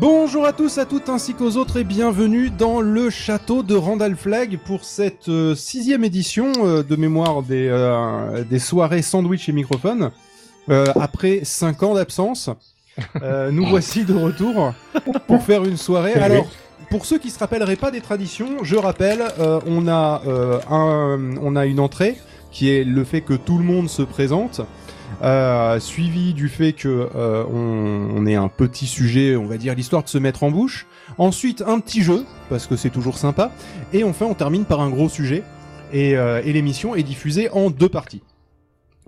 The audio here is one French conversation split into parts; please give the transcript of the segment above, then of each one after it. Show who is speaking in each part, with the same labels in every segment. Speaker 1: Bonjour à tous, à toutes ainsi qu'aux autres et bienvenue dans le château de Randall Flag pour cette euh, sixième édition euh, de mémoire des, euh, des soirées sandwich et microphone. Euh, après cinq ans d'absence, euh, nous voici de retour pour faire une soirée.
Speaker 2: Salut.
Speaker 1: Alors, pour ceux qui se rappelleraient pas des traditions, je rappelle, euh, on, a, euh, un, on a une entrée qui est le fait que tout le monde se présente. euh, suivi du fait que euh, on, on ait un petit sujet, on va dire l'histoire de se mettre en bouche. Ensuite, un petit jeu parce que c'est toujours sympa. Et enfin, on termine par un gros sujet. Et, euh, et l'émission est diffusée en deux parties.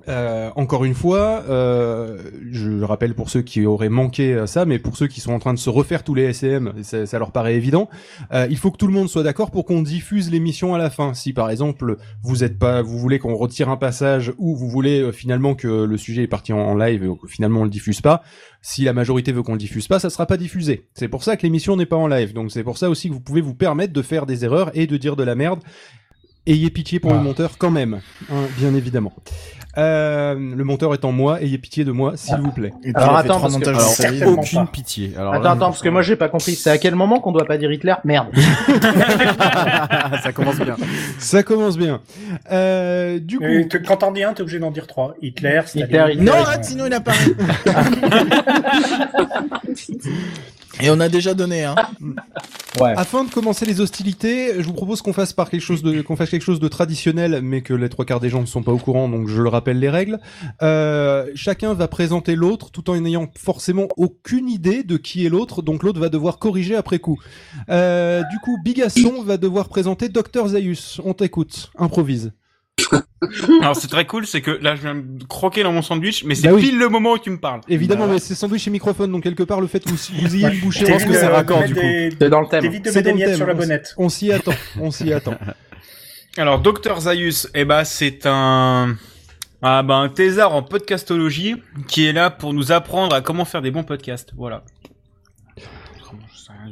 Speaker 1: Euh, encore une fois, euh, je rappelle pour ceux qui auraient manqué euh, ça, mais pour ceux qui sont en train de se refaire tous les SCM, ça, ça leur paraît évident. euh, il faut que tout le monde soit d'accord pour qu'on diffuse l'émission à la fin. Si par exemple vous êtes pas, vous voulez qu'on retire un passage ou vous voulez euh, finalement que le sujet est parti en, en live et que finalement on le diffuse pas, si la majorité veut qu'on le diffuse pas, ça sera pas diffusé. C'est pour ça que l'émission n'est pas en live. Donc c'est pour ça aussi que vous pouvez vous permettre de faire des erreurs et de dire de la merde. Ayez pitié pour le
Speaker 2: Ah.
Speaker 1: monteur quand même, hein, bien évidemment. Euh, le monteur étant moi, ayez pitié de moi, s'il vous plaît.
Speaker 3: Et puis,
Speaker 4: Alors
Speaker 3: Ah. il a fait
Speaker 4: attends,
Speaker 3: trois
Speaker 4: parce que-
Speaker 3: montages
Speaker 4: alors,
Speaker 3: de série,
Speaker 4: certainement
Speaker 3: donc-
Speaker 4: pas.
Speaker 2: Aucune pitié. Alors
Speaker 4: Attends,
Speaker 2: là,
Speaker 4: attends, parce que moi j'ai pas compris. C'est à quel moment qu'on doit pas dire Hitler Merde.
Speaker 2: ça commence bien.
Speaker 1: Ça commence bien. Euh, du coup,
Speaker 5: Mais t- quand on dit un, t'es obligé d'en dire trois. Hitler, Staline.
Speaker 4: Hitler, Hitler.
Speaker 3: Non,
Speaker 4: Ouais.
Speaker 3: arrête, sinon il apparaît. Et on a déjà donné, hein.
Speaker 1: afin de commencer les hostilités, je vous propose qu'on fasse par quelque chose de qu'on fasse quelque chose de traditionnel, mais que les trois quarts des gens ne sont pas au courant, donc je le rappelle les règles. Euh, chacun va présenter l'autre, tout en n'ayant forcément aucune idée de qui est l'autre, donc l'autre va devoir corriger après coup. Euh, du coup, Bigasson va devoir présenter Docteur Zaius. On t'écoute, improvise.
Speaker 6: Alors c'est très cool, c'est que là je viens de croquer dans mon sandwich, mais c'est
Speaker 1: Bah oui.
Speaker 6: pile le moment où tu me parles.
Speaker 1: Évidemment, mais c'est sandwich et microphone, donc quelque part le fait que vous, vous ayez une bouchée, euh,
Speaker 5: T'évites
Speaker 2: Je pense que
Speaker 5: de
Speaker 2: c'est raccord,
Speaker 5: mettre
Speaker 2: du coup.
Speaker 5: des-
Speaker 4: C'est dans le thème.
Speaker 5: T'évites de
Speaker 1: C'est
Speaker 5: mettre des
Speaker 1: dans le
Speaker 5: miettes
Speaker 1: thème,
Speaker 5: sur la
Speaker 1: on s-
Speaker 5: bonnette.
Speaker 1: On s'y attend, on s'y attend.
Speaker 6: Alors Docteur Zaius, eh ben c'est un ah ben un thésard en podcastologie qui est là pour nous apprendre à comment faire des bons podcasts. Voilà.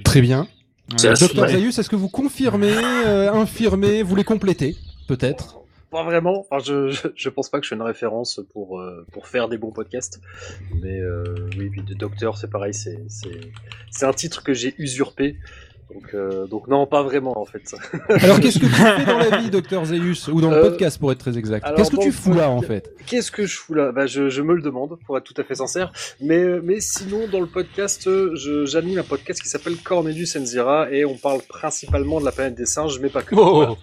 Speaker 1: Très bien.
Speaker 6: C'est la
Speaker 1: Euh, Docteur Zaius, est-ce que vous confirmez, euh, infirmez, vous les complétez, peut-être
Speaker 7: Pas vraiment. Enfin, je, je, je pense pas que je suis une référence pour, euh, pour faire des bons podcasts. Mais euh, oui, puis de docteur, c'est pareil. C'est, c'est, c'est un titre que j'ai usurpé. Donc, euh, donc non, pas vraiment en fait.
Speaker 1: Alors qu'est-ce que tu fais dans la vie, Docteur Zaius Ou dans le
Speaker 7: Euh,
Speaker 1: podcast, pour être très exact.
Speaker 7: alors,
Speaker 1: Qu'est-ce que
Speaker 7: dans
Speaker 1: tu
Speaker 7: le
Speaker 1: fous là, en
Speaker 7: podcast-
Speaker 1: fait
Speaker 7: Qu'est-ce que je fous là bah, je, je me le demande, pour être tout à fait sincère. Mais, euh, mais sinon, dans le podcast, euh, je, j'anime un podcast qui s'appelle Cornelius Enzira et on parle principalement de la planète des singes, mais pas que. Voilà.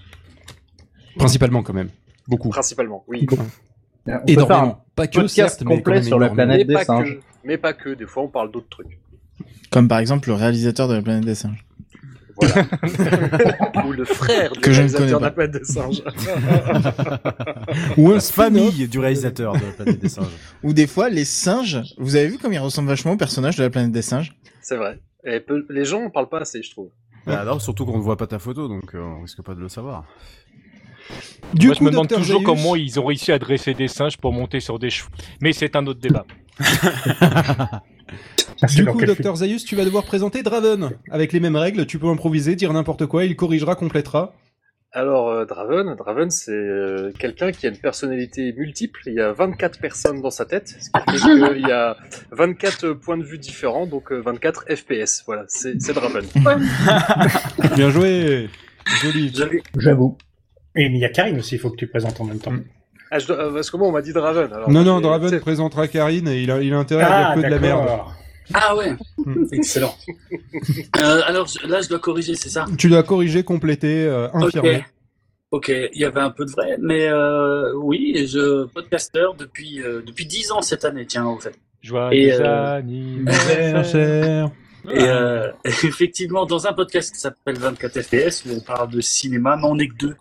Speaker 1: Principalement, quand même. Beaucoup.
Speaker 7: Principalement, oui.
Speaker 4: Euh,
Speaker 3: Et
Speaker 1: Énormément. Pas que,
Speaker 4: podcast
Speaker 1: certes, mais
Speaker 4: complet
Speaker 1: quand même
Speaker 4: sur la
Speaker 1: énormément.
Speaker 4: planète
Speaker 7: mais
Speaker 4: des
Speaker 7: pas
Speaker 4: singes.
Speaker 7: que. Mais pas que. Des fois, on parle d'autres trucs.
Speaker 3: Comme par exemple le réalisateur de la planète des singes.
Speaker 7: Voilà. Ou le frère du
Speaker 3: Que je ne connais
Speaker 7: réalisateur
Speaker 3: pas.
Speaker 7: de la planète des singes.
Speaker 1: Ou un
Speaker 2: La
Speaker 1: spin-off.
Speaker 2: famille du réalisateur de la planète des singes.
Speaker 3: Ou des fois les singes. Vous avez vu comme ils ressemblent vachement aux personnages de la planète des singes
Speaker 7: C'est vrai. Et peu- les gens en parlent pas assez, je trouve.
Speaker 2: Bah, alors, surtout qu'on ne voit pas ta photo, donc euh, on risque pas de le savoir.
Speaker 1: Du
Speaker 8: Moi, je
Speaker 1: coup,
Speaker 8: me demande
Speaker 1: Dr.
Speaker 8: toujours
Speaker 1: Zaius-
Speaker 8: comment ils ont réussi à dresser des singes pour monter sur des chevaux. Mais c'est un autre débat.
Speaker 5: Ah, c'est
Speaker 1: Du
Speaker 5: dans
Speaker 1: coup,
Speaker 5: quel film
Speaker 1: Docteur Zaius, tu vas devoir présenter Draven. Avec les mêmes règles, tu peux improviser, dire n'importe quoi, il corrigera, complétera.
Speaker 7: Alors, euh, Draven, Draven, c'est euh, quelqu'un qui a une personnalité multiple. Il y a 24 personnes dans sa tête. Ce qui fait que il y a 24 points de vue différents, donc euh, 24 FPS. Voilà, c'est c'est Draven.
Speaker 1: Bien joué Joli.
Speaker 5: J'avoue. Et il y a Karine aussi, il faut que tu présentes en même temps.
Speaker 7: Ah, je dois- euh, parce que moi, on m'a dit Draven. Alors,
Speaker 1: Non, non,
Speaker 7: j'ai-
Speaker 1: Draven
Speaker 7: c'est-
Speaker 1: présentera Karine et il a, il a intérêt à
Speaker 5: Ah,
Speaker 1: dire que de la merde.
Speaker 5: d'accord.
Speaker 9: Ah ouais,
Speaker 3: Mm.
Speaker 1: Hmm.
Speaker 9: excellent. Euh, alors je- là, je dois corriger, c'est ça
Speaker 1: Tu dois corriger, compléter, euh, infirmer.
Speaker 9: Ok, il y avait un peu de vrai, mais euh, oui, je podcasteur depuis euh, depuis dix ans cette année, tiens en fait.
Speaker 8: Joyeux
Speaker 9: Et, Euh,
Speaker 1: Cher,
Speaker 8: anniversaire.
Speaker 1: cher.
Speaker 9: Et euh, effectivement, dans un podcast qui s'appelle 24 FPS où on parle de cinéma, mais on n'est que deux.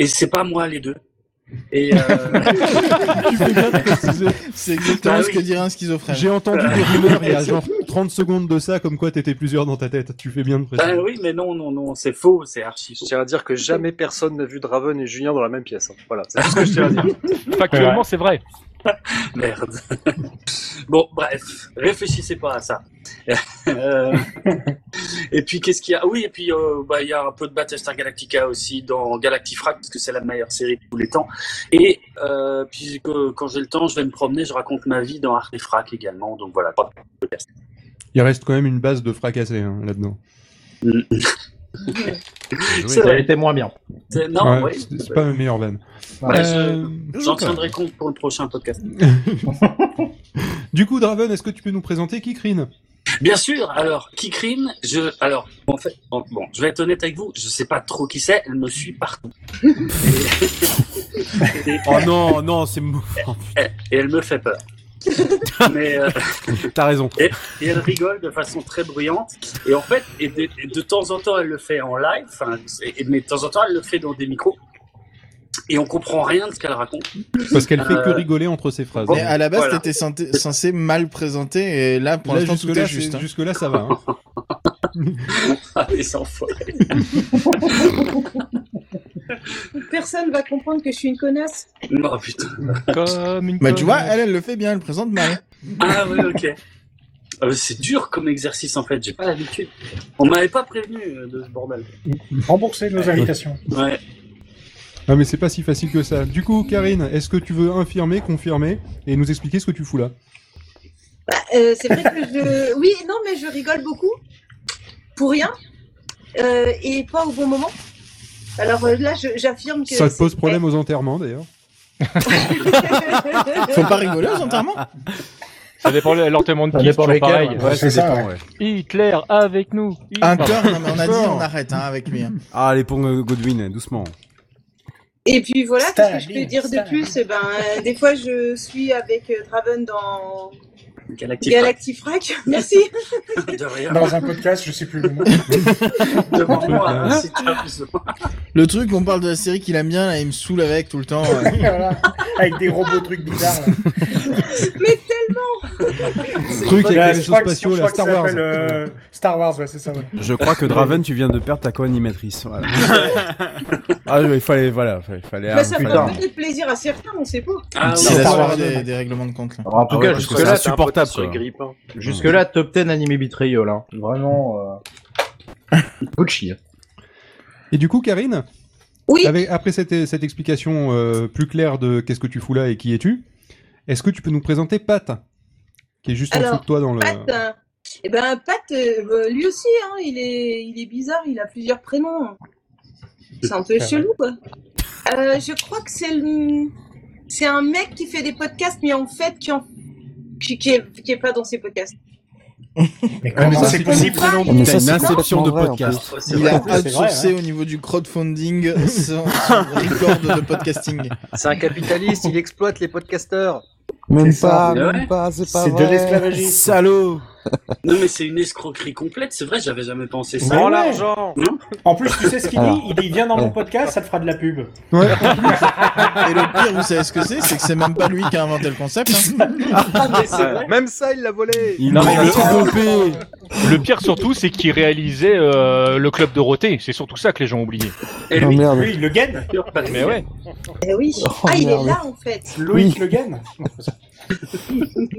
Speaker 9: Et c'est pas moi les deux. Et euh,
Speaker 1: Tu fais bien de préciser.
Speaker 3: C'est exactement
Speaker 9: Bah
Speaker 3: ce
Speaker 9: oui.
Speaker 3: que dirait un schizophrène.
Speaker 1: J'ai entendu des rumeurs il y a genre 30 secondes de ça, comme quoi t'étais plusieurs dans ta tête. Tu fais bien de
Speaker 9: bah
Speaker 7: Ah,
Speaker 1: préciser.
Speaker 9: oui, mais non, non, non, c'est faux, c'est archi
Speaker 7: Je
Speaker 9: faux.
Speaker 7: tiens à dire que jamais personne n'a vu Draven et Julien dans la même pièce. hein. Voilà, c'est tout ce que je tiens à dire.
Speaker 8: Factuellement, c'est vrai.
Speaker 9: Merde. bon, bref, réfléchissez pas à ça. Euh, et puis, qu'est-ce qu'il y a Ah Oui, et puis, euh, bah, il y a un peu de Battlestar Galactica aussi dans Galactifrac, parce que c'est la meilleure série de tous les temps. Et euh, puis, que- quand j'ai le temps, je vais me promener, je raconte ma vie dans Artefrac également. Donc voilà.
Speaker 1: Il reste quand même une base de fracassés hein, là-dedans.
Speaker 9: C'est
Speaker 4: Ça a
Speaker 9: vrai.
Speaker 4: été moins bien.
Speaker 9: C'est- Euh, Non,
Speaker 1: Ouais,
Speaker 9: oui.
Speaker 1: c'est c'est pas un meilleur van.
Speaker 9: Ouais, je-
Speaker 1: Euh,
Speaker 9: J'en tiendrai compte pour le prochain podcast.
Speaker 1: Du coup, Draven, est-ce que tu peux nous présenter Kikrine
Speaker 9: Bien sûr, alors, Kikrine, je. Alors, en fait, bon, bon, je vais être honnête avec vous, je sais pas trop qui c'est, elle me suit partout. et, et-
Speaker 2: Oh non, non, c'est mou-
Speaker 9: et elle me fait peur. Mais, euh,
Speaker 2: T'as raison.
Speaker 9: et elle rigole de façon très bruyante. Et en fait, et de, et de temps en temps, elle le fait en live, enfin, et- mais de temps en temps, elle le fait dans des micros. Et on comprend rien de ce qu'elle raconte.
Speaker 1: Parce qu'elle fait que
Speaker 9: Euh,
Speaker 1: rigoler entre ses phrases.
Speaker 3: Mais à la base,
Speaker 9: Voilà.
Speaker 3: t'étais censé- censé mal présenter et là, pour l'instant, tout est
Speaker 1: jusque-là,
Speaker 3: juste.
Speaker 1: c'est-
Speaker 3: hein.
Speaker 1: jusque-là, ça va. hein.
Speaker 9: Ah, les enfoirés.
Speaker 10: Personne va comprendre que je suis une connasse.
Speaker 9: Non, putain.
Speaker 8: Comme une
Speaker 3: Bah, tu vois,
Speaker 8: connasse.
Speaker 3: elle, elle le fait bien, elle présente mal.
Speaker 9: Ah oui, ok. Ah, mais c'est dur comme exercice en fait, j'ai pas l'habitude. On m'avait pas prévenu euh, de ce bordel.
Speaker 5: Rembourser nos invitations.
Speaker 9: Ouais.
Speaker 1: Ah, Euh, mais c'est pas si facile que ça. Du coup, Karine, est-ce que tu veux infirmer, confirmer et nous expliquer ce que tu fous là
Speaker 10: Bah, euh, c'est vrai que je. Oui, non, mais je rigole beaucoup. Pour rien. Euh, et pas au bon moment. Alors euh, là, je- j'affirme que.
Speaker 1: Ça te
Speaker 10: c'est
Speaker 1: pose problème aux enterrements d'ailleurs
Speaker 3: Faut pas rigoler aux enterrements.
Speaker 8: Ça dépend de l'enterrement de
Speaker 4: Ça
Speaker 8: qui, c'est
Speaker 4: dépend
Speaker 8: toujours
Speaker 4: lesquels,
Speaker 8: pareil.
Speaker 4: ouais.
Speaker 2: Ouais, ça
Speaker 5: c'est ça,
Speaker 2: dépend, ouais.
Speaker 8: Hitler avec nous. Hitler.
Speaker 3: Un corps, non, mais on a dit,
Speaker 2: Encore.
Speaker 3: on arrête hein, avec lui. hein.
Speaker 2: Ah, les ponts euh, Godwin, doucement.
Speaker 10: Et puis voilà, qu'est-ce que je peux
Speaker 5: Staline,
Speaker 10: dire de
Speaker 5: Staline.
Speaker 10: plus Eh ben, euh, Des fois, je suis avec euh, Draven dans
Speaker 9: Galactique.
Speaker 10: Galactifrac. Merci.
Speaker 9: De rien.
Speaker 5: Dans un podcast, je sais plus le nom.
Speaker 9: Devant moi, si t'as besoin.
Speaker 3: Le truc, on parle de la série qu'il aime bien, là, il me saoule avec tout le temps. ouais.
Speaker 5: Voilà. Avec des robots trucs bizarres. là.
Speaker 1: Truc
Speaker 5: Là,
Speaker 1: avec les
Speaker 5: je
Speaker 1: choses
Speaker 5: crois que-
Speaker 1: spatiaux,
Speaker 5: je
Speaker 1: la
Speaker 5: crois que
Speaker 1: Star
Speaker 5: ça
Speaker 1: Wars.
Speaker 5: s'appelle, euh, Star Wars, ouais, c'est ça. ouais.
Speaker 2: Je crois que Draven, tu viens de perdre ta co-animatrice. Voilà. ah, mais il fallait, voilà, il fallait.
Speaker 10: Bah, ça
Speaker 2: fallait-
Speaker 10: fera peut-être plaisir à certains, on sait pas.
Speaker 9: Ah,
Speaker 3: C'est
Speaker 9: oui.
Speaker 3: la
Speaker 5: Star Wars.
Speaker 3: soirée des, des règlements de compte, là.
Speaker 4: Alors, en tout
Speaker 2: Ah ouais,
Speaker 4: cas,
Speaker 2: parce que
Speaker 4: jusque-là,
Speaker 2: ça- insupportable,
Speaker 7: Sur les
Speaker 2: quoi.
Speaker 7: grippes, hein.
Speaker 4: jusque-là, top 10 animé vitriol. Hein. Vraiment. Euh... Gucci.
Speaker 1: Et du coup, Karine,
Speaker 10: Oui.
Speaker 1: avec- après cette, cette explication euh, plus claire de qu'est-ce que tu fous là et qui es-tu, est-ce que tu peux nous présenter Pat Qui est juste en
Speaker 10: Alors,
Speaker 1: dessous de toi dans le.
Speaker 10: Pat, euh, eh ben, Pat euh, euh, lui aussi, hein, il, est, il est bizarre, il a plusieurs prénoms. C'est un peu chelou, quoi. Euh, je crois que c'est le... C'est un mec qui fait des podcasts, mais en fait, qui, en... qui, qui est, qui est pas dans ses podcasts.
Speaker 5: Mais comment
Speaker 1: ça,
Speaker 5: c'est
Speaker 1: c'est
Speaker 5: possible
Speaker 10: pas-
Speaker 5: ce nom
Speaker 10: Mais
Speaker 2: T'as
Speaker 10: ça,
Speaker 2: une
Speaker 10: c'est
Speaker 2: inception de
Speaker 11: complètement vrai, en
Speaker 2: podcast.
Speaker 7: Ouais, c'est
Speaker 3: Il
Speaker 7: vrai.
Speaker 3: a
Speaker 5: c'est vrai,
Speaker 3: outsourcé au niveau du crowdfunding euh, son, son record de podcasting.
Speaker 11: C'est un capitaliste, il exploite les podcasteurs.
Speaker 5: C'est
Speaker 11: Même
Speaker 5: ça,
Speaker 11: pas,
Speaker 9: c'est
Speaker 11: même
Speaker 9: vrai.
Speaker 11: pas, c'est pas
Speaker 5: C'est de
Speaker 11: vrai.
Speaker 5: l'esclavagisme.
Speaker 2: Salaud
Speaker 9: Non, mais c'est une escroquerie complète, c'est vrai, j'avais jamais pensé ça.
Speaker 8: Oh,
Speaker 5: Prends
Speaker 9: Ouais.
Speaker 5: l'argent En plus, tu sais ce qu'il dit Il dit viens dans mon
Speaker 11: Ouais.
Speaker 5: podcast, ça te fera de la pub.
Speaker 1: Ouais.
Speaker 3: Et le pire, vous savez ce que c'est C'est que c'est même pas lui qui a inventé le concept. hein.
Speaker 9: Ah, mais c'est vrai.
Speaker 11: Même ça, il l'a volé.
Speaker 2: Il
Speaker 8: Non,
Speaker 2: m'a
Speaker 8: mais le-
Speaker 2: trompé
Speaker 8: Le pire surtout, c'est qu'il réalisait euh, le club Dorothée. C'est surtout ça que les gens ont oublié.
Speaker 2: Eh
Speaker 9: Et
Speaker 5: Ah,
Speaker 11: Oh
Speaker 9: lui,
Speaker 11: merde.
Speaker 5: Lui, il le gagne
Speaker 8: Mais ouais.
Speaker 10: Eh oui.
Speaker 11: Oh,
Speaker 10: ah, il est
Speaker 11: merde.
Speaker 10: là, en fait.
Speaker 5: Loïc le gagne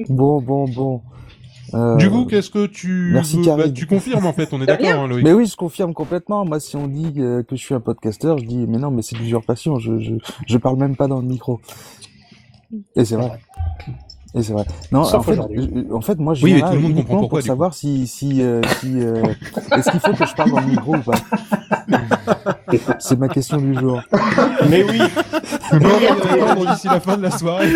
Speaker 11: Bon, bon, bon. Euh,
Speaker 1: Du coup, qu'est-ce que tu.
Speaker 11: Merci,
Speaker 1: veux- Bah,
Speaker 11: Karine.
Speaker 1: tu confirmes en fait, on est d'accord, hein, Loïc
Speaker 11: Mais oui, je confirme complètement. Moi, si on dit euh, que je suis un podcasteur, je dis mais non, mais c'est de l'usurpation. Je, je je parle même pas dans le micro. Et c'est vrai. Et c'est vrai. Non,
Speaker 5: Sauf
Speaker 11: en fait,
Speaker 5: aujourd'hui.
Speaker 11: je- en fait, moi, je
Speaker 1: Oui,
Speaker 11: viens
Speaker 1: mais
Speaker 11: là
Speaker 1: tout le monde
Speaker 11: uniquement
Speaker 1: comprend pourquoi,
Speaker 11: pour
Speaker 1: du
Speaker 11: savoir si si euh, si euh, est-ce qu'il faut que je parle dans le micro ou pas. c'est ma question du jour.
Speaker 5: Mais oui
Speaker 1: Bon, on va y
Speaker 10: euh,
Speaker 1: répondre d'ici la fin de la soirée.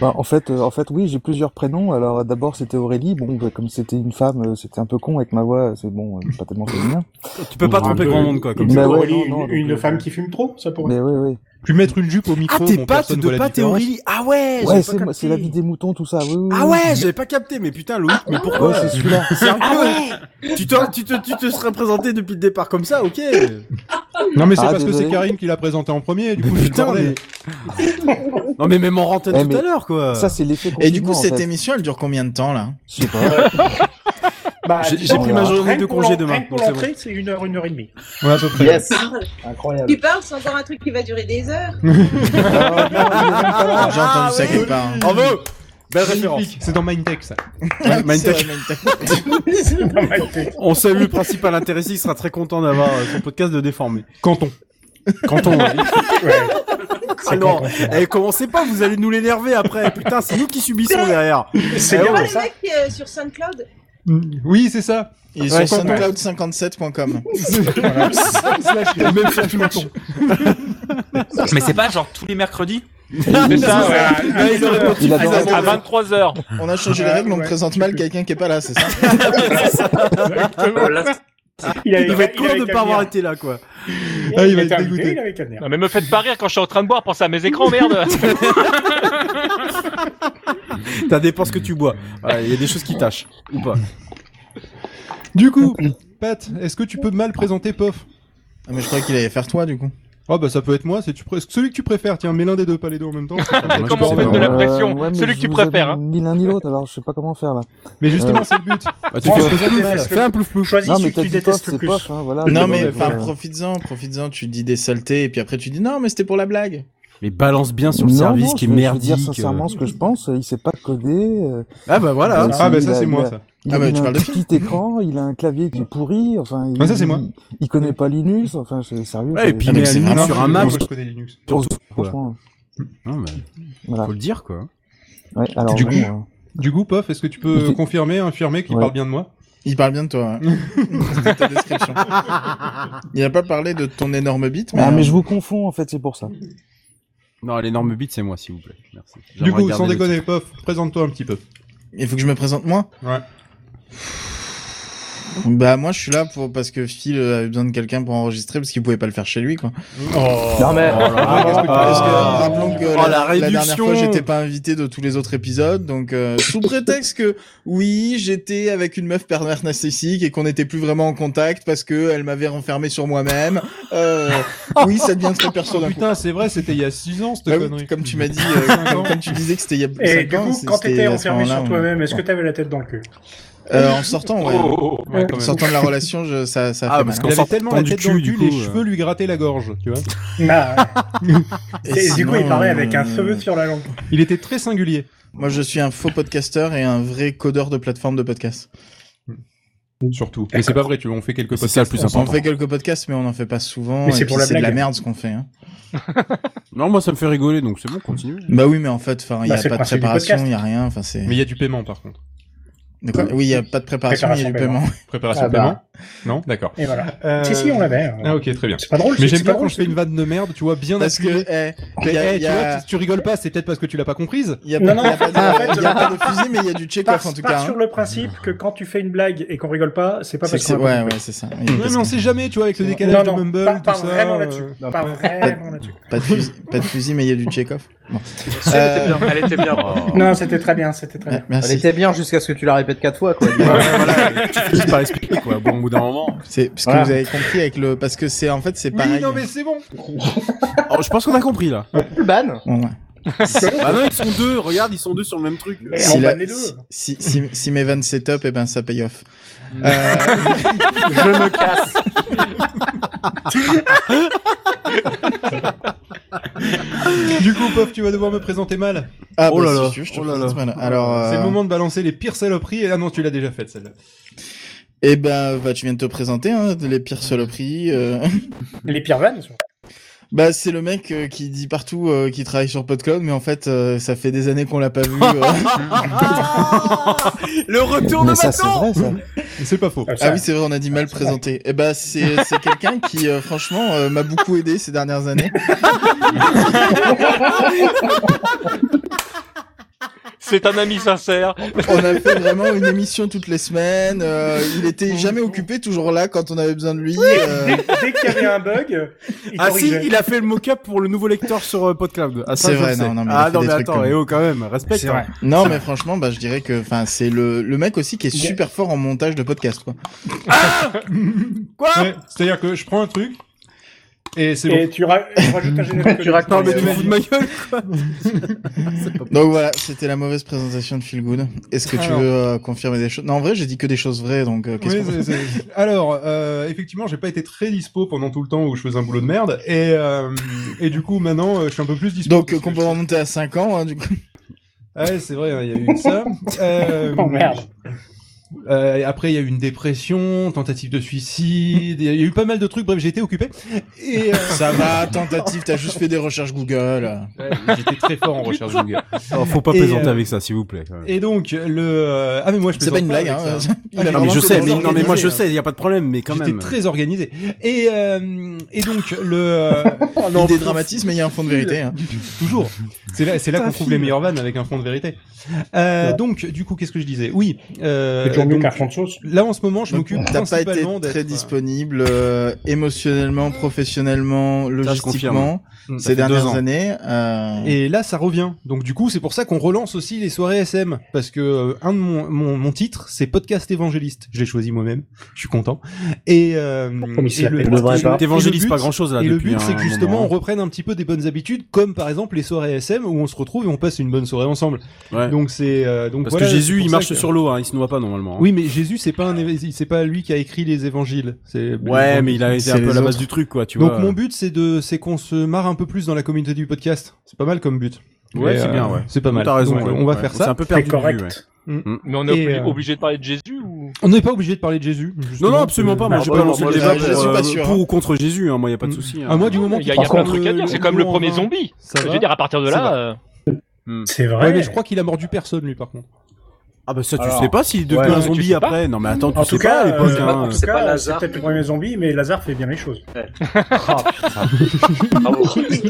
Speaker 11: Bah, en fait, euh, en fait, oui, j'ai plusieurs prénoms. Alors d'abord, c'était Aurélie. Bon, bah, comme c'était une femme, euh, c'était un peu con avec ma voix. C'est bon, euh, pas tellement féminin.
Speaker 2: Tu peux pas tromper grand monde, quoi, comme
Speaker 11: Bah
Speaker 2: ça.
Speaker 11: ouais,
Speaker 5: Aurélie,
Speaker 11: non,
Speaker 5: une,
Speaker 11: non, donc,
Speaker 5: une
Speaker 11: euh,
Speaker 5: femme qui fume trop, ça pourrait.
Speaker 11: Mais oui, oui.
Speaker 1: Puis mettre une jupe au micro.
Speaker 2: Ah, t'es
Speaker 1: bon,
Speaker 2: pattes
Speaker 1: personne voit
Speaker 2: de
Speaker 1: la
Speaker 2: pâte et
Speaker 1: différence.
Speaker 2: Aurélie Ah ouais
Speaker 11: Ouais,
Speaker 2: j'avais
Speaker 11: c'est
Speaker 2: pas
Speaker 11: c'est la vie
Speaker 2: capté.
Speaker 11: des moutons, tout ça. Oui, oui,
Speaker 2: Ah
Speaker 11: oui.
Speaker 2: ouais, j'avais pas capté, mais putain, Loïc, mais pourquoi
Speaker 11: Ah Ouais, c'est celui-là.
Speaker 2: C'est un peu. tu, te, tu, te, tu te serais présenté depuis le départ comme ça, ok
Speaker 1: Non, mais c'est
Speaker 11: Ah,
Speaker 1: parce que
Speaker 11: désolé.
Speaker 1: c'est Karine qui l'a présenté en premier, du coup, c'est le
Speaker 2: Putain,
Speaker 1: bordel.
Speaker 2: mais. non, mais même en rentaine
Speaker 11: Eh,
Speaker 2: tout
Speaker 11: mais-
Speaker 2: à l'heure, quoi
Speaker 11: Ça, c'est l'effet
Speaker 3: Et du coup,
Speaker 11: confinement, en
Speaker 3: cette
Speaker 11: fait.
Speaker 3: émission, elle dure combien de temps, là
Speaker 11: Je sais pas.
Speaker 5: Bah,
Speaker 2: J'ai-
Speaker 5: dis
Speaker 2: j'ai
Speaker 5: donc,
Speaker 2: pris ma
Speaker 10: euh,
Speaker 5: rien
Speaker 2: journée
Speaker 5: que
Speaker 2: de
Speaker 5: pour
Speaker 2: congé
Speaker 5: l'en-
Speaker 2: demain,
Speaker 5: rien que Pour
Speaker 2: donc c'est
Speaker 5: l'entrée, c'est une heure, une heure et demie.
Speaker 1: Ouais, à peu près.
Speaker 4: Yes.
Speaker 10: Tu
Speaker 4: Incroyable.
Speaker 10: parles, c'est encore un truc qui va durer des heures.
Speaker 2: Ah,
Speaker 3: J'ai entendu ça quelque part. hein.
Speaker 2: Bravo Belle référence
Speaker 1: Magnifique, C'est dans Mindtech, ça.
Speaker 3: C'est vrai,
Speaker 2: Mindtech.
Speaker 3: Mindtech.
Speaker 2: On salue le principal intéressé, il sera très content d'avoir euh, son podcast de déformé.
Speaker 1: Canton.
Speaker 2: Canton. ouais.
Speaker 10: C'est
Speaker 2: Ah non,
Speaker 10: Canton, c'est
Speaker 2: eh, commencez pas, vous allez nous l'énerver après. Putain, c'est nous qui subissons derrière.
Speaker 10: C'est
Speaker 2: Eh
Speaker 10: pas
Speaker 2: ouais.
Speaker 10: le mec qui est sur SoundCloud
Speaker 1: Mm. Oui, c'est ça.
Speaker 3: Il est
Speaker 2: Ouais,
Speaker 3: sur
Speaker 2: ça marche.
Speaker 3: soundcloud57.com.
Speaker 1: Voilà. Slash le même sur Pluton.
Speaker 6: Mais c'est pas genre tous les mercredis
Speaker 3: C'est ça, ouais.
Speaker 6: ouais.
Speaker 3: Il aurait pu
Speaker 6: Il
Speaker 3: faire
Speaker 6: adore.
Speaker 3: ça.
Speaker 6: À 23h.
Speaker 3: On a changé les règles, on présente mal quelqu'un qui est pas là, c'est ça
Speaker 2: Il, va être con de pas avoir été là, quoi.
Speaker 5: Eh,
Speaker 1: Ah, il
Speaker 8: va
Speaker 1: être
Speaker 8: dégoûté.
Speaker 5: Kavner.
Speaker 8: Non, mais me faites pas rire quand je suis en train de boire, pensez à mes écrans, merde
Speaker 2: Ça dépend ce que tu bois. Voilà, Il y a des choses qui tâchent, ou pas.
Speaker 1: Du coup, Pat, est-ce que tu peux mal présenter Pof
Speaker 3: Mm-hmm. Ah, mais je croyais qu'il allait faire toi, du coup.
Speaker 1: Ah, bah ça peut être moi, c'est tu pré- celui que tu préfères. Tiens, mets l'un des deux, pas les deux en même temps.
Speaker 8: Comment on met de la pression
Speaker 11: ouais, mais
Speaker 8: Celui que
Speaker 11: je
Speaker 8: tu
Speaker 11: vous avais
Speaker 8: préfères. hein.
Speaker 11: Ni l'un ni l'autre, alors je sais pas comment faire là.
Speaker 1: Mais justement,
Speaker 11: Euh,
Speaker 1: c'est le but.
Speaker 2: Bah, tu
Speaker 11: Prends
Speaker 2: fais un
Speaker 11: ce que
Speaker 2: plouf,
Speaker 11: tu
Speaker 2: plouf,
Speaker 11: fais.
Speaker 2: fais un plouf, plouf.
Speaker 5: Choisis
Speaker 11: Non,
Speaker 5: celui
Speaker 11: mais
Speaker 5: que
Speaker 11: t'as
Speaker 5: tu
Speaker 11: dit pof,
Speaker 5: détestes le
Speaker 11: c'est
Speaker 5: plus.
Speaker 11: pof, hein, voilà.
Speaker 3: non,
Speaker 11: Bon,
Speaker 3: mais
Speaker 11: bah,
Speaker 3: enfin,
Speaker 11: voilà.
Speaker 3: profites-en, profites-en, tu dis des saletés, et puis après tu dis non, mais c'était pour la blague.
Speaker 2: Mais balance bien sur le
Speaker 11: Non,
Speaker 2: service
Speaker 11: non,
Speaker 2: qui est
Speaker 11: je vais- je vais
Speaker 2: merdique. euh.
Speaker 11: dire sincèrement ce que je pense, il sait pas coder. euh,
Speaker 2: Ah bah voilà.
Speaker 11: il a-
Speaker 1: Ah, bah,
Speaker 11: il
Speaker 1: ça,
Speaker 11: a-
Speaker 1: c'est
Speaker 11: il
Speaker 1: moi,
Speaker 11: a-
Speaker 1: ça.
Speaker 11: Il
Speaker 3: Ah,
Speaker 11: a
Speaker 3: bah,
Speaker 11: une-
Speaker 3: tu
Speaker 11: un
Speaker 3: parles de
Speaker 11: petit écran, il a un clavier qui est pourri, enfin.
Speaker 1: Ah,
Speaker 11: il-
Speaker 1: ça, c'est moi.
Speaker 11: Il, il connaît pas Linux, enfin, c'est sérieux.
Speaker 2: Ouais,
Speaker 11: ça-
Speaker 2: et puis
Speaker 11: ça-
Speaker 2: il met
Speaker 3: mais
Speaker 2: un
Speaker 3: c'est
Speaker 2: Linux
Speaker 3: marrant,
Speaker 2: sur un
Speaker 1: Non,
Speaker 2: Mac.
Speaker 1: moi, je connais Linux.
Speaker 11: Franchement,
Speaker 2: Non, mais
Speaker 11: voilà.
Speaker 2: faut le dire, quoi.
Speaker 11: Ouais, alors,
Speaker 1: Du
Speaker 11: bon,
Speaker 1: coup-
Speaker 11: euh,
Speaker 1: Du coup, Pof, est-ce que tu peux
Speaker 11: C'est-
Speaker 1: confirmer, infirmer qu'il
Speaker 11: Ouais.
Speaker 1: parle bien de moi
Speaker 3: Il parle bien de toi. ouais. C'était ta description. Il a pas parlé de ton énorme bite, mais.
Speaker 11: Ah, mais je vous confonds, en fait, c'est pour ça.
Speaker 2: Non, l'énorme bite, c'est moi, s'il vous plaît. Merci.
Speaker 1: Du coup, sans déconner, Pof, présente-toi un petit peu.
Speaker 3: Il faut que je me présente moi
Speaker 1: Ouais.
Speaker 3: Bah, moi je suis là pour parce que Phil avait besoin de quelqu'un pour enregistrer parce qu'il pouvait pas le faire chez lui, quoi.
Speaker 2: Oh.
Speaker 11: Non, mais.
Speaker 3: Parce que,
Speaker 2: Ah.
Speaker 3: rappelons que
Speaker 2: Oh,
Speaker 3: la,
Speaker 2: la
Speaker 3: la dernière
Speaker 2: réduction.
Speaker 3: fois, j'étais pas invité de tous les autres épisodes, donc euh, sous prétexte que oui, j'étais avec une meuf pervers narcissique et qu'on n'était plus vraiment en contact parce que elle m'avait renfermé sur moi-même. Euh, oui, ça devient très perso d'un coup.
Speaker 1: Putain, c'est vrai, c'était il y a 6 ans, cette
Speaker 3: Ah oui,
Speaker 1: connerie.
Speaker 3: comme tu m'as dit, euh, comme, comme tu disais que c'était il y a
Speaker 5: Et
Speaker 3: 5
Speaker 5: du
Speaker 3: ans,
Speaker 5: coup,
Speaker 3: c'est-
Speaker 5: quand
Speaker 3: c'était
Speaker 5: t'étais
Speaker 3: à ce
Speaker 5: enfermé
Speaker 3: moment-là,
Speaker 5: sur
Speaker 3: ouais.
Speaker 5: toi-même, est-ce que Oh, t'avais la tête dans le cul
Speaker 3: Euh, en sortant,
Speaker 1: Oh,
Speaker 3: ouais.
Speaker 2: Ouais, quand
Speaker 3: en
Speaker 2: même.
Speaker 3: sortant de la relation, je- ça, ça
Speaker 2: Ah,
Speaker 3: fait
Speaker 2: parce
Speaker 3: mal.
Speaker 2: qu'en
Speaker 1: Il avait
Speaker 2: sortant
Speaker 1: tellement la
Speaker 2: du
Speaker 1: tête
Speaker 2: cul,
Speaker 1: dans le
Speaker 2: du
Speaker 1: cul,
Speaker 2: coup,
Speaker 1: les
Speaker 2: euh.
Speaker 1: cheveux lui grattaient la gorge, tu vois.
Speaker 11: Bah,
Speaker 5: Ah, ouais. Et Du coup, il
Speaker 3: sinon,
Speaker 5: parlait avec un
Speaker 3: euh,
Speaker 5: feu sur la langue.
Speaker 1: Il était très singulier.
Speaker 3: Moi, je suis un faux podcasteur et un vrai codeur de plateforme de podcast.
Speaker 1: Mm. Surtout. Mais c'est pas vrai, tu vois, on fait quelques
Speaker 2: C'est ça le
Speaker 1: podcasts.
Speaker 2: plus
Speaker 3: on s'en
Speaker 2: important.
Speaker 3: fait quelques podcasts, mais on en fait pas souvent.
Speaker 5: Mais
Speaker 3: et
Speaker 5: c'est
Speaker 3: puis
Speaker 5: pour la
Speaker 3: de la
Speaker 5: blague.
Speaker 3: merde ce qu'on fait. hein.
Speaker 2: Non, moi, ça me fait rigoler, donc c'est bon, continue.
Speaker 3: Bah oui, mais en fait, enfin, il y
Speaker 5: Bah,
Speaker 3: a
Speaker 5: c'est
Speaker 3: pas de
Speaker 5: le principe du
Speaker 3: préparation,
Speaker 5: podcast.
Speaker 3: il y a rien. Enfin, c'est.
Speaker 1: Mais il y a du paiement, par contre.
Speaker 3: De quoi Oui, il y a pas de préparation, il y a du
Speaker 5: Préparation,
Speaker 3: paiement.
Speaker 1: Préparation
Speaker 5: Ah bah.
Speaker 1: paiement Non D'accord.
Speaker 5: Et voilà.
Speaker 1: Euh,
Speaker 5: Si, si, on l'avait. euh.
Speaker 1: Ah, ok, très bien.
Speaker 5: C'est pas drôle.
Speaker 1: Mais
Speaker 5: c'est-
Speaker 1: j'aime
Speaker 5: c'est pas
Speaker 1: bien quand
Speaker 5: drôle.
Speaker 1: je fais une vanne de merde, tu vois, bien
Speaker 3: Parce que,
Speaker 1: appuyée.
Speaker 3: eh,
Speaker 1: Mais,
Speaker 3: y a-
Speaker 1: eh,
Speaker 3: y
Speaker 1: tu vois,
Speaker 3: a-
Speaker 1: tu, tu rigoles pas, c'est peut-être parce que tu l'as pas comprise.
Speaker 3: il y a
Speaker 5: Non,
Speaker 3: pas-
Speaker 5: non, Ah,
Speaker 3: il y a pas
Speaker 5: en fait,
Speaker 3: de- il y a
Speaker 5: je-
Speaker 3: pas de fusil, mais il y a du check-off
Speaker 5: Pars,
Speaker 3: en tout
Speaker 5: pars
Speaker 3: cas.
Speaker 5: sur
Speaker 3: hein.
Speaker 5: le principe que quand tu fais une blague et qu'on rigole pas, c'est pas
Speaker 3: C'est-
Speaker 5: parce
Speaker 3: c'est-
Speaker 5: qu'on
Speaker 3: Ouais, ouais, c'est ça. Il y a
Speaker 1: Ouais,
Speaker 3: parce
Speaker 1: mais on
Speaker 3: que-
Speaker 1: sait jamais, tu vois, avec le décalage
Speaker 5: non,
Speaker 1: de
Speaker 5: non,
Speaker 1: Mumble,
Speaker 5: pas,
Speaker 1: tout
Speaker 5: pas
Speaker 1: ça.
Speaker 5: vraiment
Speaker 1: euh,
Speaker 5: là-dessus. Pas vraiment là-dessus.
Speaker 3: Pas de fusil, pas de fusil, mais il y a du check-off. Bon.
Speaker 4: Elle
Speaker 3: Euh,
Speaker 4: était bien, elle était bien.
Speaker 5: Non, c'était très bien, c'était très bien.
Speaker 4: Elle
Speaker 3: Merci.
Speaker 4: était bien jusqu'à ce que tu la répètes quatre fois, quoi.
Speaker 2: Juste par expliquer, quoi. Bon, au bout d'un moment.
Speaker 3: C'est parce que
Speaker 5: Voilà.
Speaker 3: vous avez compris avec le, parce que c'est en fait c'est
Speaker 1: Oui,
Speaker 3: pareil.
Speaker 1: non, mais c'est bon.
Speaker 2: Oh, je pense qu'on a compris, là.
Speaker 4: Tu bannes.
Speaker 3: Bon, ouais.
Speaker 2: Bah non, ils sont deux, regarde, ils sont deux sur le même truc.
Speaker 5: Mais
Speaker 3: si,
Speaker 5: on
Speaker 3: la-
Speaker 5: bat les deux.
Speaker 3: si, si, si, si mes vannes c'est top, et ben ça paye off.
Speaker 4: Mm.
Speaker 3: Euh,
Speaker 1: Du coup, Pof, tu vas devoir me présenter mal.
Speaker 3: ah,
Speaker 2: Oh
Speaker 3: bah,
Speaker 2: là
Speaker 3: si
Speaker 2: là,
Speaker 3: tu veux, je te
Speaker 2: oh là là.
Speaker 3: présente, voilà. Alors, euh,
Speaker 1: C'est le moment de balancer les pires saloperies. Et ah non, tu l'as déjà faite, celle-là.
Speaker 3: eh ben, bah, tu viens de te présenter, hein, les pires saloperies. euh.
Speaker 5: Les pires vannes, surtout.
Speaker 3: Bah, c'est le mec euh, qui dit partout euh, qu'il travaille sur PodCloud, mais en fait, euh, ça fait des années qu'on l'a pas vu. euh.
Speaker 2: Le retour
Speaker 11: Mais ça, c'est vrai, ça.
Speaker 1: C'est pas faux.
Speaker 5: Comme ça.
Speaker 3: ah oui, c'est vrai, on a dit mal présenté. Eh ben, c'est c'est quelqu'un qui, euh, franchement, euh, m'a beaucoup aidé ces dernières années.
Speaker 8: C'est un ami sincère.
Speaker 3: On a fait vraiment une émission toutes les semaines. euh, il était jamais occupé, toujours là quand on avait besoin de lui. euh,
Speaker 5: Dès- Dès qu'il y avait un bug, il
Speaker 2: Ah si,
Speaker 5: corrigeait.
Speaker 2: il a fait le mock-up pour le nouveau lecteur sur euh, PodCloud. Ah, ça,
Speaker 3: C'est
Speaker 2: je
Speaker 3: vrai,
Speaker 2: le sais.
Speaker 3: non, non, mais il a
Speaker 2: Ah
Speaker 3: fait
Speaker 2: non,
Speaker 3: des
Speaker 2: mais
Speaker 3: trucs
Speaker 2: attends,
Speaker 3: comme-
Speaker 2: et oh, quand même, respecte.
Speaker 5: C'est vrai.
Speaker 3: Non, mais franchement, bah, je dirais que, enfin, c'est le, le mec aussi qui est super fort en montage de podcast, quoi.
Speaker 2: Quoi
Speaker 1: Ouais, C'est-à-dire que je prends un truc et c'est bon.
Speaker 5: Et tu ra- tu rajoutes un générique.
Speaker 4: Tu racontes,
Speaker 2: Non, mais tu
Speaker 4: Ouais.
Speaker 2: me fous de ma gueule, quoi.
Speaker 3: Donc voilà, c'était la mauvaise présentation de Feel Good. Est-ce que tu
Speaker 1: Alors.
Speaker 3: veux euh, confirmer des choses Non, en vrai, j'ai dit que des choses vraies, donc euh, qu'est-ce
Speaker 1: Oui,
Speaker 3: qu'on
Speaker 1: c'est- c'est- Alors, euh, effectivement, j'ai pas été très dispo pendant tout le temps où je faisais un boulot de merde, et euh, et du coup maintenant, euh, je suis un peu plus dispo.
Speaker 3: Donc, euh, qu'on peut remonter à 5 ans, hein, du coup.
Speaker 1: Ouais, c'est vrai, il y a eu ça. Euh,
Speaker 5: Oh, merde.
Speaker 1: Euh, et après, il y a eu une dépression, tentative de suicide, il y a eu pas mal de trucs. Bref, j'ai été occupé. Et euh,
Speaker 3: Ça va, tentative, t'as juste fait des recherches Google.
Speaker 1: J'étais très fort en recherche Google.
Speaker 2: Alors, Oh, faut pas
Speaker 1: Et,
Speaker 2: plaisanter
Speaker 1: euh,
Speaker 2: avec ça, s'il vous plaît. quand même.
Speaker 1: Et donc le ah mais moi je
Speaker 3: C'est pas une blague, hein. Il a
Speaker 2: Non, mais je sais, mais, non, mais moi je
Speaker 1: sais
Speaker 2: sais, il y a pas de problème, mais quand
Speaker 1: J'étais
Speaker 2: même.
Speaker 1: très organisé. Et, euh, et donc, le.
Speaker 3: Ah, non, Des dramatismes, mais il y a un fond de vérité, hein.
Speaker 1: Ah, Toujours. C'est là, c'est là
Speaker 3: Pas
Speaker 1: qu'on trouve les
Speaker 3: fini.
Speaker 1: meilleures vannes avec un fond de vérité. Euh, Donc, du coup, qu'est-ce que je disais Oui. Euh,
Speaker 5: C'est toujours mieux
Speaker 1: donc,
Speaker 5: qu'un fond de sauce.
Speaker 1: Là, en ce moment, je m'occupe
Speaker 3: T'as pas été
Speaker 1: principalement
Speaker 3: très
Speaker 1: d'être.
Speaker 3: disponible euh, émotionnellement, professionnellement,
Speaker 2: Ça, je confirme.
Speaker 3: logistiquement
Speaker 1: Mm, ça
Speaker 3: ces
Speaker 1: fait deux
Speaker 3: dernières
Speaker 1: ans.
Speaker 3: années. euh,
Speaker 1: Et là, ça revient. Donc, du coup, c'est pour ça qu'on relance aussi les soirées SM. Parce que euh, un de mon, mon, mon titre, c'est podcast évangéliste. Je l'ai choisi moi-même. Je suis content. Et, euh,
Speaker 5: Comme il se
Speaker 1: et le-
Speaker 5: l'appelle.
Speaker 1: et
Speaker 5: Devrait
Speaker 1: le
Speaker 5: pas.
Speaker 1: but-
Speaker 2: T'évangélises pas grand-chose, là,
Speaker 1: Et le
Speaker 2: depuis
Speaker 1: but, c'est
Speaker 2: un
Speaker 1: que justement,
Speaker 2: moment. hein.
Speaker 1: on reprenne un petit peu des bonnes habitudes, comme par exemple les soirées SM où on se retrouve et on passe une bonne soirée ensemble.
Speaker 2: Ouais.
Speaker 1: Donc c'est euh, donc
Speaker 2: Parce
Speaker 1: voilà,
Speaker 2: que
Speaker 1: c'est
Speaker 2: Jésus,
Speaker 1: pour
Speaker 2: il
Speaker 1: ça
Speaker 2: marche
Speaker 1: que-
Speaker 2: sur l'eau, hein, il se noie pas normalement. hein.
Speaker 1: Oui, mais Jésus, c'est pas un, év- c'est pas lui qui a écrit les évangiles. C'est
Speaker 2: Ouais, mais il a été
Speaker 3: C'est
Speaker 2: un peu
Speaker 3: les
Speaker 2: à la base
Speaker 3: autres.
Speaker 2: du truc, quoi, tu
Speaker 1: donc
Speaker 2: vois.
Speaker 1: mon but, c'est de, c'est qu'on se marre un peu plus dans la communauté du podcast. C'est pas mal comme but.
Speaker 2: Ouais,
Speaker 1: Et,
Speaker 2: c'est
Speaker 1: euh,
Speaker 2: bien, ouais.
Speaker 1: C'est pas mal.
Speaker 2: T'as raison,
Speaker 1: Donc,
Speaker 2: ouais.
Speaker 1: On va
Speaker 2: Ouais.
Speaker 1: faire
Speaker 2: C'est un
Speaker 1: ça.
Speaker 2: peu
Speaker 5: C'est
Speaker 2: perdu. du but, ouais. Mm.
Speaker 5: correct.
Speaker 8: Mais on est
Speaker 1: Et,
Speaker 8: obli-
Speaker 1: euh,
Speaker 8: obligé de parler de Jésus ou
Speaker 1: On n'est pas obligé de parler de Jésus.
Speaker 2: Non,
Speaker 1: justement.
Speaker 2: non, absolument pas. Moi, j'ai
Speaker 8: Ah,
Speaker 2: pas
Speaker 8: bon,
Speaker 2: lancé
Speaker 8: moi,
Speaker 2: le débat
Speaker 8: je- je
Speaker 2: pour,
Speaker 3: suis pas
Speaker 2: euh,
Speaker 3: sûr,
Speaker 2: pour
Speaker 3: hein.
Speaker 2: ou contre Jésus. hein, Moi, y a pas de souci. hein.
Speaker 1: Ah, moi, du moment
Speaker 8: Il y a,
Speaker 1: qu'il
Speaker 8: il y a
Speaker 1: prend
Speaker 8: plein de
Speaker 1: le-
Speaker 8: trucs à dire. C'est
Speaker 1: le
Speaker 8: comme le
Speaker 1: bout en
Speaker 8: premier
Speaker 1: main.
Speaker 8: zombie.
Speaker 1: Ça
Speaker 8: Je
Speaker 1: va.
Speaker 8: veux dire, à partir de
Speaker 1: C'est vrai.
Speaker 8: là, euh,
Speaker 5: C'est
Speaker 1: Ouais,
Speaker 5: vrai.
Speaker 1: mais je crois qu'il a mordu personne, lui, par contre.
Speaker 2: Ah bah ça, tu
Speaker 4: Alors,
Speaker 2: sais pas s'il devient
Speaker 4: ouais,
Speaker 2: un
Speaker 8: tu
Speaker 2: zombie
Speaker 8: sais pas.
Speaker 2: après. Non, mais attends,
Speaker 5: En
Speaker 2: tu
Speaker 5: tout
Speaker 2: sais pas
Speaker 5: cas,
Speaker 2: à l'époque.
Speaker 5: euh, en
Speaker 2: hein.
Speaker 5: tout
Speaker 7: C'est pas
Speaker 5: cas,
Speaker 7: Lazare
Speaker 5: c'est peut-être
Speaker 7: qui-
Speaker 5: le premier zombie, mais Lazare fait bien les choses.
Speaker 7: Bravo.
Speaker 2: Ouais,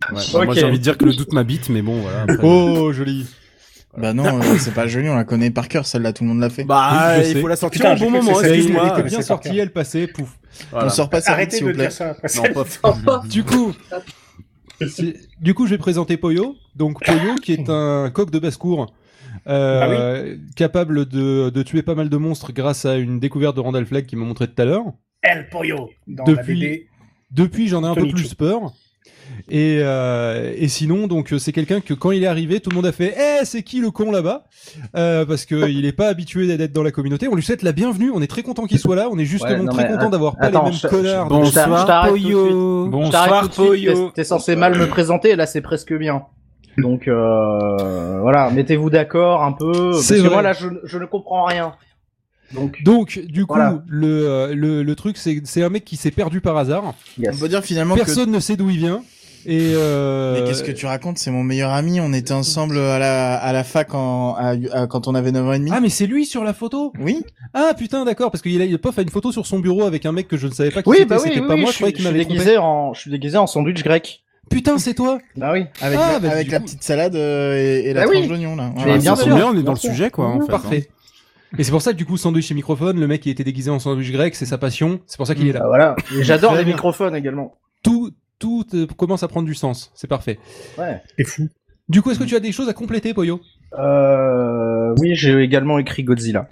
Speaker 2: bah, Moi,
Speaker 6: Ok.
Speaker 2: j'ai envie de dire que le doute m'habite, mais bon, voilà. après-
Speaker 1: Oh, joli.
Speaker 3: Bah non, euh, c'est pas joli, on la connaît par cœur, celle-là, tout le monde l'a fait.
Speaker 2: Bah,
Speaker 1: Oui, je
Speaker 2: il
Speaker 1: sais.
Speaker 2: faut la sortir
Speaker 5: Putain,
Speaker 2: au
Speaker 5: j'ai
Speaker 2: bon
Speaker 5: cru que
Speaker 2: moment,
Speaker 5: c'était-
Speaker 1: Elle
Speaker 2: excuse-moi.
Speaker 1: était
Speaker 5: Ouais,
Speaker 1: bien
Speaker 5: c'est
Speaker 1: sortie,
Speaker 5: parti.
Speaker 1: elle passait, pouf.
Speaker 3: On
Speaker 2: Voilà.
Speaker 3: sort pas ça,
Speaker 5: Arrêtez
Speaker 3: s'il
Speaker 5: de
Speaker 3: vous plaît.
Speaker 5: dire ça. parce
Speaker 2: Non,
Speaker 5: que-
Speaker 2: pas
Speaker 1: Du coup, si- du coup, je vais présenter Poyo. Donc Poyo, qui est un coq de basse-cour, euh, capable de, de tuer pas mal de monstres grâce à une découverte de Randall Flagg qui m'a montré tout à l'heure.
Speaker 5: El Pollo dans la
Speaker 1: Depuis-
Speaker 5: BD.
Speaker 1: Depuis, j'en ai un peu
Speaker 5: Tony
Speaker 1: plus peur. Et, euh, et sinon, donc c'est quelqu'un que quand il est arrivé, tout le monde a fait "Eh, c'est qui le con là-bas Euh, Parce que il est pas habitué d'être dans la communauté. On lui souhaite la bienvenue. On est très content qu'il soit là. On est justement
Speaker 4: non,
Speaker 1: très
Speaker 4: mais,
Speaker 1: content d'avoir pas
Speaker 4: attends,
Speaker 1: les mêmes
Speaker 4: je- je-
Speaker 1: connards.
Speaker 4: bon, Je t'arrête- je
Speaker 2: Bonsoir,
Speaker 4: t'arrête tout de
Speaker 2: Poyo.
Speaker 4: Je
Speaker 6: Bonsoir,
Speaker 4: t'arrête tout de suite,
Speaker 6: Poyo.
Speaker 4: t'es- T'es censé mal me présenter, et là c'est presque bien. Donc euh, voilà, mettez-vous d'accord un peu. Parce
Speaker 1: C'est
Speaker 4: que
Speaker 1: vrai.
Speaker 4: moi là je, je ne comprends rien. Donc
Speaker 1: Donc, du coup,
Speaker 4: Voilà.
Speaker 1: le, euh, le, le truc, c'est c'est un mec qui s'est perdu par hasard.
Speaker 4: yes.
Speaker 3: On peut dire finalement
Speaker 1: Personne ne sait d'où il vient. Et
Speaker 3: que.
Speaker 1: euh,
Speaker 3: Mais qu'est-ce que tu racontes C'est mon meilleur ami. On était ensemble à la, à la fac en, à- à- quand on avait 9 ans et demi.
Speaker 1: Ah, mais c'est lui sur la photo
Speaker 3: oui.
Speaker 1: Ah, putain, d'accord, parce qu'il a, il a pof, a une photo sur son bureau avec un mec que je ne savais pas qui
Speaker 4: Oui,
Speaker 1: c'était.
Speaker 4: bah oui,
Speaker 1: c'était
Speaker 4: oui,
Speaker 1: pas
Speaker 4: oui,
Speaker 1: moi, je
Speaker 4: je, suis,
Speaker 1: croyais
Speaker 4: je
Speaker 1: qu'il
Speaker 4: suis
Speaker 1: m'avait trompé.
Speaker 4: déguisé en, je suis déguisé en sandwich grec.
Speaker 1: Putain, c'est toi
Speaker 4: Bah oui.
Speaker 3: Avec,
Speaker 1: Ah,
Speaker 3: la,
Speaker 1: bah,
Speaker 3: avec
Speaker 1: du
Speaker 3: la
Speaker 1: coup-
Speaker 3: petite salade euh, et, et la
Speaker 4: Bah oui.
Speaker 3: tranche d'oignon là.
Speaker 4: Mais
Speaker 2: Ah,
Speaker 4: bien
Speaker 2: ça
Speaker 4: sûr,
Speaker 2: tombe on est
Speaker 4: bien
Speaker 2: dans le
Speaker 4: sûr.
Speaker 2: sujet, quoi, en fait.
Speaker 1: Parfait. Et c'est pour ça, que, du coup, sandwich et microphone, le mec, il était déguisé en sandwich grec, c'est sa passion, c'est pour ça qu'il est
Speaker 4: Bah
Speaker 1: là.
Speaker 4: voilà. Et j'adore
Speaker 1: Très
Speaker 4: les
Speaker 1: bien.
Speaker 4: microphones également.
Speaker 1: Tout, tout euh, commence à prendre du sens, c'est parfait.
Speaker 4: Ouais.
Speaker 5: C'est fou.
Speaker 1: Du coup, est-ce que tu as des choses à compléter, Poyo
Speaker 4: Euh, oui, j'ai également écrit Godzilla.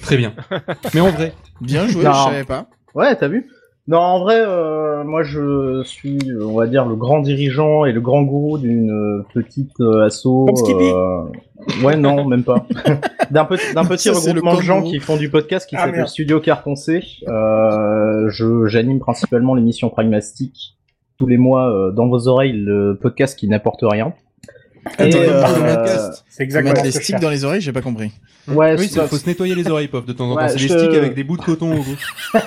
Speaker 1: Très bien. mais en vrai,
Speaker 3: Bien joué,
Speaker 4: Non.
Speaker 3: je savais pas.
Speaker 4: Ouais, t'as vu Non, en vrai, euh, moi je suis, euh, on va dire, le grand dirigeant et le grand gourou d'une euh, petite euh, asso.
Speaker 3: Comme Skippy.
Speaker 4: euh, Ouais, non, même pas. d'un petit, d'un petit
Speaker 3: Ça, c'est le
Speaker 4: regroupement de
Speaker 3: grand
Speaker 4: gens
Speaker 3: gourou.
Speaker 4: qui font du podcast qui
Speaker 5: Ah,
Speaker 4: s'appelle
Speaker 5: merde.
Speaker 4: Studio Cartoncé. Euh, je j'anime principalement l'émission Primastic tous les mois euh, dans vos oreilles le podcast qui n'apporte rien.
Speaker 3: Attends,
Speaker 4: Et,
Speaker 3: comment
Speaker 4: euh,
Speaker 3: le podcast
Speaker 5: C'est exactement
Speaker 3: Mettre
Speaker 5: ce
Speaker 3: les
Speaker 5: que je
Speaker 3: sticks dans les oreilles, j'ai pas compris.
Speaker 4: Ouais,
Speaker 1: oui,
Speaker 4: c'est
Speaker 1: il
Speaker 4: pas-
Speaker 1: faut se nettoyer les oreilles, pof, de temps en temps.
Speaker 4: Ouais,
Speaker 1: c'est des
Speaker 4: je-
Speaker 1: sticks avec des bouts de coton au bout.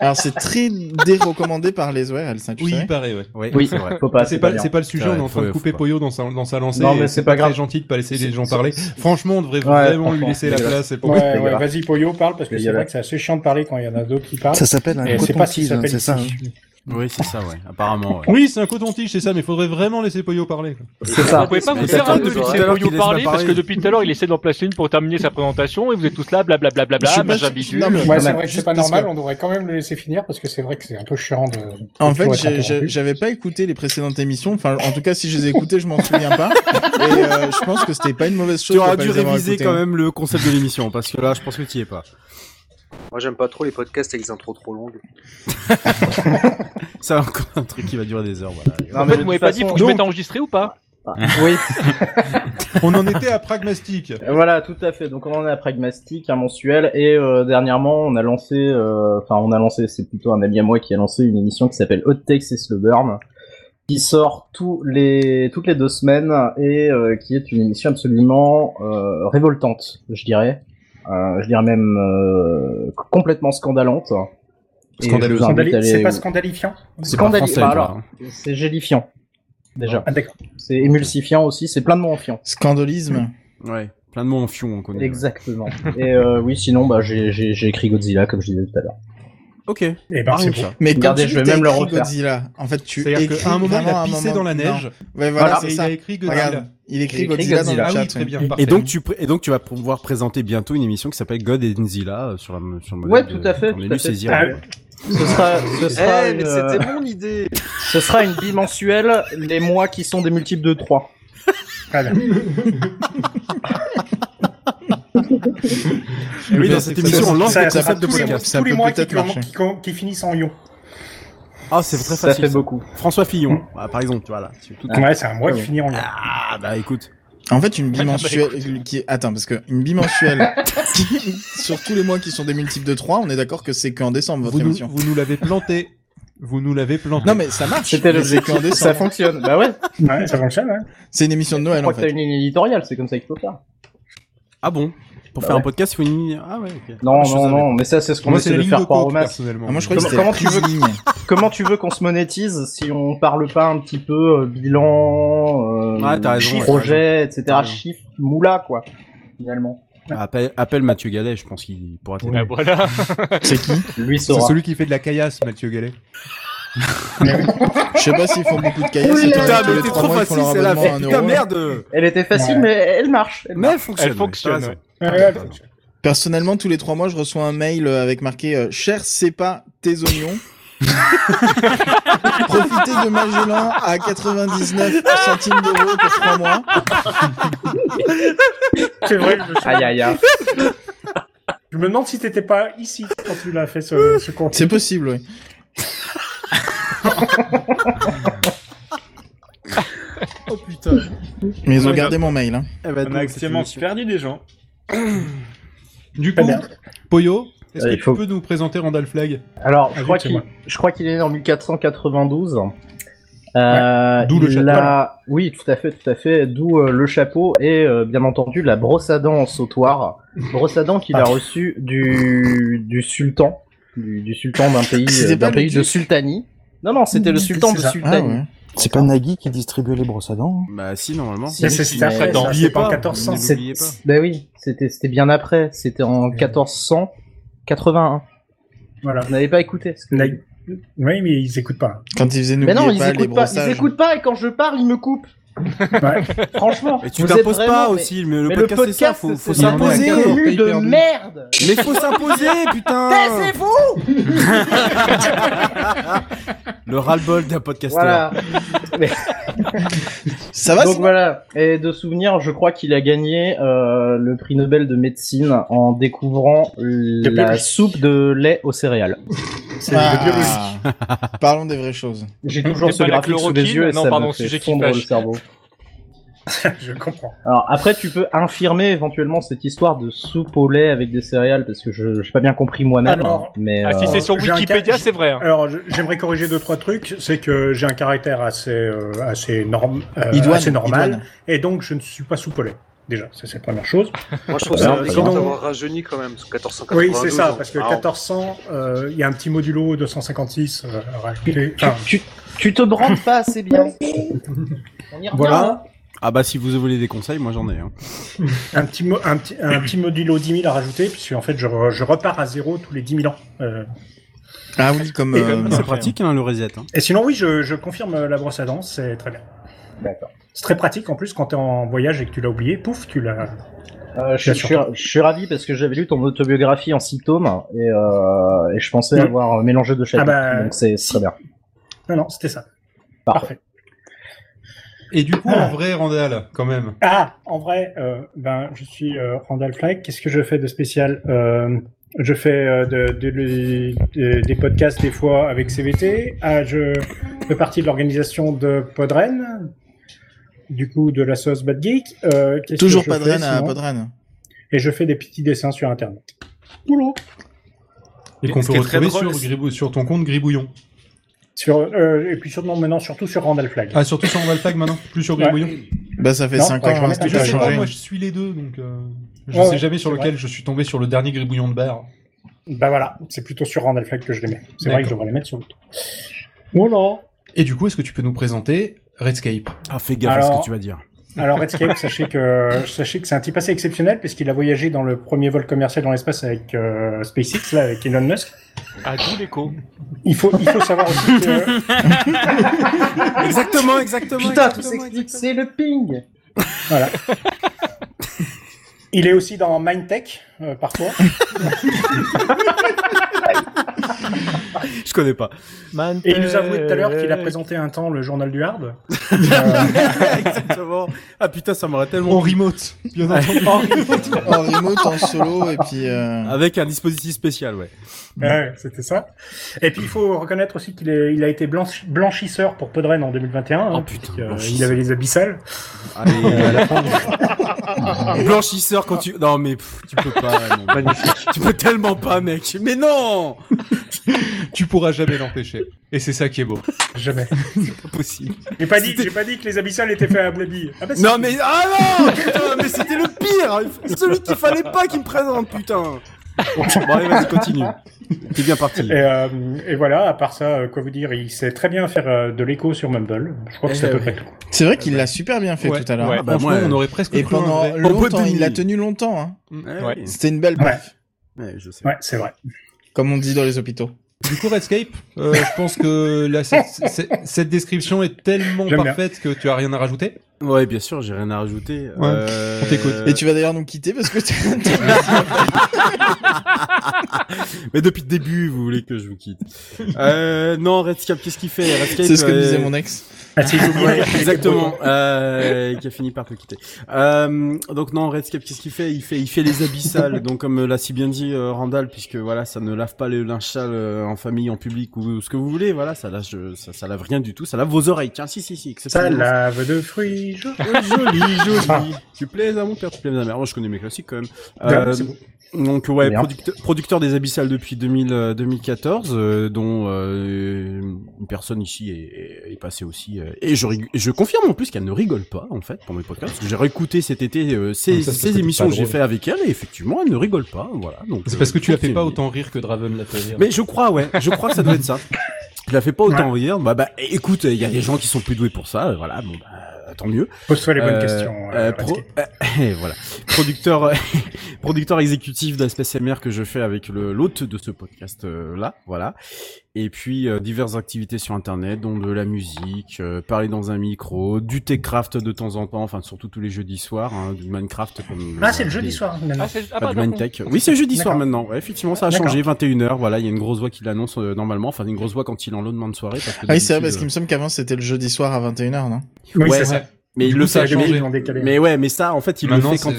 Speaker 3: Alors c'est très dérecommandé par les ouais, elle
Speaker 1: Oui, il paraît, ouais.
Speaker 2: Ouais,
Speaker 4: Oui,
Speaker 2: c'est vrai.
Speaker 4: faut pas.
Speaker 1: C'est pas,
Speaker 4: bien.
Speaker 1: c'est pas le sujet,
Speaker 2: Ouais,
Speaker 1: on est en train de
Speaker 2: faut-
Speaker 1: couper
Speaker 2: faut pas.
Speaker 1: Poyo dans sa, dans sa lancée.
Speaker 4: Non, mais
Speaker 1: et
Speaker 4: c'est pas
Speaker 1: très
Speaker 4: grave.
Speaker 1: gentil de pas laisser les
Speaker 4: C'est-
Speaker 1: gens
Speaker 4: c'est-
Speaker 1: parler. Franchement, on devrait
Speaker 4: Ouais,
Speaker 1: vraiment lui
Speaker 4: franchement,
Speaker 1: laisser la
Speaker 4: dégueulasse.
Speaker 1: place. c'est pas-
Speaker 5: Ouais, ouais,
Speaker 4: dégueulasse.
Speaker 5: vas-y, Pollo, parle, parce que c'est
Speaker 4: Dégueulasse.
Speaker 5: vrai que c'est assez chiant de parler quand il y en a d'autres qui parlent.
Speaker 11: Ça s'appelle un
Speaker 5: Et c'est
Speaker 11: coton
Speaker 5: pas s'il
Speaker 11: tige, hein,
Speaker 5: s'appelle
Speaker 11: c'est ça. hein.
Speaker 5: ici.
Speaker 2: Oui, c'est ça, ouais. Apparemment, ouais.
Speaker 1: Oui, c'est un coton-tige, c'est ça, mais faudrait vraiment laisser Poyo parler. quoi.
Speaker 4: C'est ça.
Speaker 8: Vous pouvez pas
Speaker 2: Mais
Speaker 8: vous
Speaker 2: ça
Speaker 8: faire un
Speaker 2: tombe
Speaker 8: peu
Speaker 2: depuis tout
Speaker 8: laisser
Speaker 2: à l'heure
Speaker 8: Polio
Speaker 2: qu'il laisse pas
Speaker 8: parler parce que
Speaker 2: parler.
Speaker 8: depuis tout à l'heure il essaie d'en placer une pour terminer sa présentation et vous êtes tous là blablabla
Speaker 5: Ah bah,
Speaker 8: bla,
Speaker 3: Je
Speaker 8: bla,
Speaker 3: suis
Speaker 8: bla,
Speaker 3: pas sûr-
Speaker 8: j'habitue.
Speaker 3: Non, mais-
Speaker 5: Ouais, c'est
Speaker 3: Voilà.
Speaker 5: vrai que c'est
Speaker 3: Juste
Speaker 5: pas
Speaker 3: parce
Speaker 5: normal,
Speaker 3: que-
Speaker 5: on devrait quand même le laisser finir parce que c'est vrai que c'est un peu chiant de.
Speaker 3: En
Speaker 5: de
Speaker 3: fait,
Speaker 5: toujours être
Speaker 3: j'ai- j'ai-
Speaker 5: interrompu.
Speaker 3: j'avais pas écouté les précédentes émissions. Enfin, en tout cas, si je les ai écoutées, je m'en souviens pas. Et euh, je pense que c'était pas une mauvaise chose. de
Speaker 2: Tu auras
Speaker 3: pas
Speaker 2: dû
Speaker 3: les avoir hein.
Speaker 2: réviser
Speaker 3: écoutées.
Speaker 2: quand même le concept de l'émission, parce que là, je pense que tu y es pas.
Speaker 7: Moi, j'aime pas trop les podcasts avec des intros trop longues.
Speaker 2: C'est encore un truc qui va durer des heures, voilà.
Speaker 4: Non,
Speaker 8: En
Speaker 4: mais
Speaker 8: fait,
Speaker 4: de
Speaker 8: vous m'avez
Speaker 4: toute
Speaker 8: pas dit
Speaker 4: façon-
Speaker 8: faut que je
Speaker 1: Donc-
Speaker 8: mette enregistré ou pas
Speaker 4: Oui.
Speaker 1: On en était à Pragmastique.
Speaker 4: Euh, Voilà, tout à fait. Donc on en est à Pragmastic, un mensuel, et euh, dernièrement on a lancé, euh, enfin on a lancé, c'est plutôt un ami à moi qui a lancé une émission qui s'appelle Hot Takes et Slow Burn, qui sort tous les toutes les deux semaines et euh, qui est une émission absolument euh, révoltante, je dirais. euh, je dirais même euh, complètement scandalante. Et
Speaker 5: Scandaleuse.
Speaker 4: je vous invite à aller-
Speaker 5: C'est pas scandalifiant
Speaker 4: C'est pas français, toi, hein. C'est gélifiant. Déjà.
Speaker 1: Ah,
Speaker 4: C'est émulsifiant aussi, c'est plein de mots en fiant.
Speaker 3: Scandolisme.
Speaker 2: Ouais, plein de mots en fion, on connaît.
Speaker 4: Exactement. Et euh, oui, sinon, bah, j'ai- j'ai j'ai écrit Godzilla, comme je disais tout à l'heure.
Speaker 2: Ok.
Speaker 5: Et
Speaker 4: ben, c'est bon.
Speaker 3: Mais quand
Speaker 4: Regardez,
Speaker 3: tu
Speaker 4: je vais même le
Speaker 3: t'écris
Speaker 4: refaire.
Speaker 3: Godzilla, en fait, tu
Speaker 1: C'est-à-dire
Speaker 3: écris
Speaker 1: qu'à un moment, il a
Speaker 3: vraiment à un
Speaker 1: pissé
Speaker 3: moment-
Speaker 1: dans la
Speaker 3: Non.
Speaker 1: neige.
Speaker 3: Ouais, voilà,
Speaker 1: Voilà.
Speaker 3: c'est
Speaker 1: Et il
Speaker 3: ça.
Speaker 1: a écrit Godzilla.
Speaker 3: Regarde, il écrit
Speaker 1: Il a écrit
Speaker 3: Godzilla, dans le
Speaker 1: Godzilla.
Speaker 3: chat.
Speaker 1: Ah oui, très bien,
Speaker 3: ouais.
Speaker 2: Et
Speaker 1: parfait.
Speaker 2: donc, tu pr- et donc tu vas pouvoir présenter bientôt une émission qui s'appelle God and Zilla euh, sur, la, m- sur le modèle
Speaker 4: Ouais,
Speaker 2: de-
Speaker 4: tout à fait.
Speaker 2: qu'on
Speaker 4: tout
Speaker 2: a
Speaker 4: à
Speaker 2: lu,
Speaker 4: fait. Ah,
Speaker 2: c'est Zira, ouais.
Speaker 5: Ah,
Speaker 4: Ce sera, ce sera
Speaker 7: Eh, mais c'était mon
Speaker 4: idée. Ce sera une bimensuelle, les mois qui sont des multiples de 3.
Speaker 5: Ah,
Speaker 2: Eh oui, dans cette émission, on lance
Speaker 5: Ça-
Speaker 2: des
Speaker 5: ça
Speaker 2: concepts
Speaker 5: sera tous
Speaker 2: de
Speaker 5: les mois-
Speaker 2: podcast.
Speaker 5: Tous les mois qui qui- qui- qui finissent en ion.
Speaker 2: Ah, c'est très
Speaker 5: Ça
Speaker 2: facile.
Speaker 5: fait beaucoup.
Speaker 2: François Fillon, ah, par exemple, voilà. C'est tout-
Speaker 5: Ouais, c'est un
Speaker 3: Ah
Speaker 5: mois qui finit en ion.
Speaker 2: Ah, bah écoute.
Speaker 3: En fait,
Speaker 1: Bah,
Speaker 3: une bimensuelle qui est... Attends, parce que une bimensuelle qui- sur tous les mois qui sont des multiples de 3, on est d'accord que c'est qu'en décembre, votre
Speaker 1: Vous nous,
Speaker 3: émission.
Speaker 1: vous nous l'avez planté. Vous nous l'avez planté.
Speaker 3: Non, mais ça marche. mais c'est qu'en décembre.
Speaker 4: Bah ouais.
Speaker 5: Ouais, ça fonctionne, ouais.
Speaker 3: C'est une émission de
Speaker 4: Je
Speaker 3: Noël,
Speaker 4: crois
Speaker 3: en
Speaker 4: que t'as
Speaker 3: fait.
Speaker 4: une ligne éditoriale, c'est comme ça qu'il faut faire.
Speaker 2: Ah bon Pour
Speaker 4: Bah
Speaker 2: faire un
Speaker 4: ouais.
Speaker 2: podcast, il faut une. Ah ouais, ok.
Speaker 4: Non,
Speaker 2: Ah, je
Speaker 4: non,
Speaker 2: savais
Speaker 4: non,
Speaker 2: pas.
Speaker 4: mais ça, c'est ce qu'on
Speaker 2: Moi,
Speaker 4: essaie
Speaker 2: c'est la
Speaker 4: de
Speaker 2: ligne
Speaker 4: faire
Speaker 2: de
Speaker 4: par
Speaker 2: coke,
Speaker 4: Romas.
Speaker 2: personnellement.
Speaker 3: Ah, moi, je croyais que
Speaker 4: comment,
Speaker 3: c'était
Speaker 4: tu
Speaker 3: la
Speaker 4: veux,
Speaker 3: cuisine.
Speaker 4: comment tu veux qu'on se monétise si on parle pas un petit peu euh, bilan, euh,
Speaker 2: Ouais, Ah, t'as raison, ouais,
Speaker 4: projet, etc., chiffre, moula, quoi, finalement.
Speaker 2: Appelle, appelle Mathieu Gallet, je pense qu'il pourra t'aider.
Speaker 8: Ouais, voilà.
Speaker 3: C'est qui
Speaker 4: Lui
Speaker 1: C'est
Speaker 4: saura.
Speaker 1: celui qui fait de la caillasse, Mathieu Gallet.
Speaker 3: Je sais pas s'ils font beaucoup de caillasses.
Speaker 4: Oula.
Speaker 3: et tous les-
Speaker 4: Putain,
Speaker 3: tous les trois mois, ils font leur
Speaker 2: celle-là.
Speaker 3: abonnement à un
Speaker 2: Putain,
Speaker 3: euro.
Speaker 2: merde
Speaker 4: Elle était facile,
Speaker 5: Ouais.
Speaker 4: mais elle marche. Elle
Speaker 2: Mais elle
Speaker 4: marche.
Speaker 2: fonctionne.
Speaker 8: Elle
Speaker 2: ouais,
Speaker 8: fonctionne,
Speaker 2: t'as raison.
Speaker 5: Ouais,
Speaker 3: Personnellement, tous les trois mois, je reçois un mail euh, avec marqué euh, Cher, c'est pas tes oignons. Profitez de Magellan à 99 centimes d'euros pour trois mois.
Speaker 5: C'est vrai. je-
Speaker 4: Aïe, aïe, aïe.
Speaker 5: Je me demande si t'étais pas ici quand tu l'as fait ce, ce compte.
Speaker 3: C'est possible, oui.
Speaker 2: Oh putain.
Speaker 3: Mais ils ont gardé mon mail. Hein.
Speaker 2: Eh ben,
Speaker 6: On a
Speaker 2: donc, cette
Speaker 6: actuellement
Speaker 2: émission.
Speaker 6: perdu des gens.
Speaker 1: Du coup, Poyo, est-ce que
Speaker 4: Allez,
Speaker 1: tu
Speaker 4: faut-
Speaker 1: peux nous présenter Randall Flag
Speaker 4: Alors, je
Speaker 5: Ah,
Speaker 4: crois
Speaker 5: vite, c'est
Speaker 4: qu'il
Speaker 5: moi.
Speaker 4: je crois qu'il est né en 1492. Euh,
Speaker 1: D'où le
Speaker 4: il
Speaker 1: chapeau.
Speaker 4: a- Oui, tout à fait, tout à fait. D'où euh, le chapeau et euh, bien entendu la brosse à dents en sautoir. Brosse à dents qu'il a
Speaker 5: Ah,
Speaker 4: reçue du, du sultan, du, du sultan d'un pays,
Speaker 3: C'était
Speaker 4: euh,
Speaker 3: pas
Speaker 4: d'un
Speaker 3: le
Speaker 4: pays de
Speaker 3: duc.
Speaker 4: Sultanie. Non, non, c'était le sultan de
Speaker 5: C'est ça.
Speaker 3: Ah
Speaker 4: Sultanie.
Speaker 3: ouais.
Speaker 11: C'est pas Nagui qui distribuait les brosses à dents. hein
Speaker 2: Bah si, normalement.
Speaker 4: Si,
Speaker 5: Mais c'est- c'était
Speaker 4: Mais
Speaker 5: après, ça,
Speaker 2: n'oubliez
Speaker 5: c'était pas en
Speaker 2: pas.
Speaker 5: 1400.
Speaker 2: N'oubliez
Speaker 4: C'est-
Speaker 2: N'oubliez pas.
Speaker 4: Ben oui, c'était c'était bien après. C'était en 1481.
Speaker 5: Voilà.
Speaker 4: Vous n'avez pas écouté. ce que-
Speaker 5: Là, ils- Oui, mais ils écoutent pas.
Speaker 3: Quand ils faisaient
Speaker 4: Mais non,
Speaker 3: n'oubliez
Speaker 4: ils
Speaker 3: pas les
Speaker 4: écoutent pas. Ils
Speaker 3: brossages.
Speaker 4: écoutent pas et quand je parle, ils me coupent.
Speaker 5: Ouais.
Speaker 4: Franchement.
Speaker 2: Et tu
Speaker 4: vous êtes
Speaker 2: t'imposes pas
Speaker 4: vraiment-
Speaker 2: aussi, mais le
Speaker 4: mais
Speaker 2: podcast c'est ça, faut, faut
Speaker 4: c'est vraiment un
Speaker 2: s'imposer.
Speaker 1: vraiment-
Speaker 4: contenu de
Speaker 1: Hyper doux.
Speaker 4: merde.
Speaker 2: Mais faut s'imposer, putain
Speaker 4: Taisez-vous.
Speaker 2: Le ras-le-bol d'un podcasteur.
Speaker 4: Voilà.
Speaker 3: Ça va
Speaker 4: Donc
Speaker 3: c'est-
Speaker 4: voilà. Et de souvenir, je crois qu'il a gagné euh, le prix Nobel de médecine en découvrant la
Speaker 5: biologie.
Speaker 4: soupe de lait aux céréales.
Speaker 3: Ah. Parlons des vraies choses.
Speaker 4: J'ai toujours
Speaker 8: Et
Speaker 4: ce
Speaker 8: pas la
Speaker 4: graphique sous les
Speaker 8: chloroquine
Speaker 4: yeux et
Speaker 8: Non,
Speaker 4: ça
Speaker 8: pardon,
Speaker 4: me fait
Speaker 8: sujet qui
Speaker 4: fondre le
Speaker 8: fâche.
Speaker 4: cerveau.
Speaker 5: Je comprends.
Speaker 4: Alors après, tu peux infirmer éventuellement cette histoire de soupe au lait avec des céréales parce que je j'ai pas bien compris moi-même.
Speaker 5: Alors,
Speaker 4: mais
Speaker 8: Ah, si
Speaker 4: euh,
Speaker 8: c'est sur
Speaker 5: J'ai un
Speaker 8: Wikipédia,
Speaker 5: cas-
Speaker 8: c'est vrai. hein.
Speaker 5: Alors, je- j'aimerais corriger deux trois trucs. C'est que j'ai un caractère assez euh, assez, norm- euh,
Speaker 3: Idoine,
Speaker 5: assez normal,
Speaker 3: Idoine.
Speaker 5: et donc je ne suis pas soupolé. Déjà, ça c'est la première chose.
Speaker 7: Moi, je
Speaker 1: Ah,
Speaker 7: trouve
Speaker 5: Alors,
Speaker 1: bah,
Speaker 7: ça élégant
Speaker 5: sinon-
Speaker 7: d'avoir rajeuni quand même, parce que 1492.
Speaker 5: Oui, c'est ça, parce que
Speaker 7: ah,
Speaker 5: 1400, euh, il y a un petit modulo 256 euh, rajouté. Enfin,
Speaker 4: tu, tu te brandes pas assez bien. On y revient. hein.
Speaker 5: voilà,
Speaker 2: Ah bah si vous voulez des conseils, moi j'en ai. Hein.
Speaker 5: un petit, mo- un, petit, un petit modulo 10 000 à rajouter, puisque en fait je, re- je repars à zéro tous les 10 000 ans. Euh,
Speaker 3: Ah oui, comme.
Speaker 5: Et
Speaker 3: euh,
Speaker 5: comme-
Speaker 2: C'est pratique hein, le reset. Hein.
Speaker 5: Et sinon, oui, je, je confirme euh, la brosse à dents, c'est très bien.
Speaker 4: D'accord.
Speaker 5: C'est très pratique en plus quand t'es en voyage et que tu l'as oublié, pouf, tu l'as.
Speaker 4: Euh, je,
Speaker 5: Bien
Speaker 4: je
Speaker 5: sûr.
Speaker 4: suis, je suis ravi parce que j'avais lu ton autobiographie en six tomes et, euh, et je pensais
Speaker 5: Mhm.
Speaker 4: avoir mélangé deux chapitres.
Speaker 5: Ah bah,
Speaker 4: Donc c'est c'est très bien.
Speaker 5: Non, non, c'était ça.
Speaker 4: Parfait.
Speaker 1: Et du coup, en vrai, Randall, quand même.
Speaker 5: Ah, en vrai, euh, ben, je suis euh, Randall Flagg. Qu'est-ce que je fais de spécial Euh, Je fais euh, de- de- de- de- des podcasts des fois avec CVT. Ah, je fais partie de l'organisation de Podren, du coup de la sauce Bad Geek. Euh, qu'est-ce
Speaker 3: Toujours
Speaker 5: que je
Speaker 3: pas de Rennes
Speaker 5: fais,
Speaker 3: à
Speaker 5: sinon
Speaker 3: pas de Rennes.
Speaker 5: Et je fais des petits dessins sur Internet. Boulot.
Speaker 1: Et
Speaker 6: Ce
Speaker 1: qu'on
Speaker 6: qui
Speaker 1: peut
Speaker 6: est très
Speaker 1: retrouver sur,
Speaker 6: drôle,
Speaker 1: Gribou- sur ton compte Gribouillon.
Speaker 5: Sur, euh, et puis surtout, maintenant, surtout sur Randall Flagg.
Speaker 1: Ah, surtout sur Randall Flag maintenant, plus sur
Speaker 5: Ouais.
Speaker 1: Gribouillon.
Speaker 3: Bah, ça fait
Speaker 1: Non,
Speaker 3: 5
Speaker 1: ouais,
Speaker 3: ans.
Speaker 1: je
Speaker 3: hein,
Speaker 1: remets-
Speaker 3: si tu
Speaker 1: je
Speaker 3: as
Speaker 1: sais pas,
Speaker 3: changé.
Speaker 1: moi je suis les deux, donc euh, je
Speaker 5: Ouais,
Speaker 1: sais
Speaker 5: ouais,
Speaker 1: jamais sur
Speaker 5: c'est
Speaker 1: lequel
Speaker 5: vrai.
Speaker 1: je suis tombé sur le dernier gribouillon de beurre.
Speaker 5: Bah voilà, c'est plutôt sur Randall Flag que je les mets. C'est vrai que je
Speaker 1: D'accord.
Speaker 5: devrais les mettre sur le tour. Voilà.
Speaker 1: Et du coup, est-ce que tu peux nous présenter Redscape
Speaker 2: Ah, fais
Speaker 5: gaffe à ce Alors- que tu vas
Speaker 2: dire.
Speaker 5: Alors Redscape, sachez que sachez que c'est un type assez exceptionnel parce qu'il a voyagé dans le premier vol commercial dans l'espace avec euh, SpaceX, là, avec Elon Musk.
Speaker 8: À tout l'écho.
Speaker 5: Il faut, il faut savoir aussi que...
Speaker 2: Exactement, exactement.
Speaker 4: Putain, tout s'explique, c'est le ping
Speaker 5: Voilà. Il est aussi dans Mindtech, euh, parfois.
Speaker 2: Je connais pas.
Speaker 5: Et il nous a avoué tout à l'heure qu'il a présenté un temps le journal du Hard.
Speaker 2: Exactement. Ah putain, ça m'aurait tellement.
Speaker 1: En remote, bien entendu.
Speaker 3: En remote, en solo, et puis. euh,
Speaker 2: Avec un dispositif spécial, ouais.
Speaker 5: Ouais, c'était ça. Et puis il faut reconnaître aussi qu'il est- il a été blanchi- blanchisseur pour Podren en 2021. hein,
Speaker 2: Oh, putain,
Speaker 5: puisque, euh, il
Speaker 2: blanchisseur.
Speaker 5: avait les abyssales.
Speaker 2: euh, Blanchisseur quand tu. Non, mais pff, tu peux pas. non. tu peux tellement pas, mec. Mais non
Speaker 1: tu pourras jamais l'empêcher. Et c'est ça qui est beau.
Speaker 5: Jamais.
Speaker 2: Pas possible.
Speaker 5: J'ai pas dit, j'ai pas dit que les abyssales étaient faits à Blobby. Ah, bah, si.
Speaker 2: Non, mais. Ah non Putain, mais c'était le pire Celui qu'il fallait pas qu'il me présente, putain Bon, allez, vas-y, continue. T'es bien parti.
Speaker 5: Et, euh, et voilà, à part ça, euh, quoi vous dire, il sait très bien faire euh, de l'écho sur Mumble. Je crois que
Speaker 2: Eh
Speaker 5: c'est à peu près tout.
Speaker 3: C'est vrai qu'il l'a super bien fait tout à l'heure.
Speaker 8: ouais.
Speaker 2: bah,
Speaker 1: Franchement,
Speaker 2: moi,
Speaker 1: on aurait presque
Speaker 3: Et
Speaker 1: cru un
Speaker 3: pendant
Speaker 1: vrai.
Speaker 2: Au bout
Speaker 3: longtemps,
Speaker 2: de
Speaker 3: il l'a
Speaker 2: minuit.
Speaker 3: tenu longtemps. Hein.
Speaker 2: Ouais,
Speaker 8: Ouais.
Speaker 3: C'était une belle
Speaker 5: Ouais.
Speaker 3: bref,
Speaker 2: ouais, je sais.
Speaker 5: Ouais, c'est vrai.
Speaker 3: comme on dit dans les hôpitaux.
Speaker 1: Du coup, Redscape, euh, je pense que là, cette, cette- cette description est tellement
Speaker 5: J'aime bien.
Speaker 1: parfaite que tu as rien à rajouter.
Speaker 2: Ouais, bien sûr, j'ai rien à rajouter.
Speaker 1: Ouais.
Speaker 2: Euh,
Speaker 1: On t'écoute.
Speaker 3: Et tu vas d'ailleurs nous quitter parce que t'as- t'as-
Speaker 2: Mais depuis le début, vous voulez que je vous quitte. euh, non, Redscape, qu'est-ce qu'il fait Redscape,
Speaker 3: c'est ce que
Speaker 2: euh,
Speaker 3: disait mon ex.
Speaker 5: Ah, si, j'ai oublié.
Speaker 2: Ouais, exactement. Euh, qui a fini par te quitter. Euh, donc non, Redscape, qu'est-ce qu'il fait Il fait, il fait les abyssales. donc comme l'a si bien dit euh, Randall, puisque voilà, ça ne lave pas le linge sale euh, en famille, en public ou ce que vous voulez. Voilà, ça lâche, ça, ça lave rien du tout. Ça lave vos oreilles. Tiens, si, si, si.
Speaker 5: Ça
Speaker 2: exceptionnellement.
Speaker 5: lave de fruits. je-
Speaker 2: Oh, Joli, joli. tu plaises à mon père, tu plaises à ma mère. Moi, je connais mes classiques quand même. Euh,
Speaker 5: Ouais, c'est bon.
Speaker 2: donc ouais,
Speaker 4: Merde.
Speaker 2: producteur, producteur des Abyssales depuis 2000, euh, 2014, euh, dont euh, une personne ici est, est- est passée aussi. euh, et je, rig- je confirme en plus qu'elle ne rigole pas en fait pour mes podcasts. parce que J'ai réécouté cet été euh, ces,
Speaker 1: Donc ça, c'est
Speaker 2: ces
Speaker 1: peut-être
Speaker 2: émissions
Speaker 1: pas
Speaker 2: que j'ai
Speaker 1: drôle.
Speaker 2: fait avec elle et effectivement elle ne rigole pas. Voilà. Donc
Speaker 1: C'est parce
Speaker 2: euh,
Speaker 1: que tu la fais
Speaker 2: continue.
Speaker 1: pas autant rire que Draven l'a fait rire.
Speaker 2: Mais je crois ouais, je crois que ça doit être ça. Je la fais pas autant rire. Bah bah écoute, il y a des gens qui sont plus doués pour ça. euh, Voilà. Bon bah tant mieux.
Speaker 5: Pose-toi les bonnes
Speaker 2: Euh,
Speaker 5: questions.
Speaker 2: euh,
Speaker 5: euh,
Speaker 2: pro-
Speaker 5: Redscape.
Speaker 2: euh, voilà. Producteur, producteur exécutif d'Aspect MR que je fais avec le- l'hôte de ce podcast euh, là, voilà. Et puis euh, diverses activités sur internet, dont de la musique, euh, parler dans un micro, du Techcraft de temps en temps, enfin surtout tous les jeudis soirs, hein, du Minecraft comme
Speaker 5: Ah, c'est le
Speaker 2: des-
Speaker 5: jeudi soir.
Speaker 8: Ah,
Speaker 5: maintenant.
Speaker 8: c'est
Speaker 2: pas
Speaker 8: ah,
Speaker 2: du
Speaker 8: pardon.
Speaker 2: Mindtech. Oui, c'est jeudi soir
Speaker 5: D'accord.
Speaker 2: maintenant. Ouais, effectivement, ça a
Speaker 5: D'accord.
Speaker 2: changé. 21h, voilà, il y a une grosse voix qui l'annonce euh, normalement. Enfin, une grosse voix quand il est en lendemain de soirée. Parce que
Speaker 3: Ah oui, c'est vrai,
Speaker 2: d'habitude, euh,
Speaker 3: parce qu'il me semble qu'avant c'était le jeudi soir à 21h, non
Speaker 5: Oui,
Speaker 2: ouais,
Speaker 5: c'est ça.
Speaker 2: Mais
Speaker 1: Du
Speaker 2: il
Speaker 1: coup,
Speaker 2: le
Speaker 1: ça a
Speaker 2: fait.
Speaker 1: changé.
Speaker 2: Mais,
Speaker 5: en décalé.
Speaker 2: mais ouais, mais ça, en fait, il le
Speaker 1: Maintenant,
Speaker 2: fait
Speaker 1: c'est
Speaker 2: quand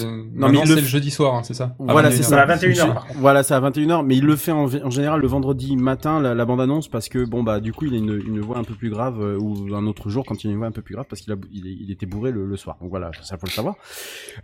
Speaker 2: mais
Speaker 1: non,
Speaker 2: il
Speaker 1: mais
Speaker 2: le
Speaker 1: c'est
Speaker 2: fait-
Speaker 1: le jeudi soir, hein, c'est ça À
Speaker 2: Voilà,
Speaker 1: 21h.
Speaker 2: c'est
Speaker 5: C'est
Speaker 2: ça.
Speaker 5: à 21h, par contre.
Speaker 2: Voilà, c'est à 21h, mais il le fait en, en général le vendredi matin, la, la bande-annonce, parce que bon, bah, du coup, il a une, une voix un peu plus grave, euh, ou un autre jour quand il a une voix un peu plus grave, parce qu'il a, il, est- il était bourré le, le soir. Donc voilà, ça faut le savoir.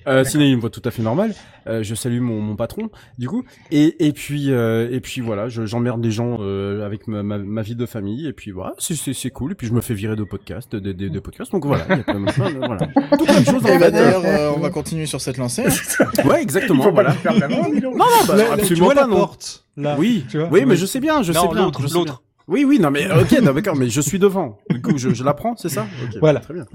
Speaker 2: Euh, sinon, il a une voix tout à fait normale. Euh, je salue mon, mon patron, du coup. Et, et puis, euh, et puis voilà, je- j'emmerde des gens euh, avec ma, ma, ma vie de famille, et puis voilà, c'est- c'est c'est cool. Et puis, je me fais virer de podcasts, des des- des podcasts, donc voilà, il y a plein de choses, euh, voilà. Tout plein de choses,
Speaker 3: Et bah
Speaker 2: en fait. hein.
Speaker 3: d'ailleurs, euh, on va continuer sur cette lancée. hein.
Speaker 2: Ouais,
Speaker 5: Il
Speaker 2: exactement,
Speaker 5: faut pas
Speaker 2: voilà.
Speaker 5: lui faire de la main, dis donc.
Speaker 2: Non, non, bah,
Speaker 1: Là, là, tu
Speaker 2: absolument
Speaker 1: vois
Speaker 2: pas,
Speaker 1: la
Speaker 2: non.
Speaker 1: porte là.
Speaker 2: Oui,
Speaker 1: tu vois.
Speaker 2: oui, mais je sais bien, je
Speaker 8: Non,
Speaker 2: sais bien.
Speaker 8: l'autre,
Speaker 2: je sais
Speaker 8: l'autre.
Speaker 2: bien. Oui, oui, non, mais euh, ok, non, d'accord, mais je suis devant. Du coup, je, je la prends, c'est ça Ok,
Speaker 1: Voilà.
Speaker 2: Très bien.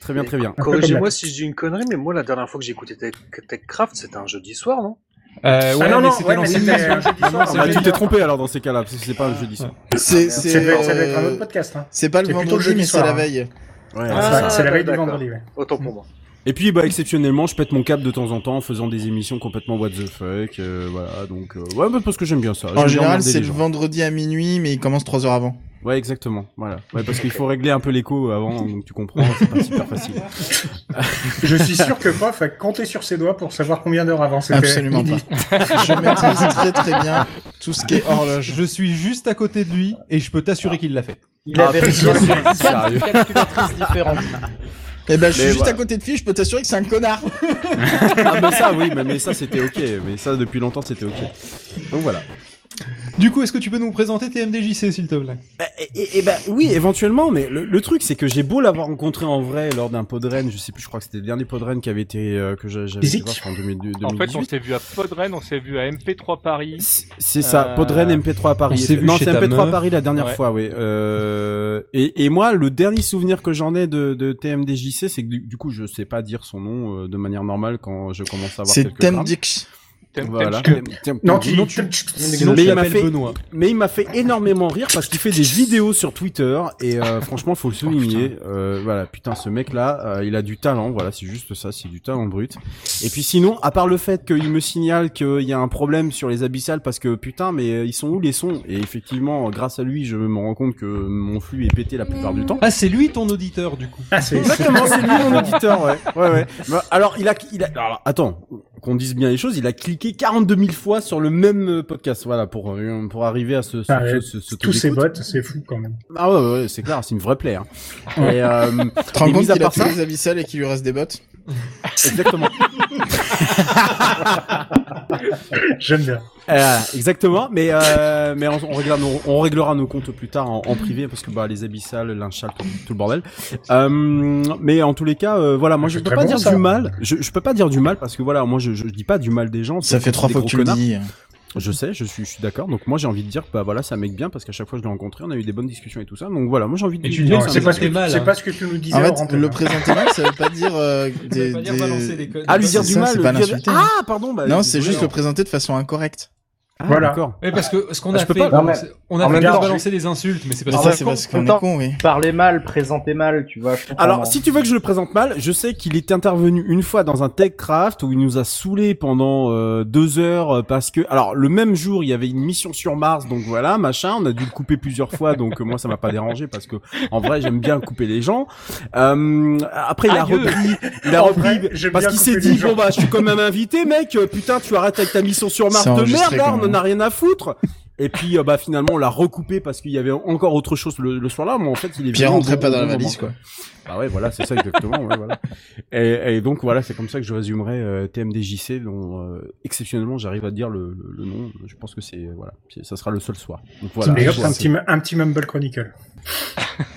Speaker 2: Très bien, très bien.
Speaker 7: Corrigez-moi si je dis une connerie, mais moi, la dernière fois que j'ai écouté Tech- Techcraft, c'était un jeudi soir, non
Speaker 1: Euh, ouais,
Speaker 5: Ah non,
Speaker 1: mais
Speaker 5: non,
Speaker 1: c'était
Speaker 5: ouais, mais
Speaker 1: l'ancienne
Speaker 5: c'était
Speaker 1: version.
Speaker 5: un jeudi
Speaker 1: Maintenant,
Speaker 5: soir.
Speaker 1: c'est
Speaker 2: Ah, bah,
Speaker 1: jeudi
Speaker 2: tu t'es
Speaker 1: soir.
Speaker 2: trompé alors dans ces cas-là, parce que c'est pas un jeudi soir.
Speaker 3: C'est,
Speaker 5: Ça
Speaker 3: c'est,
Speaker 5: devait ça devait être un
Speaker 3: euh,
Speaker 5: autre podcast. hein.
Speaker 3: c'est pas le
Speaker 5: C'est plutôt le
Speaker 3: vendredi,
Speaker 5: jeudi
Speaker 3: mais c'est
Speaker 5: soir,
Speaker 3: la
Speaker 5: hein.
Speaker 3: veille.
Speaker 2: Ouais.
Speaker 7: Ah,
Speaker 5: C'est ça, c'est la veille du
Speaker 7: d'accord.
Speaker 5: vendredi. ouais.
Speaker 7: Autant pour moi.
Speaker 2: Et puis, bah, exceptionnellement, je pète mon câble de temps en temps en faisant des émissions complètement what the fuck. euh, voilà, donc, euh, ouais, bah, parce que j'aime bien ça. J'aime
Speaker 3: En
Speaker 2: bien
Speaker 3: général,
Speaker 2: emmerder
Speaker 3: c'est
Speaker 2: les
Speaker 3: le
Speaker 2: gens.
Speaker 3: vendredi à minuit, mais il commence 3 heures avant.
Speaker 2: Ouais, exactement. Voilà. Ouais, parce qu'il faut régler un peu l'écho avant, donc tu comprends, c'est pas super facile.
Speaker 5: Je suis sûr que Prof a compté sur ses doigts pour savoir combien d'heures avant c'était.
Speaker 3: Absolument pas. Je maîtrise très très bien tout ce qui est horloge.
Speaker 1: Je suis juste à côté de lui et je peux t'assurer qu'il l'a fait.
Speaker 4: Il avait
Speaker 1: Ah,
Speaker 2: putain,
Speaker 4: raison sur
Speaker 2: Ah, sérieux.
Speaker 4: quatre calculatrices différentes.
Speaker 3: Eh ben, je suis
Speaker 2: Mais
Speaker 3: juste
Speaker 2: voilà.
Speaker 3: à côté de Phil, je peux t'assurer que c'est un connard.
Speaker 2: Ah, mais ça, oui, mais, mais ça, c'était ok. Mais ça, depuis longtemps, c'était ok. Donc, voilà.
Speaker 1: Du coup, est-ce que tu peux nous présenter tes MDJC, s'il te plaît
Speaker 2: Et, et ben oui, éventuellement, mais le, le truc c'est que j'ai beau l'avoir rencontré en vrai lors d'un podren, je sais plus, je crois que c'était le dernier podren qui avait été euh, que j'a- j'avais été
Speaker 8: Zic.
Speaker 2: voir je crois, en 2002,
Speaker 8: En fait, on
Speaker 2: 2018.
Speaker 8: s'est vu à Podren, on s'est vu à MP3 Paris. Euh,
Speaker 2: C'est ça, Podren MP3 à Paris. non, c'est MP3 à Paris la dernière
Speaker 8: Ouais.
Speaker 2: fois, oui. Euh, et, et moi, le dernier souvenir que j'en ai de, de TMDJC, c'est que du, du coup, je sais pas dire son nom euh, de manière normale quand je commence à avoir
Speaker 3: C'est
Speaker 2: quelques
Speaker 3: Temdix.
Speaker 2: grammes.
Speaker 3: Tem-
Speaker 2: Voilà.
Speaker 3: Temdix.
Speaker 2: Tem-
Speaker 3: Non,
Speaker 2: Tem-
Speaker 3: tu-
Speaker 2: non, tu-
Speaker 3: Temdix.
Speaker 2: Mais
Speaker 3: Sinon,
Speaker 2: il
Speaker 3: je
Speaker 2: m'a
Speaker 3: l'appelle
Speaker 2: fait,
Speaker 3: Benoît.
Speaker 2: mais il m'a fait énormément rire parce qu'il fait des vidéos sur Twitter et euh, franchement, faut le souligner. Euh, voilà, putain, ce mec-là, euh, il a du talent. Voilà, c'est juste ça, c'est du talent brut. Et puis sinon, à part le fait qu'il me signale qu'il y a un problème sur les abyssales parce que putain, mais euh, ils sont où les sons Et effectivement, grâce à lui, je me rends compte que mon flux est pété la plupart du temps.
Speaker 1: Ah, c'est lui ton auditeur, du coup.
Speaker 2: Exactement, c'est lui mon auditeur, ouais. Ouais, ouais. Bah, alors, il a, il a, alors, attends, qu'on dise bien les choses, il a cliqué 42 000 fois sur le même euh, podcast, voilà, pour, euh, pour arriver à ce, ce,
Speaker 5: Ah ouais,
Speaker 2: ce- ce- ce taux
Speaker 5: Tous ces
Speaker 2: d'écoute.
Speaker 5: bots, c'est fou quand même.
Speaker 2: Ah ouais, ouais, ouais, c'est clair, c'est une vraie plaie, hein. Et, euh,
Speaker 3: Tu te rends
Speaker 2: mais
Speaker 3: compte
Speaker 2: mis à
Speaker 3: qu'il a
Speaker 2: part
Speaker 3: tué
Speaker 2: ça,
Speaker 3: les abyssales et qu'il lui reste des bottes
Speaker 2: Exactement.
Speaker 5: J'aime bien.
Speaker 2: Euh, exactement, mais euh, mais on, on réglera nos, on réglera nos comptes plus tard en, en privé parce que bah les abyssales, l'inchal, tout, tout le bordel. Euh, mais en tous les cas, euh, voilà, moi je peux
Speaker 3: très
Speaker 2: pas
Speaker 3: bon,
Speaker 2: dire
Speaker 3: ça.
Speaker 2: du mal. Je, je peux pas dire du mal parce que voilà, moi je, je dis pas du mal des gens.
Speaker 3: Ça
Speaker 2: c'est
Speaker 3: fait trois
Speaker 2: des
Speaker 3: fois
Speaker 2: gros
Speaker 3: que tu le
Speaker 2: connards.
Speaker 3: dis.
Speaker 2: Je sais, je suis, je suis d'accord. Donc moi j'ai envie de dire que bah voilà, c'est un mec bien parce qu'à chaque fois que je l'ai rencontré, on a eu des bonnes discussions et tout ça. Donc voilà, moi j'ai envie de
Speaker 5: Et
Speaker 2: dire
Speaker 5: tu
Speaker 2: que
Speaker 5: dis,
Speaker 2: un
Speaker 5: c'est
Speaker 2: mec
Speaker 5: pas, ce
Speaker 2: bien.
Speaker 5: que- c'est pas ce que tu nous disais.
Speaker 3: En
Speaker 5: hors
Speaker 3: fait,
Speaker 5: antenne.
Speaker 3: le présenter mal, ça veut pas dire euh, des,
Speaker 5: pas dire
Speaker 3: des-
Speaker 5: balancer des connes.
Speaker 2: Ah, lui dire
Speaker 3: C'est
Speaker 2: du
Speaker 3: ça,
Speaker 2: mal,
Speaker 3: c'est pas
Speaker 2: lui dire-
Speaker 3: l'insulter.
Speaker 2: Ah, pardon, bah,
Speaker 3: non,
Speaker 2: désolé,
Speaker 3: c'est juste
Speaker 2: alors.
Speaker 3: le présenter de façon incorrecte.
Speaker 2: Ah,
Speaker 5: Voilà.
Speaker 2: d'accord.
Speaker 12: Oui, Eh, parce que ce qu'on
Speaker 2: Ah,
Speaker 12: a
Speaker 2: je peux
Speaker 12: fait,
Speaker 2: pas, non, mais-
Speaker 12: on a
Speaker 4: en
Speaker 12: fait
Speaker 4: même
Speaker 12: de
Speaker 4: temps,
Speaker 12: balancer des insultes, mais c'est parce
Speaker 4: En
Speaker 12: que
Speaker 4: même temps, autant Parler mal, présenter mal, tu vois. je comprends.
Speaker 2: Alors, si tu veux que je le présente mal, je sais qu'il est intervenu une fois dans un TechCraft où il nous a saoulé pendant euh, deux heures euh, parce que, alors le même jour, il y avait une mission sur Mars, donc voilà, machin. On a dû le couper plusieurs fois, donc euh, moi ça m'a pas dérangé parce que en vrai j'aime bien couper les gens. Euh, après il a
Speaker 5: Aïeux.
Speaker 2: repris, il a
Speaker 5: En
Speaker 2: repris
Speaker 5: vrai, j'aime
Speaker 2: parce
Speaker 5: bien
Speaker 2: qu'il
Speaker 5: couper
Speaker 2: s'est
Speaker 5: les
Speaker 2: dit
Speaker 5: gens.
Speaker 2: bon bah je suis quand même invité, mec. euh, Putain, tu arrêtes avec ta mission sur Mars
Speaker 3: C'est
Speaker 2: de merde,
Speaker 3: enregistré,
Speaker 2: là,
Speaker 3: quand
Speaker 2: on en
Speaker 3: même.
Speaker 2: a rien à foutre. Et puis euh, bah finalement on l'a recoupé parce qu'il y avait encore autre chose le, le soir-là, mais en fait il est
Speaker 3: Pierre
Speaker 2: venu au
Speaker 3: rentrait
Speaker 2: bon-
Speaker 3: pas
Speaker 2: au
Speaker 3: dans la
Speaker 2: bon moment,
Speaker 3: valise, quoi.
Speaker 2: bah ouais, voilà, c'est ça exactement. ouais, voilà. et, et donc voilà, c'est comme ça que je résumerai euh, TMDJC, dont euh, exceptionnellement j'arrive à dire le, le- le nom. Je pense que c'est voilà, c'est- ça sera le seul soir. Donc voilà.
Speaker 5: Mais hop,
Speaker 2: je,
Speaker 5: un petit, un petit Mumble Chronicle.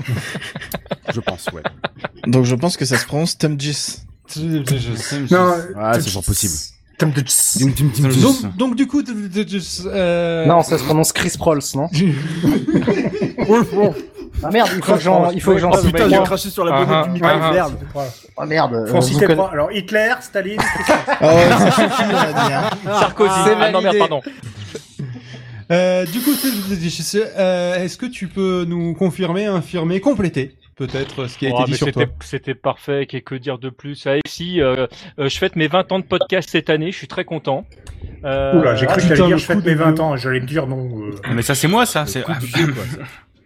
Speaker 2: je pense, ouais.
Speaker 3: Donc je pense que ça se prononce Temdjis.
Speaker 5: Non,
Speaker 2: Ah, c'est fort possible. Dim, dim, dim, dim.
Speaker 12: Donc, donc du coup, de- de- de- euh,
Speaker 4: Non, ça se prononce Chris Prolls, non Ah merde, il faut que j'en, il faut que j'en. Ah,
Speaker 2: Oh putain, j'ai craché sur la bonnette du micro. Merde.
Speaker 4: Oh merde. euh,
Speaker 5: Francis
Speaker 4: vous
Speaker 5: T3.
Speaker 4: conna- Ah,
Speaker 5: Alors, Hitler, Staline.
Speaker 4: hein.
Speaker 8: Sarkozy.
Speaker 12: C'est
Speaker 8: Ah non, merde,
Speaker 12: validé.
Speaker 8: pardon.
Speaker 1: Euh, du coup, euh, est-ce que tu peux nous confirmer, infirmer, compléter peut-être euh, ce qui a
Speaker 8: Oh,
Speaker 1: été dit
Speaker 8: mais
Speaker 1: sur toi
Speaker 8: c'était- C'était parfait, et que dire de plus Ah, et si, euh, euh, je fête mes 20 ans de podcast cette année, je suis très content. Euh,
Speaker 5: Oula, j'ai
Speaker 2: Ah,
Speaker 5: cru que
Speaker 1: putain,
Speaker 5: t'allais
Speaker 1: le
Speaker 5: dire je
Speaker 1: coup
Speaker 5: fête
Speaker 1: de
Speaker 5: mes 20
Speaker 1: vieux.
Speaker 5: ans. J'allais te dire non. euh,
Speaker 6: Ah, Mais ça, c'est moi, ça. C'est... ah,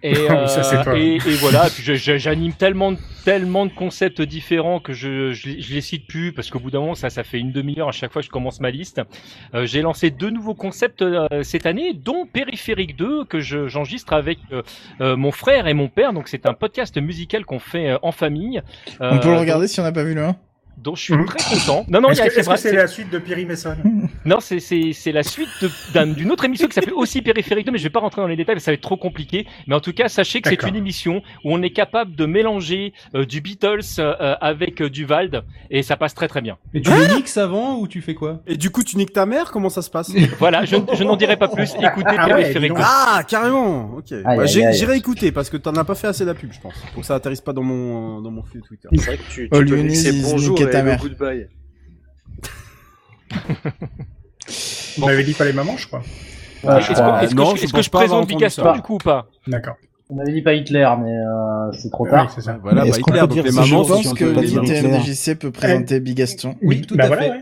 Speaker 8: Et,
Speaker 5: Non, mais ça, c'est
Speaker 8: euh,
Speaker 5: pas-
Speaker 8: et, et voilà, et puis je- je- j'anime tellement, de- tellement de concepts différents que je, je, les- je les cite plus parce qu'au bout d'un moment, ça, ça fait une demi-heure à chaque fois que je commence ma liste. Euh, J'ai lancé deux nouveaux concepts euh, cette année, dont Périphérique 2 que je- j'enregistre avec euh, euh, mon frère et mon père. Donc c'est un podcast musical qu'on fait euh, en famille. Euh,
Speaker 3: On peut le regarder si on n'a pas vu le 1
Speaker 8: dont, dont je suis très content. Non, non, il
Speaker 5: Est-ce
Speaker 8: y a-
Speaker 5: que
Speaker 8: c'est
Speaker 5: est-ce
Speaker 8: vrai,
Speaker 5: que c'est
Speaker 8: c'est-
Speaker 5: la suite de Perry Mason
Speaker 8: non, c'est- c'est c'est la suite de- d'un- d'une autre émission qui s'appelle aussi Périphérique 2, mais je vais pas rentrer dans les détails, parce que ça va être trop compliqué. Mais en tout cas, sachez que c'est
Speaker 5: D'accord.
Speaker 8: une émission où on est capable de mélanger euh, du Beatles euh, avec euh, du Vald, et ça passe très très bien.
Speaker 12: Mais tu le mixes avant ou tu fais quoi
Speaker 2: Et du coup, tu niques ta mère Comment ça se passe
Speaker 8: Voilà, je, je n'en dirai pas plus. Écoutez
Speaker 5: Ah ouais, dis
Speaker 8: Périphérique
Speaker 5: donc.
Speaker 8: 2.
Speaker 2: Ah, carrément. Ok.
Speaker 4: Aïe,
Speaker 2: Bah,
Speaker 4: aïe,
Speaker 2: j'ai-
Speaker 4: aïe.
Speaker 2: J'irai écouter parce que t'en as pas fait assez la pub, je pense. Pour que ça atterrisse pas dans mon dans mon flux Twitter.
Speaker 7: C'est vrai que tu,
Speaker 3: Oh,
Speaker 7: tu peux
Speaker 3: Lionel,
Speaker 7: mixer
Speaker 3: il se
Speaker 7: bonjour
Speaker 3: niquait
Speaker 7: et
Speaker 3: ta
Speaker 7: hello
Speaker 3: mère.
Speaker 7: goodbye.
Speaker 5: On m'avait dit pas les mamans, je crois.
Speaker 4: Ah, je
Speaker 8: Est-ce
Speaker 4: crois-
Speaker 8: que, est-ce que
Speaker 2: non,
Speaker 8: je,
Speaker 2: je
Speaker 8: est-ce que je
Speaker 2: pense pas avoir
Speaker 8: présente
Speaker 2: entendu
Speaker 8: Bigaston
Speaker 2: ça.
Speaker 8: du coup ou pas
Speaker 5: D'accord.
Speaker 4: On avait dit pas Hitler, mais euh, c'est trop
Speaker 5: Oui,
Speaker 4: tard.
Speaker 5: c'est ça.
Speaker 2: Voilà,
Speaker 11: Mais
Speaker 2: bah,
Speaker 11: est-ce qu'on
Speaker 2: Hitler,
Speaker 11: peut
Speaker 2: donc
Speaker 11: dire
Speaker 2: les
Speaker 11: ce
Speaker 2: mamans,
Speaker 11: jour
Speaker 3: Je
Speaker 2: sont
Speaker 11: parce
Speaker 3: pense
Speaker 2: sont
Speaker 11: on
Speaker 3: que
Speaker 11: peut pas dire Hitler.
Speaker 3: l'ITMDJC peut
Speaker 4: Eh,
Speaker 3: présenter Bigaston.
Speaker 12: Oui, tout
Speaker 5: Bah
Speaker 12: à
Speaker 5: voilà,
Speaker 12: fait.
Speaker 5: ouais.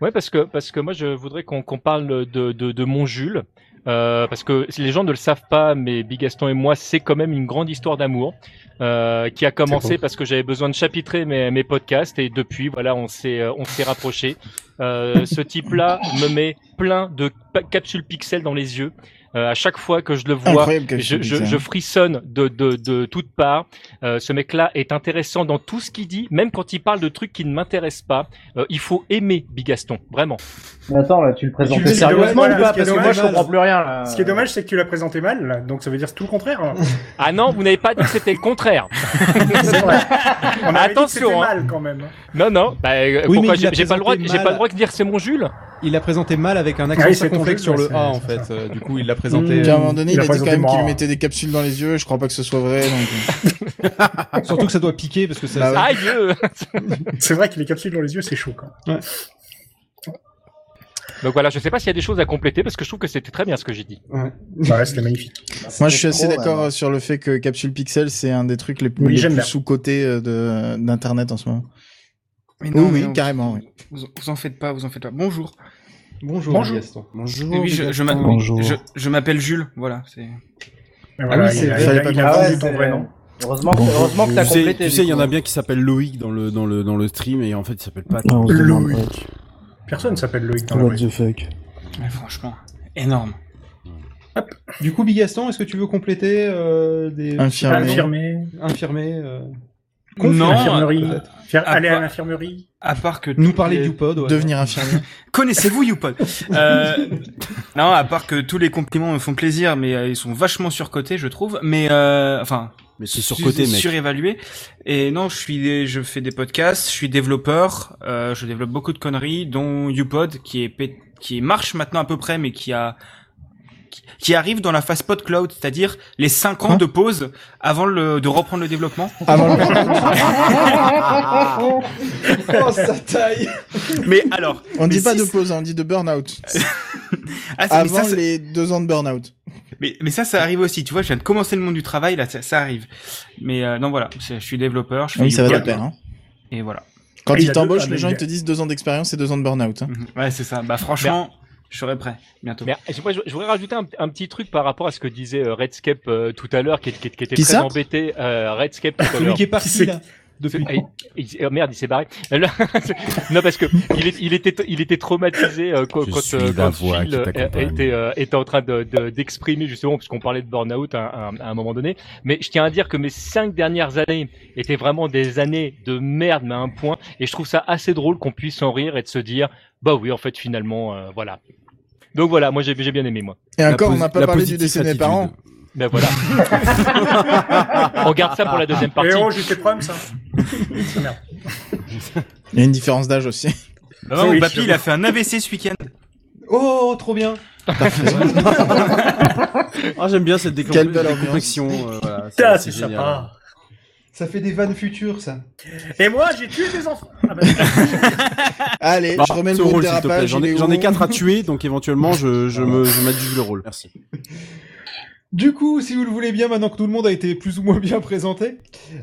Speaker 8: Ouais, parce que parce que moi je voudrais qu'on qu'on parle de de, de mon Jules. Euh, parce que si les gens ne le savent pas, mais Bigaston et moi, c'est quand même une grande histoire d'amour euh, qui a commencé parce que j'avais besoin de chapitrer mes, mes podcasts et depuis, voilà, on s'est euh, on s'est rapprochés. Euh, ce type-là me met plein de pa- capsules pixels dans les yeux. Euh, à chaque fois que je le vois,
Speaker 3: Incroyable comme
Speaker 8: je,
Speaker 3: activité,
Speaker 8: je,
Speaker 3: hein.
Speaker 8: je frissonne de, de, de toutes parts. Euh, ce mec-là est intéressant dans tout ce qu'il dit, même quand il parle de trucs qui ne m'intéressent pas. Euh, il faut aimer Bigaston, vraiment.
Speaker 4: Mais attends, là, tu le présentes
Speaker 5: Ce qui est dommage,
Speaker 4: sérieusement ou
Speaker 5: Ah, voilà, ce
Speaker 4: pas
Speaker 5: qui est
Speaker 4: Parce que moi, je
Speaker 5: dommage-
Speaker 4: comprends plus rien, là.
Speaker 5: Ce qui est dommage, c'est que tu l'as présenté mal, là, donc ça veut dire tout le contraire. hein.
Speaker 8: Ah non, vous n'avez pas dit que c'était le contraire.
Speaker 5: On avait dit que
Speaker 8: Attention,
Speaker 5: c'était
Speaker 8: hein.
Speaker 5: mal quand même.
Speaker 8: Non, non. Bah, euh,
Speaker 1: Oui, mais
Speaker 8: pourquoi
Speaker 1: il l'a
Speaker 8: j'ai j'ai pas le droit, de- j'ai
Speaker 1: présenté
Speaker 8: pas
Speaker 1: mal.
Speaker 8: le droit de dire c'est mon Jules.
Speaker 1: Il l'a présenté mal avec un accent
Speaker 5: Ah oui, c'est ton
Speaker 1: circonflexe
Speaker 5: jeu,
Speaker 1: sur le
Speaker 5: ouais,
Speaker 1: A
Speaker 5: c'est-
Speaker 1: en
Speaker 5: c'est
Speaker 1: fait.
Speaker 5: ça.
Speaker 1: Euh, Du coup, il l'a présenté.
Speaker 3: Puis Mmh. à un moment donné,
Speaker 5: Il
Speaker 3: il,
Speaker 5: a
Speaker 3: a dit quand
Speaker 5: présenté hein.
Speaker 3: même qu'il
Speaker 5: mort.
Speaker 3: lui mettait des capsules dans les yeux. Je crois pas que ce soit vrai. donc, euh.
Speaker 1: Surtout que ça doit piquer parce que ça.
Speaker 3: Bah
Speaker 1: ça-
Speaker 3: ouais.
Speaker 8: Aïe. euh.
Speaker 5: C'est vrai qu'il est capsules dans les yeux, c'est chaud quand même.
Speaker 8: Donc voilà, je sais pas s'il y a des choses à compléter parce que je trouve que c'était très bien ce que j'ai dit.
Speaker 5: Bah ouais, c'était magnifique.
Speaker 3: Moi, je suis assez
Speaker 4: trop,
Speaker 3: d'accord
Speaker 4: ouais.
Speaker 3: euh, sur le fait que Capsule Pixel, c'est un des trucs les,
Speaker 5: Oui,
Speaker 3: les
Speaker 5: j'aime
Speaker 3: plus
Speaker 5: bien.
Speaker 3: sous-cotés euh, de- d'Internet en ce moment.
Speaker 12: Mais non,
Speaker 3: oui,
Speaker 12: mais
Speaker 3: oui,
Speaker 12: non,
Speaker 3: carrément. Oui.
Speaker 12: Vous, vous en faites pas, vous en faites pas. Bonjour.
Speaker 1: Bonjour,
Speaker 5: Bonjour.
Speaker 1: Gaston.
Speaker 12: Bonjour. Eh
Speaker 11: Oui,
Speaker 12: oui, je, je m'a-
Speaker 11: Bonjour.
Speaker 12: je- je m'appelle Jules. Voilà. c'est-
Speaker 5: Mais voilà,
Speaker 1: oui,
Speaker 5: Ah il
Speaker 1: c'est
Speaker 5: a-
Speaker 1: vrai,
Speaker 5: il a-
Speaker 3: fallait pas
Speaker 5: il
Speaker 3: qu'on
Speaker 5: a
Speaker 3: dise
Speaker 5: vendu
Speaker 4: c'est-
Speaker 5: ton vrai nom.
Speaker 4: Heureusement que, heureusement que t'as
Speaker 2: Tu sais,
Speaker 4: complété.
Speaker 2: tu sais, il y en a
Speaker 4: du
Speaker 2: bien qui s'appelle Loïc dans le, dans le, dans le stream et en fait, il s'appelle pas.
Speaker 11: Non, je demande, ouais.
Speaker 5: Personne s'appelle Loïc dans le
Speaker 11: What
Speaker 5: web.
Speaker 11: the fuck.
Speaker 12: Mais franchement, énorme.
Speaker 1: Du coup, Bigaston, est-ce que tu veux compléter euh, des
Speaker 3: Infirmé.
Speaker 5: Infirmé,
Speaker 1: infirmés euh,
Speaker 12: Non,
Speaker 5: infirmerie, faire-
Speaker 12: à
Speaker 5: aller à
Speaker 12: part-
Speaker 5: l'infirmerie.
Speaker 12: à part que
Speaker 1: Nous
Speaker 12: toutes
Speaker 1: parler
Speaker 12: les-
Speaker 1: du pod. ouais.
Speaker 3: Devenir infirmier.
Speaker 12: Connaissez-vous YouPod euh, Non, à part que tous les compliments me font plaisir, mais euh, ils sont vachement surcotés, je trouve. Mais euh, enfin,
Speaker 2: Mais c'est surcoté,
Speaker 12: sur-
Speaker 2: mec.
Speaker 12: Surévalué. Et non, je suis, des- je fais des podcasts, je suis développeur, euh, je développe beaucoup de conneries, dont YouPod, qui est, pét- qui marche maintenant à peu près, mais qui a, qui- qui arrive dans la phase pod cloud, c'est-à-dire les 5 ans
Speaker 3: Hein
Speaker 12: de pause avant le, de reprendre le développement.
Speaker 3: Avant le-
Speaker 1: Oh, sa taille
Speaker 12: Mais alors,
Speaker 3: On
Speaker 12: mais
Speaker 3: dit pas
Speaker 12: si
Speaker 3: de
Speaker 12: c'est-
Speaker 3: pause, hein, on dit de burn-out.
Speaker 12: ah, c'est- mais
Speaker 3: Avant
Speaker 12: ça, c'est-
Speaker 3: les deux ans de burn-out.
Speaker 12: Mais, mais ça, ça arrive aussi. Tu vois, je viens de commencer le monde du travail, là, ça, ça arrive. Mais euh, non, voilà, c'est- je suis développeur, je fais
Speaker 3: Oui, ça va
Speaker 12: du
Speaker 3: de
Speaker 12: code,
Speaker 3: pair. Hein.
Speaker 12: Et voilà.
Speaker 3: Quand
Speaker 5: Il
Speaker 3: ils
Speaker 5: a
Speaker 3: t'embauchent,
Speaker 5: deux-
Speaker 3: les
Speaker 5: ah,
Speaker 3: gens
Speaker 5: mais
Speaker 3: ils te disent deux ans d'expérience et deux ans de burn-out. hein.
Speaker 12: Mhm. Ouais, c'est ça. Bah franchement, je serai prêt bientôt.
Speaker 8: Mais je, moi, je- je voudrais rajouter un, un petit truc par rapport à ce que disait euh, Redscape euh, tout à l'heure, qui, qui- qui était
Speaker 3: Qui
Speaker 8: très
Speaker 3: ça
Speaker 8: embêté. euh, Redscape tout à
Speaker 1: Celui
Speaker 8: l'heure.
Speaker 1: qui est
Speaker 5: c'est-
Speaker 1: parti là. Depuis.
Speaker 8: Ah, il- il- oh merde, il s'est barré. Euh, là, non parce que il, est- il était il était traumatisé euh, quand,
Speaker 2: Je
Speaker 8: quand,
Speaker 2: suis
Speaker 8: euh,
Speaker 2: la
Speaker 8: quand
Speaker 2: voix
Speaker 8: Phil
Speaker 2: qui
Speaker 8: euh,
Speaker 2: t'accompagne.
Speaker 8: était euh, était en train de de- d'exprimer justement puisqu'on parlait de burn-out à, à- à un moment donné. Mais je tiens à dire que mes cinq dernières années étaient vraiment des années de merde mais à un point et je trouve ça assez drôle qu'on puisse en rire et de se dire bah oui en fait finalement euh, voilà. Donc voilà, moi j'ai j'ai bien aimé moi.
Speaker 3: Et
Speaker 2: La
Speaker 3: encore, on
Speaker 2: posi-
Speaker 3: n'a pas
Speaker 2: la
Speaker 3: parlé du
Speaker 2: positive
Speaker 3: décès de mes
Speaker 2: attitude.
Speaker 3: parents.
Speaker 8: Ben voilà. On garde ça pour la deuxième
Speaker 5: Et
Speaker 8: partie.
Speaker 5: oh, j'ai fait problème ça. Merde.
Speaker 3: Il y a une différence d'âge aussi.
Speaker 12: Ah, non,
Speaker 5: Oui,
Speaker 12: papy,
Speaker 5: je-
Speaker 12: il a fait un AVC ce week-end.
Speaker 1: Oh, trop bien
Speaker 2: Ah, j'aime bien cette décom-
Speaker 3: Quelle belle ambiance.
Speaker 2: décompression. euh, voilà,
Speaker 5: Putain,
Speaker 2: c'est
Speaker 5: c'est
Speaker 2: génial.
Speaker 5: sympa.
Speaker 1: Ça fait des vannes futures, ça.
Speaker 5: Et moi, j'ai tué des enfants. Ah bah,
Speaker 3: Allez,
Speaker 2: Bon,
Speaker 3: je remets le
Speaker 2: ce
Speaker 3: mot de
Speaker 2: rôle, Bah, s'il te plaît.
Speaker 3: dérapage.
Speaker 2: J'en ai,
Speaker 3: il est
Speaker 2: j'en ai
Speaker 3: où
Speaker 2: quatre à tuer, donc éventuellement, je, je me, je m'adjuge le rôle. Merci.
Speaker 1: Du coup, si vous le voulez bien, maintenant que tout le monde a été plus ou moins bien présenté.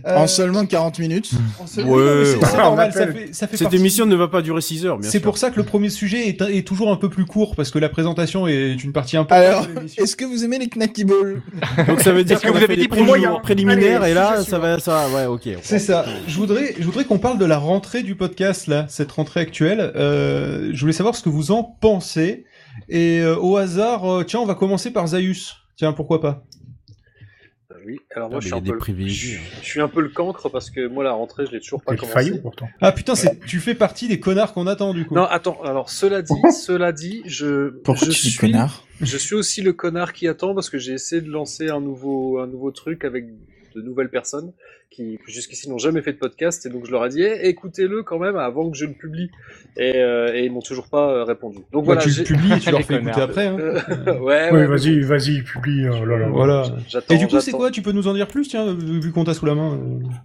Speaker 1: euh,
Speaker 3: En seulement 40 minutes.
Speaker 1: en seul-
Speaker 2: Ouais,
Speaker 1: Oui, non, mais c'est-
Speaker 2: ouais.
Speaker 1: c'est normal,
Speaker 5: On
Speaker 1: ça
Speaker 5: appelle.
Speaker 1: fait, ça fait
Speaker 2: Cette
Speaker 1: partie-
Speaker 2: émission ne va pas durer 6 heures, bien
Speaker 1: C'est
Speaker 2: sûr.
Speaker 1: pour ça que le premier sujet est, est toujours un peu plus court, parce que la présentation est une partie importante
Speaker 3: Alors,
Speaker 1: de l'émission.
Speaker 3: est-ce que vous aimez les knacky balls
Speaker 2: Donc ça veut dire
Speaker 8: Est-ce que
Speaker 2: qu'on
Speaker 8: vous
Speaker 2: a fait
Speaker 8: avez
Speaker 2: les
Speaker 8: dit
Speaker 2: pré-
Speaker 5: moyen
Speaker 2: préliminaires
Speaker 5: Allez,
Speaker 2: et là,
Speaker 5: sujet
Speaker 2: ça va, ça, va, ouais, ok.
Speaker 1: C'est ça. Je voudrais, je voudrais qu'on parle de la rentrée du podcast là, cette rentrée actuelle. Euh, je voulais savoir ce que vous en pensez. Et euh, au hasard, euh, tiens, on va commencer par Zaius. Tiens, pourquoi pas
Speaker 7: Euh, Oui, alors
Speaker 2: Ah,
Speaker 7: moi je
Speaker 2: mais
Speaker 7: suis,
Speaker 2: il y a
Speaker 7: un
Speaker 2: des
Speaker 7: peu le...
Speaker 2: privilégiés, hein.
Speaker 7: je- je suis un peu le cancre parce que moi la rentrée je l'ai toujours pas
Speaker 5: Quel faillot
Speaker 7: commencé.
Speaker 5: pourtant.
Speaker 1: Ah putain, c'est, tu fais partie des connards qu'on attend du coup.
Speaker 7: Non, attends, alors cela dit, cela dit, je,
Speaker 3: Pourquoi
Speaker 7: je,
Speaker 3: tu dis
Speaker 7: suis,
Speaker 3: connard
Speaker 7: je suis aussi le connard qui attend parce que j'ai essayé de lancer un nouveau, un nouveau truc avec de nouvelles personnes qui jusqu'ici n'ont jamais fait de podcast et donc je leur ai dit Eh, écoutez-le quand même avant que je le publie et, euh, et ils m'ont toujours pas euh, répondu. Donc
Speaker 1: Bah,
Speaker 7: voilà,
Speaker 1: tu
Speaker 7: j'ai-
Speaker 1: le publies, et tu leur
Speaker 8: Les
Speaker 1: fais écouter
Speaker 8: connards.
Speaker 1: après. hein.
Speaker 7: Euh, ouais,
Speaker 5: Oui,
Speaker 7: ouais,
Speaker 5: vas-y, vas-y, publie. Oh là là.
Speaker 1: Voilà.
Speaker 7: J'attends.
Speaker 1: Et du coup, c'est
Speaker 7: j'attends.
Speaker 1: quoi Tu peux nous en dire plus, tiens, vu qu'on t'a sous la main.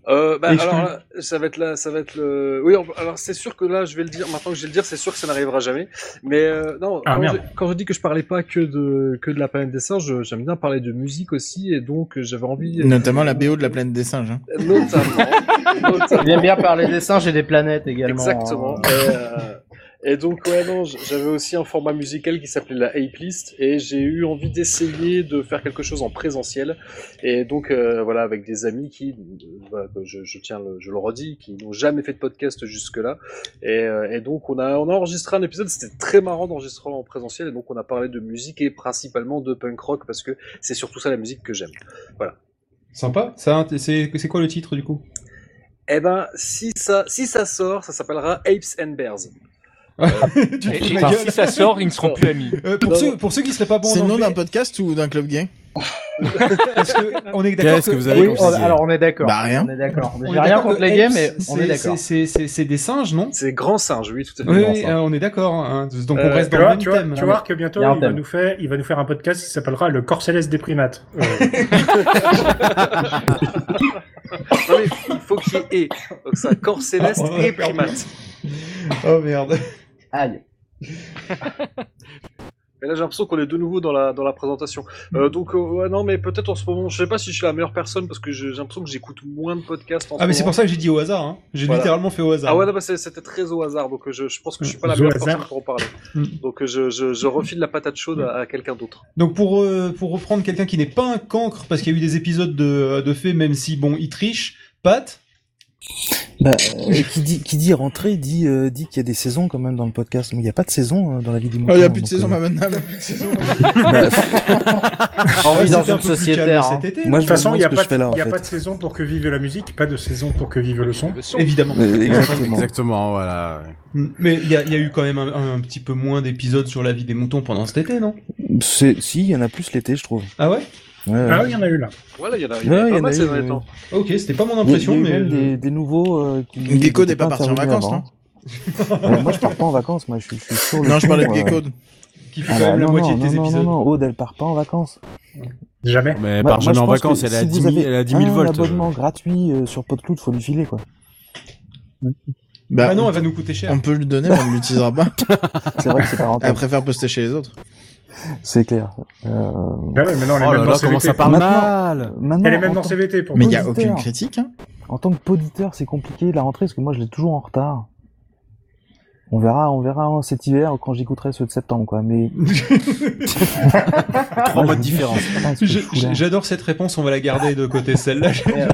Speaker 1: euh.
Speaker 7: Euh, bah,
Speaker 1: Exclu.
Speaker 7: alors là, ça va être là, ça va être le. Oui, on- alors c'est sûr que là, je vais le dire. Maintenant que je vais le dire, c'est sûr que ça n'arrivera jamais. Mais euh, non,
Speaker 5: Ah,
Speaker 7: quand, je,
Speaker 5: merde.
Speaker 7: quand je dis que je parlais pas que de que de la planète des singes, je- euh, j'aime bien parler de musique aussi, et donc euh, j'avais envie, euh,
Speaker 3: Notamment la BO de la planète des singes. hein.
Speaker 7: notamment, notamment-
Speaker 4: J'aime bien parler des singes et des planètes également.
Speaker 7: exactement.
Speaker 4: hein.
Speaker 7: Euh, Et donc, ouais, non, j- j'avais aussi un format musical qui s'appelait la Ape List, et j'ai eu envie d'essayer de faire quelque chose en présentiel. Et donc, euh, voilà, avec des amis qui, euh, voilà, que je, je tiens, le, je le redis, qui n'ont jamais fait de podcast jusque-là. Et, euh, et donc, on a, on a enregistré un épisode, c'était très marrant d'enregistrer en présentiel, et donc on a parlé de musique et principalement de punk rock, parce que c'est surtout ça la musique que j'aime. Voilà.
Speaker 1: Sympa. Ça, c'est c'est quoi le titre du coup
Speaker 7: Eh ben, si ça, si ça sort, ça s'appellera Apes and Bears.
Speaker 1: Tu te
Speaker 7: Et-
Speaker 1: fous de
Speaker 7: et
Speaker 1: ma gueule.
Speaker 7: Euh, si ça sort, ils ne seront plus amis.
Speaker 1: Euh, pour,
Speaker 7: Non,
Speaker 1: ceux,
Speaker 7: non.
Speaker 1: pour ceux qui seraient pas bons
Speaker 3: C'est
Speaker 1: en
Speaker 3: le nom
Speaker 1: anglais,
Speaker 3: d'un podcast ou d'un club gay
Speaker 1: parce que on est d'accord.
Speaker 4: Oui, on- alors on est d'accord.
Speaker 3: Bah, rien.
Speaker 4: On est d'accord.
Speaker 1: On
Speaker 4: J'ai
Speaker 1: est
Speaker 4: rien
Speaker 1: d'accord
Speaker 4: contre
Speaker 1: que
Speaker 4: les gays,
Speaker 1: Apes,
Speaker 4: mais on
Speaker 1: c'est-
Speaker 4: est d'accord.
Speaker 1: c'est- C'est c'est des singes, non
Speaker 7: C'est grand singe, oui, tout à fait.
Speaker 1: Oui,
Speaker 7: grand
Speaker 1: oui,
Speaker 7: singe.
Speaker 1: euh, on est d'accord. hein. Donc on
Speaker 7: Euh,
Speaker 1: reste
Speaker 5: Tu
Speaker 1: dans le
Speaker 5: vois,
Speaker 1: même
Speaker 5: tu vois,
Speaker 1: thème.
Speaker 5: tu vois que bientôt
Speaker 1: Il y a un
Speaker 5: il va,
Speaker 1: thème.
Speaker 5: nous faire, il va nous faire un podcast qui s'appellera Le corps céleste des primates. Euh,
Speaker 7: Non, mais il faut qu'il y ait et. Donc ça, corps céleste
Speaker 1: Ah, on
Speaker 7: et
Speaker 1: a perdu.
Speaker 7: primate.
Speaker 1: Oh merde.
Speaker 4: Aïe.
Speaker 7: Mais là, j'ai l'impression qu'on est de nouveau dans la, dans la présentation. Euh,
Speaker 1: Hmm.
Speaker 7: donc, euh, ouais, non, mais peut-être en ce moment, je sais pas si je suis la meilleure personne parce que je- j'ai l'impression que j'écoute moins de podcasts en
Speaker 1: Ah mais c'est pour ça que j'ai dit au hasard. hein. J'ai littéralement fait au hasard.
Speaker 7: Ah ouais, non, bah, c'est- c'était très au hasard, donc euh, je, je pense que je suis pas la
Speaker 1: Au
Speaker 7: meilleure
Speaker 1: hasard.
Speaker 7: personne pour en parler.
Speaker 1: Mm.
Speaker 7: Donc, euh, je, je, je refile la patate chaude à, à quelqu'un d'autre.
Speaker 1: Donc pour euh, pour reprendre quelqu'un qui n'est pas un cancre parce qu'il y a eu des épisodes de de fait même si bon il triche. Pat.
Speaker 11: Bah, euh, et qui dit, qui dit rentrée dit, euh, dit qu'il y a des saisons quand même dans le podcast. Mais il n'y a pas de saison euh, dans la vie du monde.
Speaker 3: Ah, Il n'y a plus de saison, ma maintenant, il y a plus de saison.
Speaker 11: On vit
Speaker 5: c'était
Speaker 11: dans
Speaker 5: un
Speaker 11: une
Speaker 5: peu plus
Speaker 11: société,
Speaker 5: calme
Speaker 11: hein.
Speaker 5: cet été,
Speaker 11: Moi,
Speaker 5: de
Speaker 11: je
Speaker 5: toute
Speaker 11: me
Speaker 5: façon, il
Speaker 11: demande
Speaker 5: n'y a,
Speaker 11: ce que
Speaker 5: pas
Speaker 11: je fais
Speaker 5: de-
Speaker 11: là, en
Speaker 5: il y a
Speaker 11: fait.
Speaker 5: pas de saison pour que vive la musique, pas de saison pour que vive le son.
Speaker 1: Évidemment.
Speaker 11: Euh, exactement.
Speaker 2: Exactement, voilà.
Speaker 1: Mais il y a, il y a eu quand même un, un petit peu moins d'épisodes sur la vie des moutons pendant cet été, non
Speaker 11: C'est- Si, il y en a plus l'été, je trouve.
Speaker 1: Ah ouais
Speaker 11: Ouais, ouais.
Speaker 5: Ah oui, il y en a eu là.
Speaker 7: Voilà, il y en a, il y en a
Speaker 11: Ouais, il
Speaker 7: pas
Speaker 11: y en a
Speaker 7: mal ces derniers
Speaker 11: eu,
Speaker 7: temps.
Speaker 1: Ok, c'était pas mon impression,
Speaker 11: Il y a eu
Speaker 1: mais
Speaker 11: même des, des nouveaux euh, qui.
Speaker 3: Gecko n'est
Speaker 11: n'étaient
Speaker 3: pas parti en
Speaker 11: intervenus
Speaker 3: vacances,
Speaker 11: avant. Alors, Moi, je pars pas en vacances, moi, je suis, je suis sur le.
Speaker 3: Non, je parlais de
Speaker 11: pont, euh.
Speaker 3: Gecko.
Speaker 1: qui fait
Speaker 11: Ah
Speaker 1: quand
Speaker 11: bah,
Speaker 1: même la
Speaker 11: non,
Speaker 1: moitié
Speaker 11: non,
Speaker 1: de tes
Speaker 11: non,
Speaker 1: épisodes.
Speaker 11: Non, non, Aude, elle part pas en vacances.
Speaker 5: Jamais.
Speaker 2: Mais elle
Speaker 11: Moi-
Speaker 2: part
Speaker 11: moi,
Speaker 2: jamais
Speaker 11: je
Speaker 2: en
Speaker 11: pense
Speaker 2: vacances,
Speaker 11: que
Speaker 2: elle est à
Speaker 11: si
Speaker 2: 10
Speaker 11: vous
Speaker 2: 000,
Speaker 11: avez
Speaker 2: elle est à 10 000
Speaker 11: un
Speaker 2: volts.
Speaker 11: abonnement gratuit euh, sur PodCloud, faut lui filer, quoi.
Speaker 3: Bah,
Speaker 1: Ah non, elle va nous coûter cher.
Speaker 3: on peut lui donner, mais on ne l'utilisera pas.
Speaker 11: C'est vrai que c'est pas
Speaker 3: Elle
Speaker 11: rentable.
Speaker 3: préfère poster chez les autres.
Speaker 11: C'est clair. Euh,
Speaker 5: Bah ouais, maintenant, elle est
Speaker 2: Oh
Speaker 5: même dans
Speaker 2: là là, comment
Speaker 5: CVT.
Speaker 2: ça parle
Speaker 11: Maintenant-
Speaker 2: mal
Speaker 11: Maintenant,
Speaker 5: Elle est
Speaker 11: en
Speaker 5: même dans
Speaker 11: tant-
Speaker 5: CVT pour
Speaker 3: Mais il n'y a
Speaker 11: Auditeur.
Speaker 3: aucune critique. Hein.
Speaker 11: En tant que poditeur, c'est compliqué de la rentrée parce que moi, je l'ai toujours en retard. On verra, on verra hein, cet hiver quand j'écouterai ceux de septembre, quoi. Mais
Speaker 2: Trois
Speaker 11: Ah,
Speaker 2: mois de
Speaker 11: je-
Speaker 2: différence.
Speaker 11: Putain, ce que je
Speaker 1: Je-
Speaker 11: fous là.
Speaker 1: je- J'adore cette réponse, on va la garder de côté celle-là.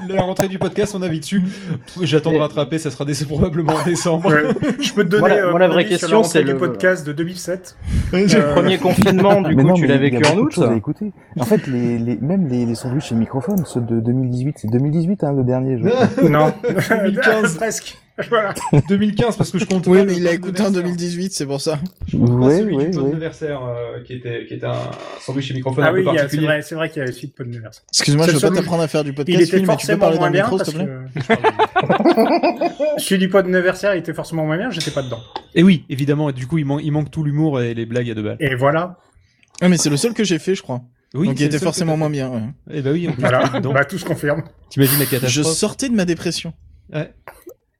Speaker 1: la rentrée du podcast, on a vite dessus. J'attends de rattraper, ça sera dé- probablement en décembre.
Speaker 5: Ouais. Je peux te donner
Speaker 4: Voilà,
Speaker 5: euh,
Speaker 4: moi, la
Speaker 5: mon
Speaker 4: vraie
Speaker 5: avis sur
Speaker 4: question,
Speaker 5: rentrée
Speaker 4: c'est
Speaker 5: du
Speaker 4: le-
Speaker 5: podcast de 2007. Euh,
Speaker 4: Le premier confinement, du
Speaker 11: Mais
Speaker 4: coup,
Speaker 11: non,
Speaker 4: tu
Speaker 11: mais
Speaker 4: l'as
Speaker 11: il y a
Speaker 4: vécu en
Speaker 11: beaucoup de
Speaker 4: août.
Speaker 11: choses à
Speaker 4: ça
Speaker 11: écouter. En fait, les, les, même les, les sandwichs et microphones, ceux de 2018, c'est 2018 hein, le dernier. Je...
Speaker 5: Non.
Speaker 1: 2015.
Speaker 5: Presque. Voilà.
Speaker 1: 2015, parce que je compte.
Speaker 3: Oui,
Speaker 1: pas
Speaker 3: mais
Speaker 1: le
Speaker 3: il a
Speaker 1: pod
Speaker 3: écouté en
Speaker 1: d'anniversaire.
Speaker 3: 2018, c'est pour ça.
Speaker 1: Je compte pas
Speaker 11: Ouais,
Speaker 1: celui
Speaker 11: ouais,
Speaker 1: du
Speaker 11: ouais.
Speaker 1: anniversaire euh, qui, était, qui était un sandwich et microphone
Speaker 5: Ah
Speaker 1: un
Speaker 5: oui,
Speaker 1: peu
Speaker 5: il y a- c'est
Speaker 1: particulier.
Speaker 5: vrai, c'est vrai qu'il y a la suite de Podniverse.
Speaker 3: Excuse-moi,
Speaker 5: C'est
Speaker 3: je ne
Speaker 5: le
Speaker 3: vais pas
Speaker 5: seul où
Speaker 3: t'apprendre à faire du
Speaker 5: Il
Speaker 3: podcast,
Speaker 5: était
Speaker 3: Phil, mais tu peux
Speaker 5: forcément
Speaker 3: parler dans
Speaker 5: moins
Speaker 3: le
Speaker 5: bien
Speaker 3: micro, s'il
Speaker 5: parce
Speaker 3: te plaît.
Speaker 5: que celui du pod anniversaire, il était forcément moins bien, j'étais pas dedans.
Speaker 1: Et oui, évidemment, et du coup, il, man- il manque tout l'humour et les blagues à deux balles.
Speaker 5: Et voilà.
Speaker 3: Ah, mais c'est le seul que j'ai fait, je crois.
Speaker 1: Oui,
Speaker 3: Donc
Speaker 1: c'est
Speaker 3: il
Speaker 1: le
Speaker 3: était
Speaker 1: seul
Speaker 3: forcément
Speaker 1: que
Speaker 3: moins bien. ouais.
Speaker 1: t'as- Eh bah oui, en plus,
Speaker 5: Voilà.
Speaker 1: donc,
Speaker 5: bah tout se confirme.
Speaker 1: t'imagines la
Speaker 3: Je
Speaker 1: catastrophe.
Speaker 3: sortais de ma dépression.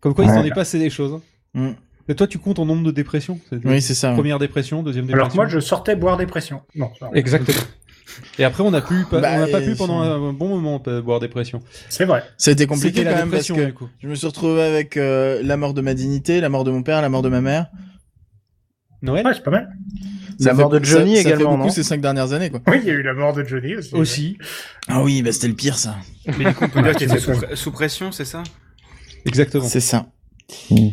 Speaker 1: Comme quoi, il s'en
Speaker 11: Ouais.
Speaker 1: est passé des choses.
Speaker 3: Mm.
Speaker 1: Et toi, tu comptes en nombre de dépressions c'est-
Speaker 3: Oui, c'est ça. ouais.
Speaker 1: Première dépression, deuxième dépression.
Speaker 5: Alors que moi, je sortais boire des pressions. Non. non.
Speaker 1: Exactement. Et après, on n'a plus, pas-
Speaker 3: Bah,
Speaker 1: on n'a pas
Speaker 3: et
Speaker 1: pu
Speaker 3: ça-
Speaker 1: pendant un bon moment euh, boire des pressions.
Speaker 5: C'est vrai.
Speaker 3: Ça a été compliqué
Speaker 1: C'était
Speaker 3: quand
Speaker 1: la
Speaker 3: même parce
Speaker 1: dépression,
Speaker 3: que
Speaker 1: du coup.
Speaker 3: je me suis retrouvé avec euh, la mort de ma dignité, la mort de mon père, la mort de ma mère.
Speaker 1: Noël
Speaker 5: Ouais, c'est pas mal.
Speaker 3: Ça
Speaker 4: mort
Speaker 3: fait-
Speaker 4: de Johnny
Speaker 3: ça- ça fait
Speaker 4: également,
Speaker 3: beaucoup
Speaker 4: non
Speaker 3: ces cinq dernières années, quoi.
Speaker 5: Oui, il y a eu la mort de Johnny aussi.
Speaker 1: aussi.
Speaker 3: Ah oui, bah c'était le pire, ça.
Speaker 12: Mais du coup, on peut dire qu'il
Speaker 5: c'est
Speaker 12: était sous,
Speaker 5: ça.
Speaker 12: sous pression, c'est ça
Speaker 1: Exactement.
Speaker 3: C'est ça.
Speaker 11: Mm.
Speaker 3: Hmm.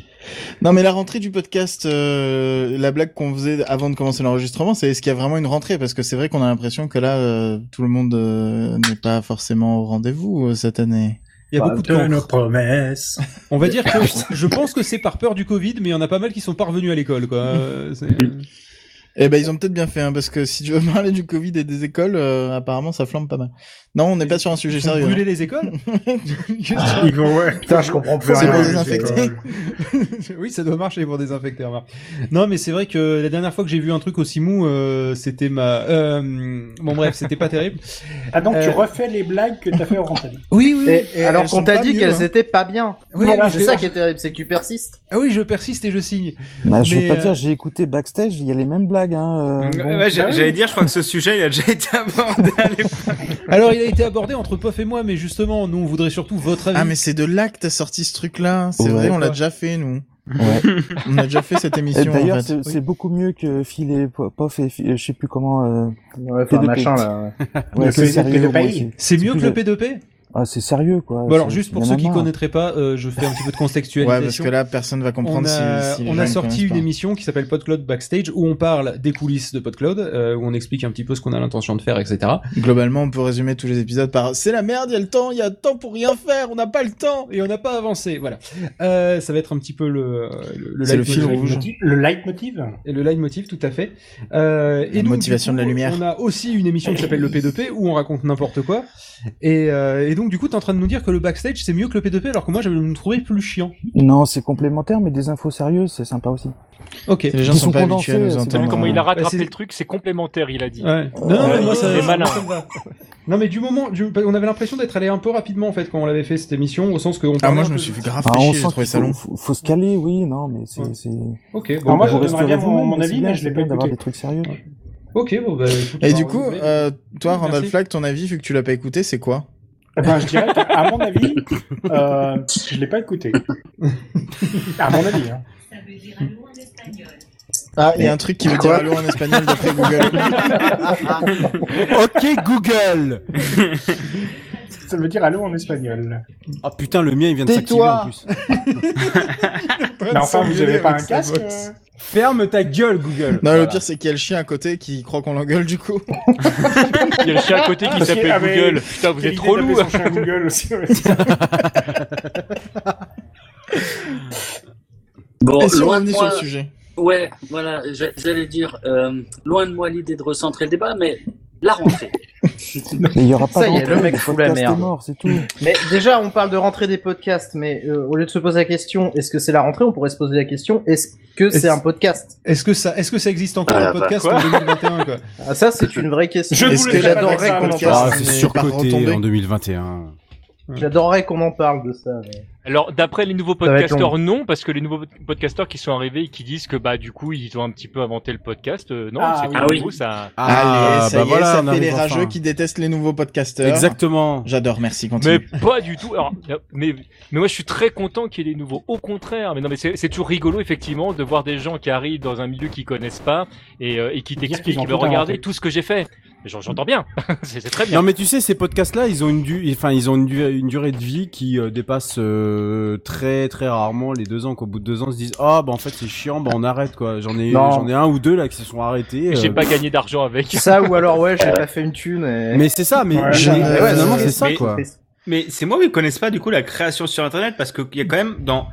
Speaker 3: Non mais la rentrée du podcast, euh, la blague qu'on faisait avant de commencer l'enregistrement, c'est est-ce qu'il y a vraiment une rentrée Parce que c'est vrai qu'on a l'impression que là, euh, tout le monde euh, n'est pas forcément au rendez-vous euh, cette année.
Speaker 1: Il y a beaucoup de
Speaker 5: De
Speaker 1: cancres.
Speaker 5: nos promesses.
Speaker 1: On va dire que je pense que c'est par peur du Covid, mais il y en a pas mal qui sont pas revenus à l'école, quoi. Euh, c'est-
Speaker 3: Eh ben ils ont peut-être bien fait, hein, parce que si tu veux parler du Covid et des écoles, euh, apparemment ça flambe pas mal. Non, on n'est pas sur un sujet
Speaker 1: Ils ont
Speaker 3: sérieux. hein.
Speaker 1: brûlé les écoles
Speaker 5: Ils vont, ouais.
Speaker 4: Putain, je comprends plus
Speaker 5: Ils vont
Speaker 3: C'est
Speaker 4: rien.
Speaker 3: pour
Speaker 5: rien,
Speaker 3: désinfecter.
Speaker 1: Oui, ça doit marcher pour désinfecter, remarque. Non, mais c'est vrai que la dernière fois que j'ai vu un truc aussi mou, euh, c'était ma... euh, bon bref, c'était pas terrible.
Speaker 5: Ah donc tu
Speaker 1: Euh,
Speaker 5: refais les blagues que t'as fait au rentable.
Speaker 1: Oui, oui,
Speaker 4: Et-
Speaker 3: Et
Speaker 4: alors
Speaker 3: elles
Speaker 4: qu'on
Speaker 3: sont
Speaker 4: t'a
Speaker 3: pas
Speaker 4: dit
Speaker 3: mieux,
Speaker 4: qu'elles
Speaker 3: hein.
Speaker 4: étaient pas bien.
Speaker 1: Oui,
Speaker 4: Voilà,
Speaker 1: mais
Speaker 4: c'est
Speaker 1: je-
Speaker 4: ça qui est terrible, c'est que tu persistes.
Speaker 1: Ah oui, je persiste et je signe.
Speaker 11: Bah, je
Speaker 1: Mais,
Speaker 11: vais pas
Speaker 1: euh,
Speaker 11: dire, j'ai écouté backstage, il y a les mêmes blagues. Hein, euh, bon.
Speaker 12: Ouais, j'a- J'allais dire, je crois que ce sujet, il a déjà été abordé à l'époque.
Speaker 1: Alors, il a été abordé entre Pof et moi, mais justement, nous, on voudrait surtout votre avis.
Speaker 3: Ah mais c'est de là que t'as sorti ce truc-là. C'est
Speaker 11: Ouais.
Speaker 3: vrai, on l'a déjà fait nous.
Speaker 11: Ouais.
Speaker 3: On a déjà fait cette émission.
Speaker 11: Et D'ailleurs,
Speaker 3: en fait.
Speaker 11: c'est
Speaker 3: Oui.
Speaker 11: c'est beaucoup mieux que Phil et Po- Pof et Fi- euh, je sais plus comment. Euh,
Speaker 4: Ouais, enfin,
Speaker 11: P2P.
Speaker 4: machin, là, ouais.
Speaker 11: Ouais,
Speaker 4: Le
Speaker 11: c'est
Speaker 4: P-
Speaker 11: sérieux. au moins,
Speaker 4: P2P.
Speaker 13: C'est mieux
Speaker 11: plus
Speaker 13: que le
Speaker 11: de-
Speaker 13: P2P
Speaker 11: Ah, c'est sérieux quoi.
Speaker 13: Bon alors
Speaker 11: C'est-
Speaker 13: juste
Speaker 11: y
Speaker 13: pour
Speaker 11: en a
Speaker 13: ceux qui
Speaker 11: marre.
Speaker 13: connaîtraient pas, euh, je fais un petit peu de contextualisation.
Speaker 3: hein. Ouais, parce que là, personne va comprendre
Speaker 13: on a,
Speaker 3: si- si les
Speaker 13: on
Speaker 3: gens
Speaker 13: a
Speaker 3: ne
Speaker 13: sorti
Speaker 3: connaissent
Speaker 13: une
Speaker 3: pas.
Speaker 13: émission qui s'appelle PodCloud Backstage où on parle des coulisses de PodCloud, euh, où on explique un petit peu ce qu'on a l'intention de faire, etc.
Speaker 3: Globalement, on peut résumer tous les épisodes par c'est la merde, il y a le temps, il y a le temps pour rien faire, on n'a pas le temps
Speaker 13: et on n'a pas avancé. Voilà. Euh, ça va être un petit peu le le,
Speaker 3: C'est le
Speaker 13: leitmotiv.
Speaker 3: fil rouge.
Speaker 13: Le leitmotiv. Et Le leitmotiv, tout à fait. Euh, et
Speaker 3: La
Speaker 13: donc,
Speaker 3: motivation
Speaker 13: du
Speaker 3: de la
Speaker 13: coup,
Speaker 3: lumière.
Speaker 13: On a aussi une émission qui s'appelle le P2P où on raconte n'importe quoi. Et, euh, et donc du coup, t'es en train de nous dire que le backstage c'est mieux que le P2P alors que moi j'avais me trouver plus chiant.
Speaker 11: Non, c'est complémentaire, mais des infos sérieuses, c'est sympa aussi.
Speaker 13: Ok.
Speaker 11: Ils condensés, c'est
Speaker 8: T'as vu
Speaker 11: vraiment-
Speaker 4: hein.
Speaker 8: comment il a
Speaker 13: Bah,
Speaker 8: rattrapé
Speaker 13: c'est-
Speaker 8: le truc C'est complémentaire, il a dit.
Speaker 13: Ouais. Non, non, mais moi, ça-
Speaker 8: C'est
Speaker 13: ça-
Speaker 8: malin.
Speaker 13: ça me va. Non mais du moment, du- on avait l'impression d'être allé un peu rapidement en fait quand on l'avait fait cette émission, au sens que on
Speaker 3: Ah,
Speaker 13: parlait
Speaker 3: moi,
Speaker 13: un
Speaker 3: je me
Speaker 13: peu-
Speaker 3: suis fait grave
Speaker 11: Ah, on
Speaker 3: chier, j'ai
Speaker 11: sent
Speaker 3: trouvé
Speaker 11: qu'il
Speaker 3: ça long.
Speaker 11: faut, faut, faut se caler, oui, non, mais c'est. c'est-
Speaker 13: Ok, bon,
Speaker 11: Alors,
Speaker 13: bah,
Speaker 11: vous
Speaker 13: j'aimerais
Speaker 11: resterez
Speaker 13: bien
Speaker 11: vous-même,
Speaker 13: mon- mon
Speaker 11: c'est
Speaker 13: avis,
Speaker 11: bien,
Speaker 13: mais je
Speaker 11: c'est
Speaker 13: l'ai
Speaker 11: bien
Speaker 13: pas
Speaker 11: d'avoir
Speaker 13: écouté.
Speaker 11: des trucs sérieux.
Speaker 13: Ok, bon bah. écoute, on
Speaker 3: Et
Speaker 13: va
Speaker 3: du coup,
Speaker 13: regarder.
Speaker 3: euh, toi, Randall
Speaker 13: Merci.
Speaker 3: Flack, ton avis, vu que tu l'as pas écouté, c'est quoi
Speaker 5: Enfin, je dirais qu'à mon avis, euh, je l'ai pas écouté. À mon avis. Hein.
Speaker 3: Ah, il y a un truc qui veut dire
Speaker 5: Quoi
Speaker 3: allô en espagnol d'après Google.
Speaker 2: ok Google
Speaker 5: Ça veut dire allô en espagnol.
Speaker 2: Oh putain, le mien il vient de s'activer
Speaker 5: Tais-toi.
Speaker 2: en plus.
Speaker 5: Mais enfin, vous avez pas un casque euh
Speaker 2: Ferme ta gueule Google.
Speaker 3: Non,
Speaker 2: Voilà.
Speaker 3: le pire, c'est qu'il y a le chien à côté qui croit qu'on l'engueule, du coup.
Speaker 8: Il y a le chien à côté qui
Speaker 5: Parce que-
Speaker 8: s'appelle
Speaker 5: ah, mais-
Speaker 8: Google. Putain, vous
Speaker 5: quelle
Speaker 8: êtes
Speaker 5: idée
Speaker 8: trop
Speaker 5: d'appeler
Speaker 8: lourd.
Speaker 5: son chien Google aussi. ouais.
Speaker 9: Bon,
Speaker 3: Et si on
Speaker 9: loin
Speaker 3: revenait
Speaker 9: de
Speaker 3: sur le
Speaker 9: moi-
Speaker 3: sujet
Speaker 9: Ouais, voilà, j'a- j'allais dire, euh, loin de moi l'idée de recentrer le débat, mais la rentrée.
Speaker 11: Mais il y aura pas
Speaker 9: Ça y est,
Speaker 11: d'entrée,
Speaker 9: le mec fout la
Speaker 11: podcast est
Speaker 9: merde.
Speaker 11: mort, c'est tout.
Speaker 4: Mais déjà, on parle de rentrée des podcasts, mais euh, au lieu de se poser la question, est-ce que c'est la rentrée On pourrait se poser la question, est-ce que
Speaker 13: Est-ce-
Speaker 4: c'est un podcast
Speaker 13: Est-ce que ça, est-ce que ça existe encore
Speaker 4: Ah,
Speaker 13: un podcast
Speaker 4: bah,
Speaker 13: en
Speaker 4: quoi
Speaker 13: 2021 quoi
Speaker 4: Ah, ça, c'est une vraie question.
Speaker 13: Je
Speaker 4: Est-ce
Speaker 13: voulais
Speaker 4: que
Speaker 13: faire
Speaker 4: j'adorerais
Speaker 13: un
Speaker 4: qu'on en
Speaker 13: podcast.
Speaker 4: parle.
Speaker 2: Ah, c'est
Speaker 4: mais
Speaker 2: surcoté
Speaker 4: par retomber.
Speaker 2: en 2021.
Speaker 4: J'adorerais qu'on en parle de ça. mais-
Speaker 8: Alors, d'après les nouveaux
Speaker 4: Ça va être
Speaker 8: podcasteurs,
Speaker 4: long.
Speaker 8: non, parce que les nouveaux podcasteurs qui sont arrivés et qui disent que bah du coup ils ont un petit peu inventé le podcast, euh, non,
Speaker 5: Ah,
Speaker 8: c'est
Speaker 5: oui.
Speaker 8: pas
Speaker 5: Ah
Speaker 8: nouveau,
Speaker 5: oui.
Speaker 8: ça.
Speaker 3: Allez,
Speaker 2: Ah,
Speaker 3: ça
Speaker 2: bah
Speaker 3: y est,
Speaker 2: voilà, on
Speaker 3: ça fait les
Speaker 2: arrive enfin.
Speaker 3: rageux qui détestent les nouveaux podcasteurs.
Speaker 2: Exactement.
Speaker 3: J'adore, merci,
Speaker 8: Mais
Speaker 3: continue.
Speaker 8: pas du tout. Alors, mais, mais moi, je suis très content qu'il y ait des nouveaux. Au contraire, mais non, mais c'est c'est toujours rigolo, effectivement, de voir des gens qui arrivent dans un milieu qu'ils connaissent pas et, euh, et qui
Speaker 5: qu'ils
Speaker 8: t'expliquent,
Speaker 5: ont
Speaker 8: qui
Speaker 5: tout
Speaker 8: regardez
Speaker 5: inventé.
Speaker 8: tout ce que j'ai fait. J'en- J'entends bien. c'est c'est très bien.
Speaker 2: Non mais tu sais ces podcasts là ils ont une du... enfin ils ont une, du- une durée de vie qui euh, dépasse euh, très très rarement les deux ans qu'au bout de deux ans ils se disent ah bah en fait c'est chiant bah on arrête quoi j'en ai
Speaker 4: Non.
Speaker 2: j'en ai un ou deux là qui se sont arrêtés
Speaker 8: J'ai
Speaker 2: euh,
Speaker 8: pas gagné d'argent avec.
Speaker 4: Ça, ou alors, ouais, j'ai pas fait une thune. et-
Speaker 2: mais c'est ça mais
Speaker 5: Ouais,
Speaker 2: mais-
Speaker 5: j'en ai-
Speaker 2: mais
Speaker 5: ouais,
Speaker 2: finalement,
Speaker 4: mais-
Speaker 2: c'est ça
Speaker 4: mais-
Speaker 2: quoi
Speaker 12: Mais c'est moi qui ne connaissent pas du coup la création sur internet parce qu'il y a quand même dans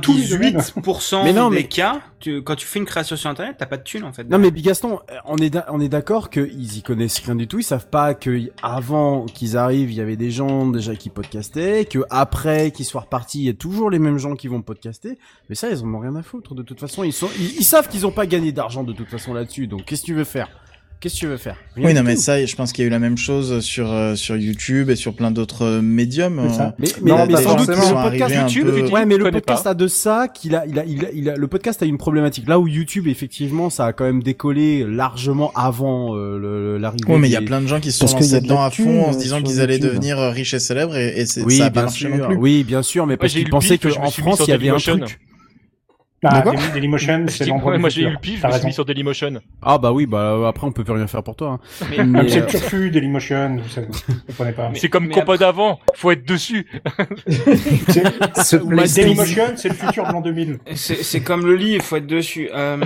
Speaker 12: 98%
Speaker 2: Mais non,
Speaker 12: des
Speaker 2: mais-
Speaker 12: cas, tu- quand tu fais une création sur internet, t'as pas de thune en fait.
Speaker 2: Non mais Bigaston, euh, on est d'a- on est d'accord qu'ils y connaissent rien du tout, ils savent pas que y- avant qu'ils arrivent, il y avait des gens déjà qui podcastaient, que après qu'ils soient repartis, il y a toujours les mêmes gens qui vont podcaster, mais ça ils en ont rien à foutre de toute façon, ils sont ils, ils savent qu'ils ont pas gagné d'argent de toute façon là-dessus. Donc qu'est-ce que tu veux faire Qu'est-ce que tu veux faire Rien
Speaker 3: Oui,
Speaker 2: du
Speaker 3: non, mais
Speaker 2: tout.
Speaker 3: ça, je pense qu'il y a eu la même chose sur, euh, sur YouTube et sur plein d'autres euh, médiums.
Speaker 5: C'est ça.
Speaker 2: mais, mais,
Speaker 3: Non,
Speaker 2: mais
Speaker 3: bah,
Speaker 2: sans doute
Speaker 3: forcément,
Speaker 2: le podcast
Speaker 3: arrivé un
Speaker 2: YouTube,
Speaker 3: peu-
Speaker 2: tu dis, ouais, mais le
Speaker 8: connais
Speaker 2: podcast a de ça qu'il a, il a, il a, il a- le podcast a une problématique. Là où YouTube, effectivement, ça a quand même décollé largement avant euh, le- le- l'arrivée.
Speaker 3: Ouais, mais il y a
Speaker 2: des-
Speaker 3: plein de gens qui se sont
Speaker 11: Parce qu'il y a
Speaker 3: lancés
Speaker 11: de
Speaker 3: dedans
Speaker 11: la
Speaker 3: à
Speaker 11: thune,
Speaker 3: fond en se
Speaker 11: euh,
Speaker 3: disant
Speaker 11: sur
Speaker 3: qu'ils allaient
Speaker 11: YouTube.
Speaker 3: devenir euh, riches et célèbres et, et c'est-
Speaker 2: Oui,
Speaker 3: ça a pas
Speaker 2: bien
Speaker 3: marché
Speaker 2: sûr.
Speaker 3: non plus.
Speaker 2: Oui, bien sûr, mais parce
Speaker 8: j'ai eu
Speaker 2: qu'ils
Speaker 8: le
Speaker 2: pensaient
Speaker 8: pif, je me
Speaker 2: qu'en
Speaker 8: suis mis
Speaker 2: France,
Speaker 8: sur
Speaker 2: il y avait un
Speaker 8: Dailymotion.
Speaker 2: truc.
Speaker 5: Ah,
Speaker 3: D'accord.
Speaker 5: Dailymo- Dailymotion,
Speaker 8: Je
Speaker 5: c'est
Speaker 8: dis-
Speaker 5: l'endroit
Speaker 8: moi,
Speaker 5: du
Speaker 8: j'ai eu
Speaker 5: futur.
Speaker 8: le pif, je
Speaker 5: T'as
Speaker 8: me suis
Speaker 5: raison.
Speaker 8: mis sur Dailymotion.
Speaker 2: Ah bah oui, bah après, on peut plus rien faire pour toi. hein.
Speaker 12: Mais-
Speaker 2: Mais,
Speaker 5: Ah, mais C'est
Speaker 2: euh,
Speaker 5: le turfu, Dailymotion, vous savez, vous comprenez pas.
Speaker 8: C'est comme
Speaker 12: mais
Speaker 8: compas d'avant, faut être dessus.
Speaker 5: C'est-
Speaker 4: Ce
Speaker 5: Mais
Speaker 4: plaisir.
Speaker 5: Dailymotion, c'est le futur de l'an 2000.
Speaker 13: C'est
Speaker 12: C'est comme le lit, il faut être dessus. Euh,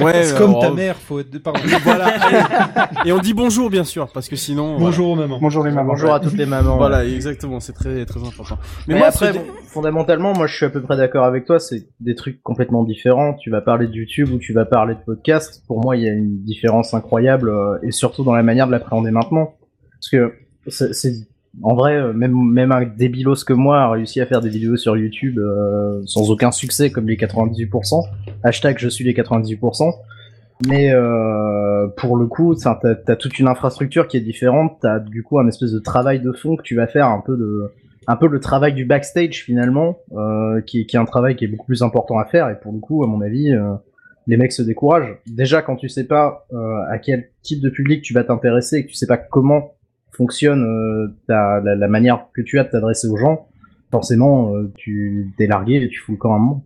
Speaker 2: ouais, euh,
Speaker 13: comme
Speaker 2: oh,
Speaker 13: ta mère, faut être. Pardon.
Speaker 2: voilà. Et on dit bonjour, bien sûr, parce que sinon.
Speaker 13: Bonjour maman.
Speaker 5: Bonjour les mamans.
Speaker 4: Bonjour à toutes les mamans.
Speaker 2: Voilà, Voilà, exactement, c'est très très important.
Speaker 4: Mais,
Speaker 2: moi,
Speaker 4: après,
Speaker 2: après,
Speaker 4: bon, fondamentalement, moi, je suis à peu près d'accord avec toi. C'est des trucs complètement différents. Tu vas parler de YouTube ou tu vas parler de podcast. Pour moi, il y a une différence incroyable euh, et surtout dans la manière de l'appréhender maintenant. Parce que c'est, c'est- en vrai, euh, même même un débilos que moi a réussi à faire des vidéos sur YouTube euh, sans aucun succès, comme les 98%. Hashtag je suis les 98%. Mais euh, pour le coup, ça, t'as, t'as toute une infrastructure qui est différente. T'as du coup un espèce de travail de fond que tu vas faire un peu de, un peu le travail du backstage finalement, euh, qui, est- qui est un travail qui est beaucoup plus important à faire. Et pour le coup, à mon avis, euh, les mecs se découragent. Déjà quand tu sais pas euh, à quel type de public tu vas t'intéresser et que tu sais pas comment fonctionne euh, ta- la, la manière que tu as de t'adresser aux gens, forcément, euh, tu t'es largué et tu fous le camp à un moment.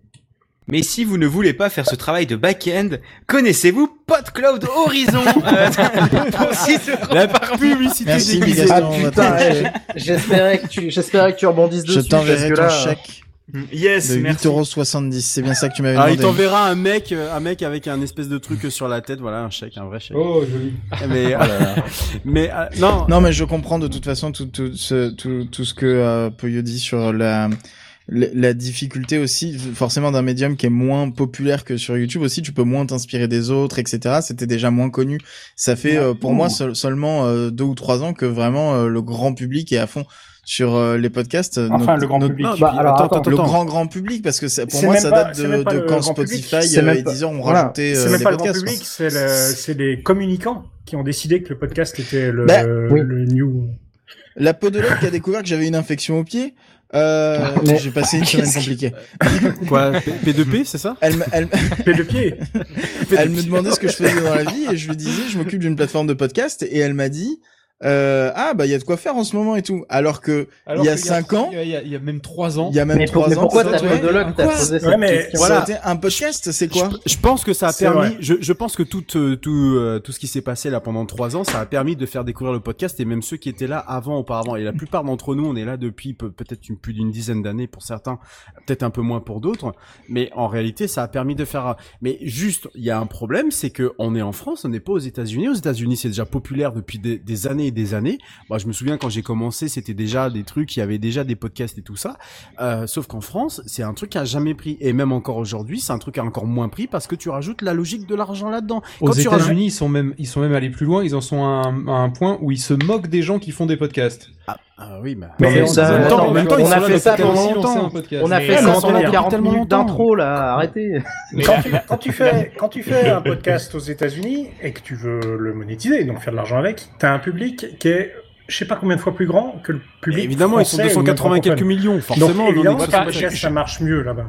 Speaker 12: Mais si vous ne voulez pas faire ce travail de back-end, connaissez-vous PodCloud Horizon euh, pour six euros
Speaker 2: La
Speaker 12: par
Speaker 2: publicité
Speaker 12: mois.
Speaker 4: Ah putain,
Speaker 2: eh,
Speaker 4: ouais,
Speaker 8: eh,
Speaker 4: j'espérais que tu, j'espérais que tu rebondisses
Speaker 3: Je
Speaker 4: dessus.
Speaker 3: t'enverrai ton
Speaker 4: parce que là,
Speaker 3: chèque.
Speaker 12: Yes,
Speaker 3: de
Speaker 12: merci.
Speaker 3: 8,70€, c'est bien ça que tu m'avais
Speaker 2: Ah,
Speaker 3: demandé.
Speaker 2: il t'enverra un mec, euh, un mec avec un espèce de truc sur la tête, voilà, un chèque, un vrai chèque.
Speaker 3: Oh, joli.
Speaker 2: Mais,
Speaker 3: Oh là là.
Speaker 2: mais euh, non.
Speaker 3: Non, mais je comprends de toute façon tout, tout ce, tout, tout ce que euh, Poyo dit sur la, la, la difficulté aussi, forcément, d'un médium qui est moins populaire que sur YouTube aussi. Tu peux moins t'inspirer des autres, etc. C'était déjà moins connu. Ça fait euh, pour moi seul- seulement euh, deux ou trois ans que vraiment euh, le grand public est à fond sur euh, les podcasts.
Speaker 5: Enfin, le grand public.
Speaker 3: Non,
Speaker 5: Bah, alors, attends,
Speaker 3: le
Speaker 5: attends.
Speaker 3: grand grand public, parce que ça- pour
Speaker 5: C'est
Speaker 3: moi,
Speaker 5: même
Speaker 3: ça
Speaker 5: pas-
Speaker 3: date
Speaker 5: c'est
Speaker 3: de,
Speaker 5: même pas
Speaker 3: de
Speaker 5: le
Speaker 3: quand
Speaker 5: grand public,
Speaker 3: Spotify
Speaker 5: c'est
Speaker 3: euh,
Speaker 5: même
Speaker 3: et
Speaker 5: pas-
Speaker 3: disons, on
Speaker 5: voilà,
Speaker 3: rajoutait euh,
Speaker 5: C'est même
Speaker 3: les
Speaker 5: pas le grand
Speaker 3: podcasts. quoi.
Speaker 5: public, c'est le- c'est les communicants qui ont décidé que le podcast était le,
Speaker 3: Bah, oui.
Speaker 5: le new.
Speaker 3: La podologue qui a découvert que j'avais une infection au pied. Euh,
Speaker 1: Ah.
Speaker 3: j'ai passé une semaine compliquée.
Speaker 2: Quoi P- P2P, c'est ça
Speaker 3: Elle, me- elle...
Speaker 5: de pied.
Speaker 3: elle me demandait ce que je faisais dans la vie et je lui disais je m'occupe d'une plateforme de podcast et elle m'a dit euh, ah bah il y a de quoi faire en ce moment et tout alors que
Speaker 1: Alors
Speaker 3: il y a
Speaker 1: qu'il
Speaker 3: cinq ans
Speaker 1: Il y a- il y a même 3 ans.
Speaker 3: il y a même
Speaker 1: Mais pour-
Speaker 3: trois
Speaker 1: mais
Speaker 3: ans
Speaker 1: pourquoi
Speaker 3: ça,
Speaker 1: ta
Speaker 3: tu vois,
Speaker 1: podologue t'a
Speaker 3: quoi
Speaker 1: posé cette Ouais, mais- question
Speaker 3: voilà
Speaker 1: voilà.
Speaker 3: C'était un podcast c'est quoi
Speaker 2: Je pense que ça a
Speaker 3: C'est
Speaker 2: permis.
Speaker 3: vrai.
Speaker 2: Je, je pense que tout, euh, tout, euh, tout ce qui s'est passé là pendant trois ans, ça a permis de faire découvrir le podcast et même ceux qui étaient là avant, auparavant. Et la plupart d'entre nous, on est là depuis peu- peut-être une- plus d'une dizaine d'années pour certains, peut-être un peu moins pour d'autres. Mais en réalité, ça a permis de faire. euh, Mais juste, il y a un problème, c'est que on est en France, on n'est pas aux États-Unis. Aux États-Unis, c'est déjà populaire depuis des, des années et des années. Moi, je me souviens quand j'ai commencé, c'était déjà des trucs, il y avait déjà des podcasts et tout ça. Euh, sauf qu'en France, c'est un truc qui a jamais pris. Et même encore aujourd'hui, c'est un truc qui a encore moins pris parce que tu rajoutes la logique de l'argent là-dedans.
Speaker 1: Aux
Speaker 2: tu rajoutes-
Speaker 1: États-Unis, ils sont même, ils sont même allés plus loin. Ils en sont à un, à un point où ils se moquent des gens qui font des podcasts.
Speaker 2: Ah oui, mais,
Speaker 1: Mais
Speaker 2: Mais
Speaker 1: ça-
Speaker 2: en même temps-
Speaker 1: attends,
Speaker 2: en même temps,
Speaker 1: on
Speaker 2: ils
Speaker 1: a
Speaker 2: sont là
Speaker 1: fait
Speaker 2: depuis
Speaker 1: ça
Speaker 2: tellement
Speaker 1: pendant
Speaker 2: longtemps.
Speaker 1: longtemps, un podcast.
Speaker 4: On a
Speaker 1: Mais
Speaker 4: fait
Speaker 1: comment
Speaker 4: ça
Speaker 1: on
Speaker 4: pendant
Speaker 1: a fait
Speaker 4: 40
Speaker 1: tellement
Speaker 4: minutes
Speaker 1: longtemps
Speaker 4: d'intro là, arrêtez.
Speaker 5: Quand tu, quand tu fais, quand tu fais un podcast aux États-Unis et que tu veux le monétiser, donc faire de l'argent avec, t'as un public qui est, je sais pas combien de fois plus grand que le public.
Speaker 2: Évidemment, ils sont
Speaker 5: français ou
Speaker 2: 280 quelques
Speaker 5: francophone.
Speaker 2: millions,
Speaker 5: Donc,
Speaker 2: forcément, on en est
Speaker 5: évidemment,
Speaker 2: tous
Speaker 5: ça,
Speaker 2: au
Speaker 5: ça,
Speaker 2: chèque.
Speaker 5: ça marche mieux là-bas.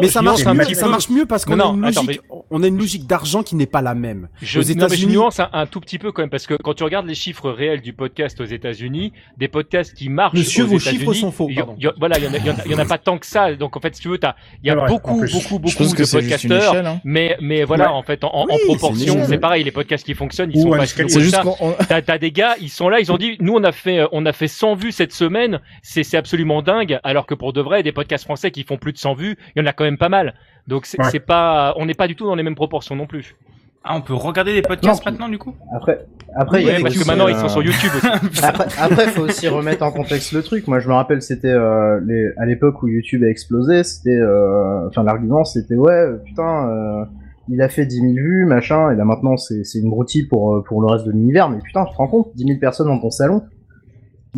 Speaker 2: mais ça marche
Speaker 5: un
Speaker 2: mieux,
Speaker 5: petit
Speaker 2: ça
Speaker 5: peu.
Speaker 2: marche mieux parce qu'on a,
Speaker 8: Non,
Speaker 2: une
Speaker 8: attends,
Speaker 2: logique- on a une logique d'argent qui n'est pas la même.
Speaker 8: Je,
Speaker 2: aux
Speaker 8: non, mais je
Speaker 2: États-Unis,
Speaker 8: nuance un, un tout petit peu quand même, parce que quand tu regardes les chiffres réels du podcast aux États-Unis, des podcasts qui marchent.
Speaker 1: Monsieur,
Speaker 8: aux
Speaker 1: vos chiffres
Speaker 8: États-Unis,
Speaker 1: sont faux,
Speaker 8: il y a-
Speaker 1: pardon.
Speaker 8: il y a- voilà, il y, en a- il y en a- il y en a pas tant que ça. Donc en fait, si tu veux, t'as- il y a
Speaker 5: Ouais, en
Speaker 8: beaucoup,
Speaker 5: plus.
Speaker 8: beaucoup,
Speaker 5: Je pense
Speaker 8: beaucoup
Speaker 5: que
Speaker 8: de
Speaker 5: c'est juste une
Speaker 8: podcasteurs.
Speaker 5: échelle, hein.
Speaker 8: Mais, mais voilà,
Speaker 5: Ouais.
Speaker 8: en fait, en, en- en
Speaker 5: Oui, c'est une
Speaker 8: proportion,
Speaker 5: échelle.
Speaker 8: c'est pareil, les podcasts qui fonctionnent, ils
Speaker 5: Ou
Speaker 8: sont
Speaker 5: un
Speaker 8: pas
Speaker 5: escalier.
Speaker 8: si
Speaker 5: C'est
Speaker 8: loin que
Speaker 5: juste
Speaker 8: ça.
Speaker 5: qu'on-
Speaker 8: T'as t'as des gars, ils sont là, ils ont dit, nous on a fait, euh, on a fait 100 vues cette semaine, c'est c'est absolument dingue. Alors que pour de vrai, des podcasts français qui font plus de 100 vues, il y en a quand même pas mal. Donc c'est
Speaker 4: Ouais.
Speaker 8: c'est pas, on n'est pas du tout dans les mêmes proportions non plus.
Speaker 12: Ah, on peut regarder des podcasts maintenant, du coup
Speaker 4: Après, après, il y a
Speaker 8: Ouais, parce
Speaker 4: aussi,
Speaker 8: que maintenant
Speaker 4: euh,
Speaker 8: ils sont sur YouTube aussi.
Speaker 4: après, après, faut aussi remettre en contexte le truc. Moi, je me rappelle, c'était euh, les- à l'époque où YouTube a explosé. C'était, euh, enfin, l'argument, c'était ouais, euh, putain, euh, il a fait 10 000 vues, machin, et là maintenant, c'est c'est une broutille pour euh, pour le reste de l'univers. Mais putain, tu te rends compte, 10 000 personnes dans ton salon.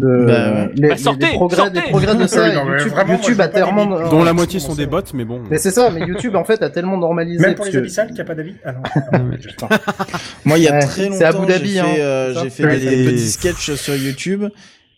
Speaker 4: Le-
Speaker 3: Bah ouais.
Speaker 4: les,
Speaker 8: Bah,
Speaker 4: les-
Speaker 8: sortez,
Speaker 4: les progrès,
Speaker 8: sortez
Speaker 4: les progrès de ça,
Speaker 5: Oui, non, mais
Speaker 4: YouTube,
Speaker 5: vraiment, moi,
Speaker 4: YouTube
Speaker 5: je
Speaker 4: a
Speaker 5: veux pas les
Speaker 4: tellement.
Speaker 5: mythes.
Speaker 2: dont la moitié sont des bots, mais bon.
Speaker 4: Mais c'est ça, mais YouTube en fait a tellement normalisé.
Speaker 5: Même pour les
Speaker 4: parce que-
Speaker 5: abyssales, qui a pas d'avis. Ah non.
Speaker 3: Moi, il y a
Speaker 4: Ouais,
Speaker 3: très
Speaker 4: c'est à
Speaker 3: longtemps,
Speaker 4: Abu
Speaker 3: j'ai
Speaker 4: Dhabi,
Speaker 3: fait,
Speaker 4: hein,
Speaker 3: euh,
Speaker 4: c'est ça
Speaker 3: j'ai fait des, des
Speaker 2: Et-
Speaker 3: petits sketchs sur YouTube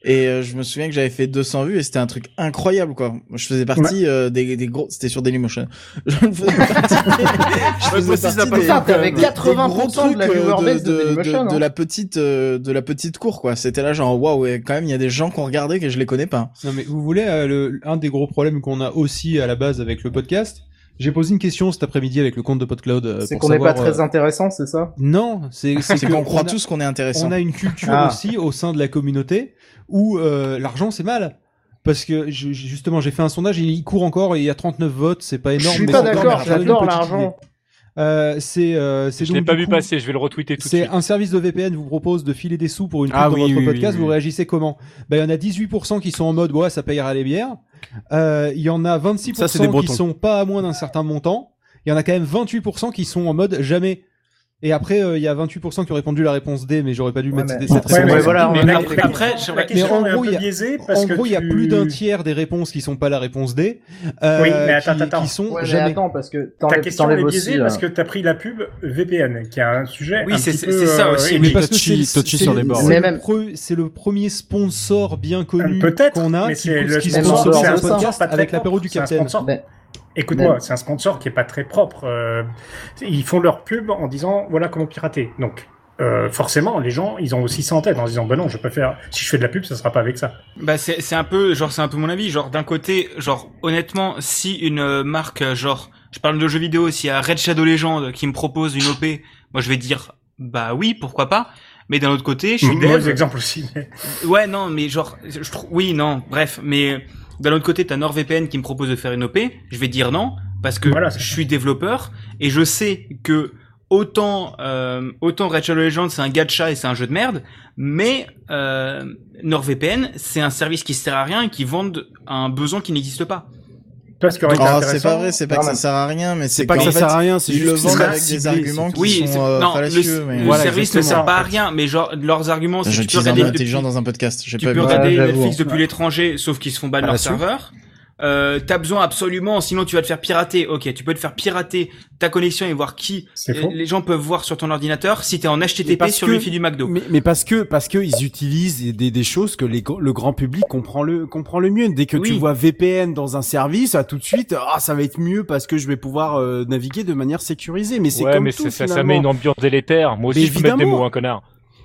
Speaker 3: et euh, je me souviens que j'avais fait 200 vues et c'était un truc incroyable, quoi. Je faisais partie euh, des, des gros, c'était sur Dailymotion. Je faisais partie, je faisais
Speaker 2: Ouais, précise la
Speaker 3: partie des,
Speaker 4: plateforme, t'avais
Speaker 3: des- des
Speaker 4: 80%
Speaker 3: gros trucs
Speaker 4: de la
Speaker 3: euh,
Speaker 4: viewer base de
Speaker 3: de,
Speaker 4: Dailymotion,
Speaker 3: de
Speaker 4: hein.
Speaker 3: la petite, euh, de la petite cour, quoi. C'était là genre, waouh, et quand même, il y a des gens qu'on regardait que je les connais pas.
Speaker 1: Non mais vous voulez euh, le- un des gros problèmes qu'on a aussi à la base avec le podcast. J'ai posé une question cet après-midi avec le compte de PodCloud. euh,
Speaker 4: C'est
Speaker 1: pour
Speaker 4: qu'on n'est pas
Speaker 1: savoir,
Speaker 4: très
Speaker 1: euh,
Speaker 4: intéressant, c'est ça
Speaker 1: Non, c'est
Speaker 3: C'est
Speaker 1: que
Speaker 3: qu'on croit
Speaker 1: on a-
Speaker 3: tous qu'on est intéressant.
Speaker 1: On a une culture
Speaker 4: Ah.
Speaker 1: aussi au sein de la communauté où euh, l'argent c'est mal. Parce que je- j'ai- justement, j'ai fait un sondage, il court encore et il y a 39 votes, c'est pas
Speaker 4: Je
Speaker 1: énorme.
Speaker 4: suis
Speaker 1: mais
Speaker 4: pas
Speaker 1: c'est encore,
Speaker 4: d'accord,
Speaker 1: mais ça donne une
Speaker 4: j'adore
Speaker 1: petite
Speaker 4: l'argent.
Speaker 1: idée. Euh, c'est euh, c'est
Speaker 8: Je
Speaker 1: donc
Speaker 8: l'ai pas
Speaker 1: du
Speaker 8: vu
Speaker 1: coup-
Speaker 8: passer, je vais le retweeter tout de
Speaker 1: C'est
Speaker 8: suite.
Speaker 1: un service de VPN vous propose de filer des sous pour une pub
Speaker 2: Ah
Speaker 1: dans
Speaker 2: oui,
Speaker 1: votre
Speaker 2: oui,
Speaker 1: podcast.
Speaker 2: oui, oui.
Speaker 1: Vous réagissez comment Ben il y en a 18% qui sont en mode ouais ça payera les bières. Euh, Il y en a 26%
Speaker 2: Ça, c'est des
Speaker 1: qui
Speaker 2: Bretons.
Speaker 1: sont pas à moins d'un certain montant. Il y en a quand même 28% qui sont en mode jamais. Et après euh, il y a 28% qui ont répondu la réponse D mais j'aurais pas dû
Speaker 4: Ouais,
Speaker 1: mettre
Speaker 4: mais-
Speaker 1: cette
Speaker 5: Ouais,
Speaker 1: réponse.
Speaker 5: mais-
Speaker 4: voilà,
Speaker 5: mais
Speaker 4: on a-
Speaker 5: la-
Speaker 4: après-
Speaker 5: la-
Speaker 12: après,
Speaker 5: la
Speaker 12: c'est vrai.
Speaker 5: question
Speaker 1: Mais en
Speaker 5: est un
Speaker 1: gros,
Speaker 5: peu
Speaker 1: il y a-
Speaker 5: biaisée parce
Speaker 1: en
Speaker 5: que
Speaker 1: gros, il y a
Speaker 5: tu-
Speaker 1: plus d'un tiers des réponses qui sont pas la réponse D, euh,
Speaker 5: Oui, mais attends,
Speaker 1: qui,
Speaker 5: attends.
Speaker 1: qui sont
Speaker 4: Ouais, mais
Speaker 1: jamais.
Speaker 4: attends, parce que
Speaker 5: Ta
Speaker 4: t'enlèves
Speaker 5: question
Speaker 4: t'enlèves
Speaker 5: est
Speaker 4: aussi.
Speaker 5: biaisée
Speaker 4: euh,
Speaker 5: parce que t'as pris la pub VPN, qui a un sujet.
Speaker 12: Oui,
Speaker 5: un
Speaker 12: c'est-
Speaker 5: petit
Speaker 12: c'est-
Speaker 5: peu,
Speaker 12: c'est ça
Speaker 5: euh,
Speaker 12: aussi,
Speaker 1: Mais
Speaker 5: éthique.
Speaker 1: parce que
Speaker 2: Touchy-
Speaker 1: c'est-
Speaker 2: touchy
Speaker 1: c'est
Speaker 2: sur
Speaker 1: le-
Speaker 2: les bords,
Speaker 1: c'est
Speaker 4: ouais.
Speaker 1: le
Speaker 4: Même-
Speaker 1: pre- C'est le premier sponsor bien connu
Speaker 5: Euh, Peut-être,
Speaker 1: qu'on a
Speaker 5: mais
Speaker 1: qui,
Speaker 5: c'est le
Speaker 1: qui
Speaker 5: sponsor,
Speaker 1: sponsorise
Speaker 5: c'est un
Speaker 1: un
Speaker 5: sponsor,
Speaker 1: podcast
Speaker 5: pas très
Speaker 1: avec l'apéro
Speaker 5: propre,
Speaker 1: du
Speaker 5: c'est un
Speaker 1: Capitaine.
Speaker 5: sponsor.
Speaker 4: ben,
Speaker 5: Écoute-moi,
Speaker 4: Mais-
Speaker 5: c'est un sponsor qui est pas très propre. euh, ils font leur pub en disant voilà comment pirater. Donc euh, forcément, les gens, ils ont aussi ça en tête en se disant bah non, je peux faire. Si je fais de la pub, ça sera pas avec ça.
Speaker 12: Bah c'est c'est un peu genre c'est un peu mon avis genre d'un côté genre honnêtement si une euh, marque euh, genre je parle de jeux vidéo, s'il y a Red Shadow Legend qui me propose une OP, moi je vais dire bah oui, pourquoi pas. Mais d'un autre côté, je suis
Speaker 5: Mauvais
Speaker 12: dev.
Speaker 5: exemple aussi. mais-
Speaker 12: Ouais, non, mais genre, je trouve, oui, non, bref, mais euh, d'un autre côté, t'as NordVPN qui me propose de faire une OP, je vais dire non, parce que je suis développeur, et je sais que autant, euh, autant Red Shadow Legends, c'est un gacha et c'est un jeu de merde, mais euh, NordVPN, c'est un service qui sert à rien et qui vend un besoin qui n'existe pas.
Speaker 5: Parce que
Speaker 3: Oh, c'est pas vrai, c'est pas que ça sert à rien, mais c'est
Speaker 12: pas
Speaker 3: qu'en
Speaker 12: que ça
Speaker 3: fait,
Speaker 12: sert à rien, c'est
Speaker 3: ils
Speaker 12: juste que c'est
Speaker 3: le vendent
Speaker 12: pas
Speaker 3: avec des
Speaker 12: ciblé,
Speaker 3: arguments qui
Speaker 12: Oui, c'est-
Speaker 3: sont euh,
Speaker 12: non, le-
Speaker 3: fallacieux. mais-
Speaker 12: le service ne sert pas à rien, mais genre leurs arguments, c'est
Speaker 3: Je
Speaker 12: que tu peux
Speaker 3: suis un
Speaker 12: regarder
Speaker 3: mot
Speaker 12: depuis-
Speaker 3: intelligent dans un podcast, j'ai
Speaker 12: tu
Speaker 3: pas
Speaker 12: peux
Speaker 3: vu.
Speaker 12: regarder
Speaker 3: Ouais,
Speaker 12: Netflix
Speaker 3: j'avoue.
Speaker 12: depuis l'étranger, sauf qu'ils se font ban de
Speaker 3: Ah,
Speaker 12: leur
Speaker 3: sûr.
Speaker 12: serveur. Euh, t'as besoin absolument, sinon tu vas te faire pirater. Ok, tu peux te faire pirater ta connexion et voir qui
Speaker 5: C'est
Speaker 12: euh,
Speaker 5: faux.
Speaker 12: les gens peuvent voir sur ton ordinateur si t'es en
Speaker 2: Mais
Speaker 12: HTTP
Speaker 2: parce
Speaker 12: sur
Speaker 2: que-
Speaker 12: le wifi du McDo.
Speaker 2: Mais, mais parce que parce que ils utilisent des, des choses que les, gr- le grand public comprend le comprend le mieux. Dès que tu vois VPN dans un service, à tout de suite, ah ça va être mieux parce que je vais pouvoir euh, naviguer de manière sécurisée. Mais c'est
Speaker 8: Ouais,
Speaker 2: comme
Speaker 8: mais
Speaker 2: tout
Speaker 8: c'est- ça, ça
Speaker 2: finalement.
Speaker 8: met une ambiance délétère. Moi aussi,
Speaker 2: Mais
Speaker 8: je peux mettre des
Speaker 2: évidemment.
Speaker 8: mots, hein, connard.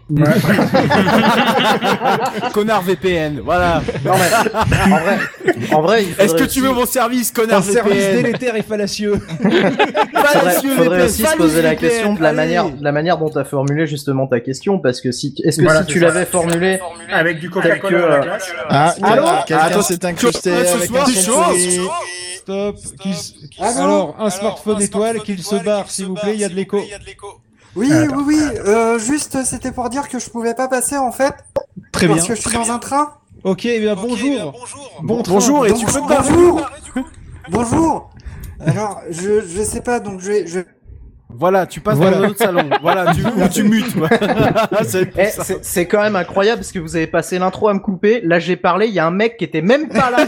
Speaker 2: connard VPN, voilà.
Speaker 4: En vrai, il faudrait
Speaker 2: Est-ce que tu veux
Speaker 4: aussi-
Speaker 2: mon service, connard
Speaker 13: Un service
Speaker 2: VPN
Speaker 13: délétère et fallacieux.
Speaker 4: faudrait,
Speaker 2: Fallacieux
Speaker 4: faudrait
Speaker 2: VPN,
Speaker 4: aussi se poser la
Speaker 2: fallacieux
Speaker 4: question de la
Speaker 2: VPN,
Speaker 4: manière,
Speaker 2: allez.
Speaker 4: de la manière dont tu as formulé justement ta question, parce que si, tu- est-ce que
Speaker 5: Voilà,
Speaker 4: si
Speaker 5: c'est
Speaker 4: tu
Speaker 5: ça.
Speaker 4: l'avais formulé
Speaker 5: Avec du
Speaker 4: avec
Speaker 5: Coca-Cola à
Speaker 4: euh,
Speaker 5: la glace.
Speaker 3: Ah,
Speaker 4: Allô
Speaker 3: ah, quelqu'un
Speaker 2: Attends,
Speaker 3: s'est
Speaker 2: tu vois,
Speaker 3: incrusté
Speaker 2: ce
Speaker 3: avec
Speaker 2: soir,
Speaker 3: un
Speaker 2: tu vois,
Speaker 3: son
Speaker 13: Stop. Qui s- Alors, un smartphone étoile qu'il se barre, s'il vous plaît, il y a de l'écho.
Speaker 14: Oui,
Speaker 5: Ah,
Speaker 13: Attends.
Speaker 14: oui, oui. euh, juste, euh, c'était pour dire que je pouvais pas passer en fait.
Speaker 13: Très
Speaker 14: parce
Speaker 13: bien.
Speaker 14: que je suis dans un train.
Speaker 13: Ok, eh bien bonjour. Bon train.
Speaker 2: Bonjour et tu peux te barrer.
Speaker 14: Bonjour. Bonjour. Alors, je, je sais pas, Ah, donc je vais. Je...
Speaker 2: Voilà, tu passes
Speaker 13: Voilà.
Speaker 2: dans un autre salon. Voilà, tu, ou tu mutes. Ah, C'est pour
Speaker 4: eh,
Speaker 2: ça.
Speaker 4: c'est c'est quand même incroyable parce que vous avez passé l'intro à me couper. Là, j'ai parlé, il y a un mec qui était même pas là.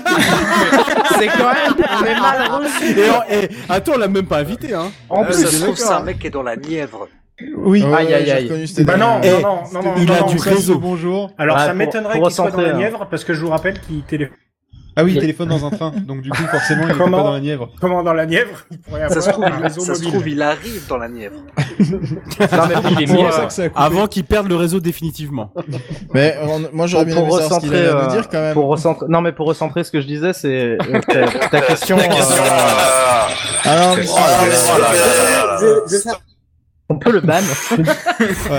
Speaker 4: c'est quand même, on est mal reçu.
Speaker 2: Et en- et- attends, on l'a même pas invité, hein.
Speaker 4: En
Speaker 2: Ah,
Speaker 4: plus,
Speaker 2: c'est
Speaker 7: Euh, Ça se trouve,
Speaker 2: d'accord,
Speaker 7: c'est un
Speaker 2: hein.
Speaker 7: mec qui est dans la Nièvre.
Speaker 13: Oui.
Speaker 4: Aïe, aïe, aïe.
Speaker 5: Bah non,
Speaker 2: Eh,
Speaker 5: non, non, non, non,
Speaker 2: il
Speaker 5: non,
Speaker 2: a
Speaker 5: non,
Speaker 2: du
Speaker 5: on
Speaker 13: Très
Speaker 5: reste-
Speaker 2: réseau.
Speaker 13: bonjour.
Speaker 5: Alors
Speaker 4: Ah,
Speaker 5: ça
Speaker 4: pour-
Speaker 5: m'étonnerait
Speaker 4: pour
Speaker 5: qu'il soit dans la
Speaker 4: recentrer, hein.
Speaker 5: Nièvre parce que je vous rappelle qu'il téléphone
Speaker 13: Ah oui,
Speaker 4: Il-
Speaker 13: téléphone dans un train. Donc du coup, forcément, il est pas
Speaker 5: Comment
Speaker 13: dans la Nièvre.
Speaker 5: comment dans la Nièvre il pourrait
Speaker 7: Ça se
Speaker 5: avoir
Speaker 7: trouve,
Speaker 5: un
Speaker 7: il,
Speaker 5: réseau
Speaker 7: ça se
Speaker 5: mobile.
Speaker 7: trouve, il arrive dans la Nièvre.
Speaker 4: Non, mais
Speaker 8: Il est
Speaker 13: C'est
Speaker 8: mis,
Speaker 13: pour ça
Speaker 7: euh,
Speaker 13: que ça a coupé.
Speaker 2: Avant qu'ils perdent le réseau définitivement.
Speaker 3: Mais
Speaker 4: euh,
Speaker 3: on- moi j'aurais bien
Speaker 4: pour,
Speaker 3: aimé
Speaker 4: pour
Speaker 3: savoir ce qu'il
Speaker 4: recentrer,
Speaker 3: allait
Speaker 4: euh,
Speaker 3: nous dire quand même.
Speaker 4: pour recentrer, non mais pour recentrer ce que je disais, c'est euh, ta, ta question. Oh euh,
Speaker 3: Alors,
Speaker 14: je, je vais faire-
Speaker 4: on peut le ban.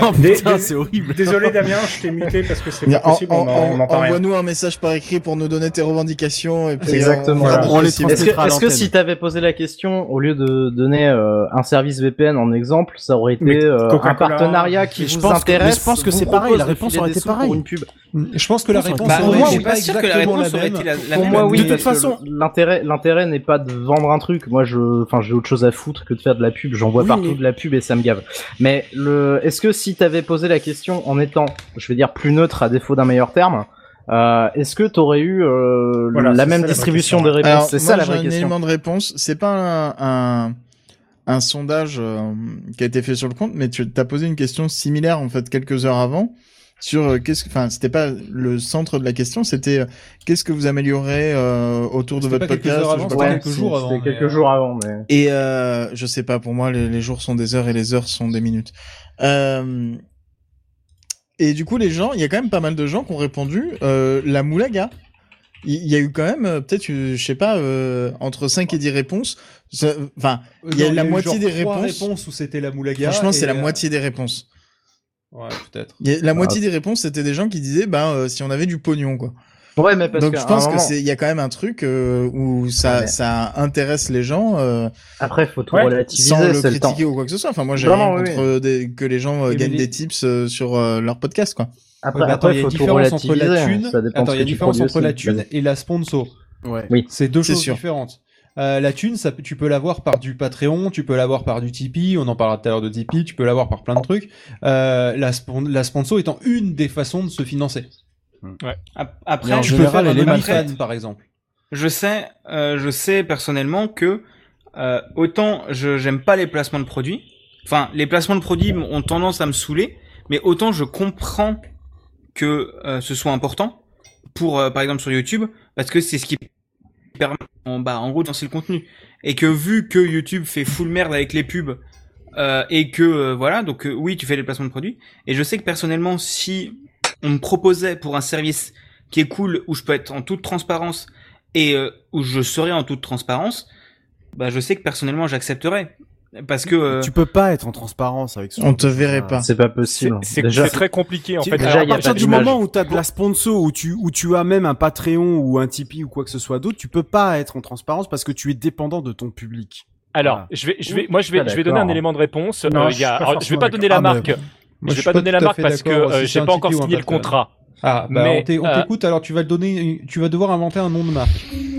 Speaker 2: Oh,
Speaker 5: Des-
Speaker 2: putain,
Speaker 5: des-
Speaker 2: c'est horrible.
Speaker 5: Désolé Damien, je t'ai muté parce que c'est
Speaker 3: Bien,
Speaker 5: pas
Speaker 3: en-
Speaker 5: possible,
Speaker 3: en-
Speaker 5: on en- on n'entend rien.
Speaker 3: Envoie-nous un message par écrit pour nous donner tes revendications et puis euh,
Speaker 4: Exactement.
Speaker 3: on fera
Speaker 4: Voilà.
Speaker 3: notre
Speaker 2: On les
Speaker 3: possible.
Speaker 4: Est-ce que,
Speaker 2: Peut-être à
Speaker 4: est-ce que
Speaker 2: l'antenne.
Speaker 4: si t'avais posé la question au lieu de donner euh, un service VPN en exemple, ça aurait été
Speaker 5: Mais
Speaker 4: euh,
Speaker 5: Coca-Cola,
Speaker 4: un partenariat qui
Speaker 2: mais je
Speaker 4: vous
Speaker 2: pense que-
Speaker 4: intéresse
Speaker 2: mais je pense que
Speaker 4: vous
Speaker 2: c'est pareil, la
Speaker 4: propose de
Speaker 2: réponse aurait
Speaker 4: filer des
Speaker 2: été
Speaker 4: sous pour
Speaker 2: pareille.
Speaker 4: une pub.
Speaker 13: Je pense que la réponse.
Speaker 2: Bah,
Speaker 13: en
Speaker 2: ouais,
Speaker 13: vrai,
Speaker 2: je suis
Speaker 13: n'est exactement même.
Speaker 4: Pour moi, oui.
Speaker 2: De toute
Speaker 4: parce que
Speaker 2: façon-
Speaker 4: l'intérêt, l'intérêt n'est pas de vendre un truc. Moi, je, enfin, j'ai autre chose à foutre que de faire de la pub. J'en vois
Speaker 2: Oui,
Speaker 4: partout
Speaker 2: mais-
Speaker 4: de la pub et ça me gave. Mais le, est-ce que si t'avais posé la question en étant, je vais dire plus neutre à défaut d'un meilleur terme, euh, est-ce que t'aurais eu euh,
Speaker 5: Voilà, c'est ça,
Speaker 4: la
Speaker 5: la
Speaker 4: même
Speaker 5: vraie
Speaker 4: distribution
Speaker 13: hein.
Speaker 5: question.
Speaker 4: des réponses
Speaker 3: Alors,
Speaker 4: C'est
Speaker 3: moi,
Speaker 4: ça la
Speaker 3: j'ai
Speaker 4: vraie
Speaker 3: un
Speaker 4: question.
Speaker 3: élément de réponse. C'est pas un, un, un sondage euh, qui a été fait sur le compte, mais tu as posé une question similaire en fait quelques heures avant sur euh, qu'est-ce que, enfin, c'était pas le centre de la question, c'était euh, qu'est-ce que vous améliorerez euh, autour de
Speaker 13: C'était
Speaker 3: votre
Speaker 13: pas quelques
Speaker 3: podcast.
Speaker 13: heures
Speaker 3: je
Speaker 13: avant,
Speaker 3: sais pas
Speaker 13: c'était
Speaker 3: quoi.
Speaker 13: quelques jours avant,
Speaker 4: C'était
Speaker 13: mais,
Speaker 4: quelques
Speaker 13: euh,
Speaker 4: jours avant, mais.
Speaker 3: Et euh, je sais pas, pour moi, les, les jours sont des heures et les heures sont des minutes. Euh, et du coup, les gens, il y a quand même pas mal de gens qui ont répondu euh, la moulaga. Il il y a eu quand même euh, peut-être, euh, je sais pas, euh, entre 5 et 10 réponses. Ça- Enfin, Il y a
Speaker 13: Non,
Speaker 3: la
Speaker 13: eu
Speaker 3: moitié
Speaker 13: genre
Speaker 3: des
Speaker 13: trois
Speaker 3: réponses.
Speaker 13: réponses où c'était la moulaga.
Speaker 3: franchement, c'est
Speaker 13: et,
Speaker 3: la
Speaker 13: euh, Ah.
Speaker 3: moitié des réponses.
Speaker 13: Ouais, peut-être.
Speaker 3: Il y a-
Speaker 4: Bah,
Speaker 3: la moitié des réponses, c'était des gens qui disaient, bah, euh, si on avait du pognon, quoi.
Speaker 4: Ouais, mais parce
Speaker 3: Donc
Speaker 4: qu'à
Speaker 3: je
Speaker 4: un
Speaker 3: pense que
Speaker 4: moment-
Speaker 3: c'est, il y a quand même un truc euh, où ça,
Speaker 4: Ouais, mais-
Speaker 3: ça intéresse les gens. euh,
Speaker 4: Après, faut tout
Speaker 5: Ouais,
Speaker 3: sans
Speaker 4: relativiser,
Speaker 3: le
Speaker 4: c'est le temps.
Speaker 3: critiquer ou quoi que ce soit. Enfin, moi, j'ai rien
Speaker 4: Vraiment, oui,
Speaker 3: contre euh, des- que les gens euh,
Speaker 13: Oui, mais
Speaker 3: gagnent
Speaker 13: les-
Speaker 3: des tips euh, sur euh, leur podcast, quoi.
Speaker 4: Après,
Speaker 13: Ouais, mais attends,
Speaker 4: après,
Speaker 13: il y a
Speaker 4: faut
Speaker 13: une
Speaker 4: tout
Speaker 13: différence entre
Speaker 4: relativiser.
Speaker 13: la
Speaker 4: hein.
Speaker 13: thune.
Speaker 4: Ça dépend
Speaker 13: Attends, il
Speaker 4: de ce
Speaker 13: y a
Speaker 4: que
Speaker 13: une
Speaker 4: tu
Speaker 13: différence
Speaker 4: produis
Speaker 13: entre la
Speaker 4: aussi.
Speaker 13: thune et la sponsor.
Speaker 2: Ouais.
Speaker 13: C'est deux
Speaker 3: C'est
Speaker 13: choses
Speaker 3: sûr.
Speaker 13: différentes. Euh, la thune, ça, peut- tu peux l'avoir par du Patreon, tu peux l'avoir par du Tipeee, on en parlera tout à l'heure de Tipeee, tu peux l'avoir par plein de trucs. Euh, la, spon- la sponsor étant une des façons de se financer.
Speaker 12: Ap-
Speaker 2: Mais en
Speaker 12: Après,
Speaker 13: Tu
Speaker 12: je,
Speaker 13: peux
Speaker 2: général,
Speaker 13: faire
Speaker 2: elle est
Speaker 13: un
Speaker 2: mal
Speaker 12: faite.
Speaker 13: fan, par exemple.
Speaker 12: je sais, euh, je sais personnellement que euh, autant je j'aime pas les placements de produits. Enfin, les placements de produits m- ont tendance à me saouler, mais autant je comprends que euh, ce soit important pour, euh, par exemple, sur YouTube, parce que c'est ce qui permet, en, bah, en gros, de lancer le contenu. Et que vu que YouTube fait full merde avec les pubs euh, et que euh, voilà, donc euh, oui, tu fais les placements de produits. Et je sais que personnellement, si on me proposait pour un service qui est cool, où je peux être en toute transparence et euh, où je serai en toute transparence, bah, je sais que personnellement, j'accepterais. Parce que. euh,
Speaker 2: Tu peux pas être en transparence avec ce
Speaker 12: On
Speaker 2: genre
Speaker 12: te
Speaker 2: de-
Speaker 12: verrait pas. C'est pas possible.
Speaker 2: C'est- c'est-
Speaker 12: Déjà,
Speaker 2: c'est
Speaker 12: c'est- tu-
Speaker 2: Tu-
Speaker 12: déjà,
Speaker 2: à
Speaker 12: il y a pas
Speaker 2: partir du
Speaker 12: d'image.
Speaker 2: moment où tu as de la sponsor, où tu, où tu as même un Patreon ou un Tipeee ou quoi que ce soit d'autre, tu peux pas être en transparence parce que tu es dépendant de ton public.
Speaker 8: Alors,
Speaker 2: Voilà.
Speaker 8: je vais, je vais, moi, je vais, je vais donner un élément de réponse.
Speaker 2: Non,
Speaker 8: Euh,
Speaker 2: je
Speaker 8: il y a-
Speaker 2: suis pas
Speaker 8: alors, je vais
Speaker 2: forcément
Speaker 8: pas donner la
Speaker 2: d'accord. Ah,
Speaker 8: marque.
Speaker 2: mais-
Speaker 1: Moi,
Speaker 8: je vais pas
Speaker 1: suis
Speaker 8: donner la
Speaker 1: tout à
Speaker 8: marque
Speaker 1: fait
Speaker 8: parce que
Speaker 1: d'accord,
Speaker 8: euh,
Speaker 1: si c'est
Speaker 8: j'ai
Speaker 1: un
Speaker 8: pas encore
Speaker 1: Tipeee ou un
Speaker 8: signé le
Speaker 1: Patreon.
Speaker 8: contrat.
Speaker 1: Ah, bah
Speaker 8: Mais,
Speaker 1: on t'é- on
Speaker 8: euh,
Speaker 1: t'écoute, alors tu vas le donner, tu vas devoir inventer un nom de marque.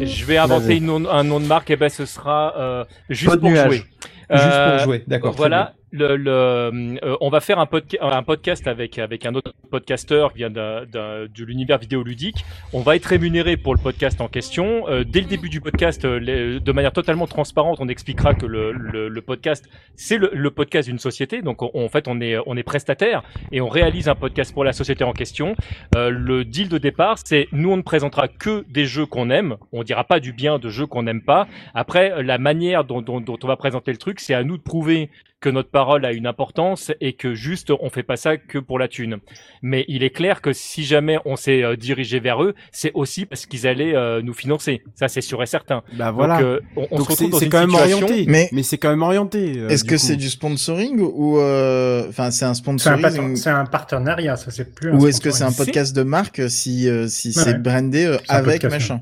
Speaker 8: Je vais inventer
Speaker 1: Vas-y.
Speaker 8: une nom- un nom de marque et ben ce sera euh, juste,
Speaker 1: Pod
Speaker 8: pour
Speaker 1: Nuage.
Speaker 8: jouer. Euh,
Speaker 1: Juste pour jouer, d'accord, très
Speaker 8: Voilà. Le, le, euh, on va faire un, podca- un podcast avec, avec un autre podcasteur qui vient d'un- d'un- de l'univers vidéoludique. On va être rémunéré pour le podcast en question. Euh, dès le début du podcast, euh, les- de manière totalement transparente, on expliquera que le, le, le podcast, c'est le, le podcast d'une société. Donc on- en fait, on est, on est prestataire et on réalise un podcast pour la société en question. Euh, le deal de départ, c'est nous, on ne présentera que des jeux qu'on aime. On dira pas du bien de jeux qu'on n'aime pas. Après, euh, la manière dont, dont- dont on va présenter le truc, c'est à nous de prouver que notre parole a une importance et que juste on fait pas ça que pour la thune. Mais il est clair que si jamais on s'est euh, dirigé vers eux, c'est aussi parce qu'ils allaient euh, nous financer. Ça, c'est sûr et certain.
Speaker 2: Bah voilà.
Speaker 8: Donc, euh, on, on
Speaker 2: Donc,
Speaker 8: se retrouve
Speaker 2: c'est-
Speaker 8: dans
Speaker 2: c'est
Speaker 8: une
Speaker 2: quand même
Speaker 8: situation-
Speaker 2: orienté.
Speaker 3: Mais-
Speaker 2: Mais, c'est quand même orienté. euh,
Speaker 3: Est-ce
Speaker 2: du
Speaker 3: que
Speaker 2: coup.
Speaker 3: c'est du sponsoring ou euh, enfin c'est un
Speaker 5: C'est un,
Speaker 3: sponsoring
Speaker 5: paten- c'est un partenariat, ça c'est plus. un
Speaker 3: ou est-ce que c'est un
Speaker 5: sponsoring.
Speaker 3: podcast de marque si euh, si
Speaker 5: Ouais,
Speaker 3: c'est
Speaker 5: ouais.
Speaker 3: brandé euh,
Speaker 5: C'est un
Speaker 3: avec
Speaker 5: podcast,
Speaker 3: machin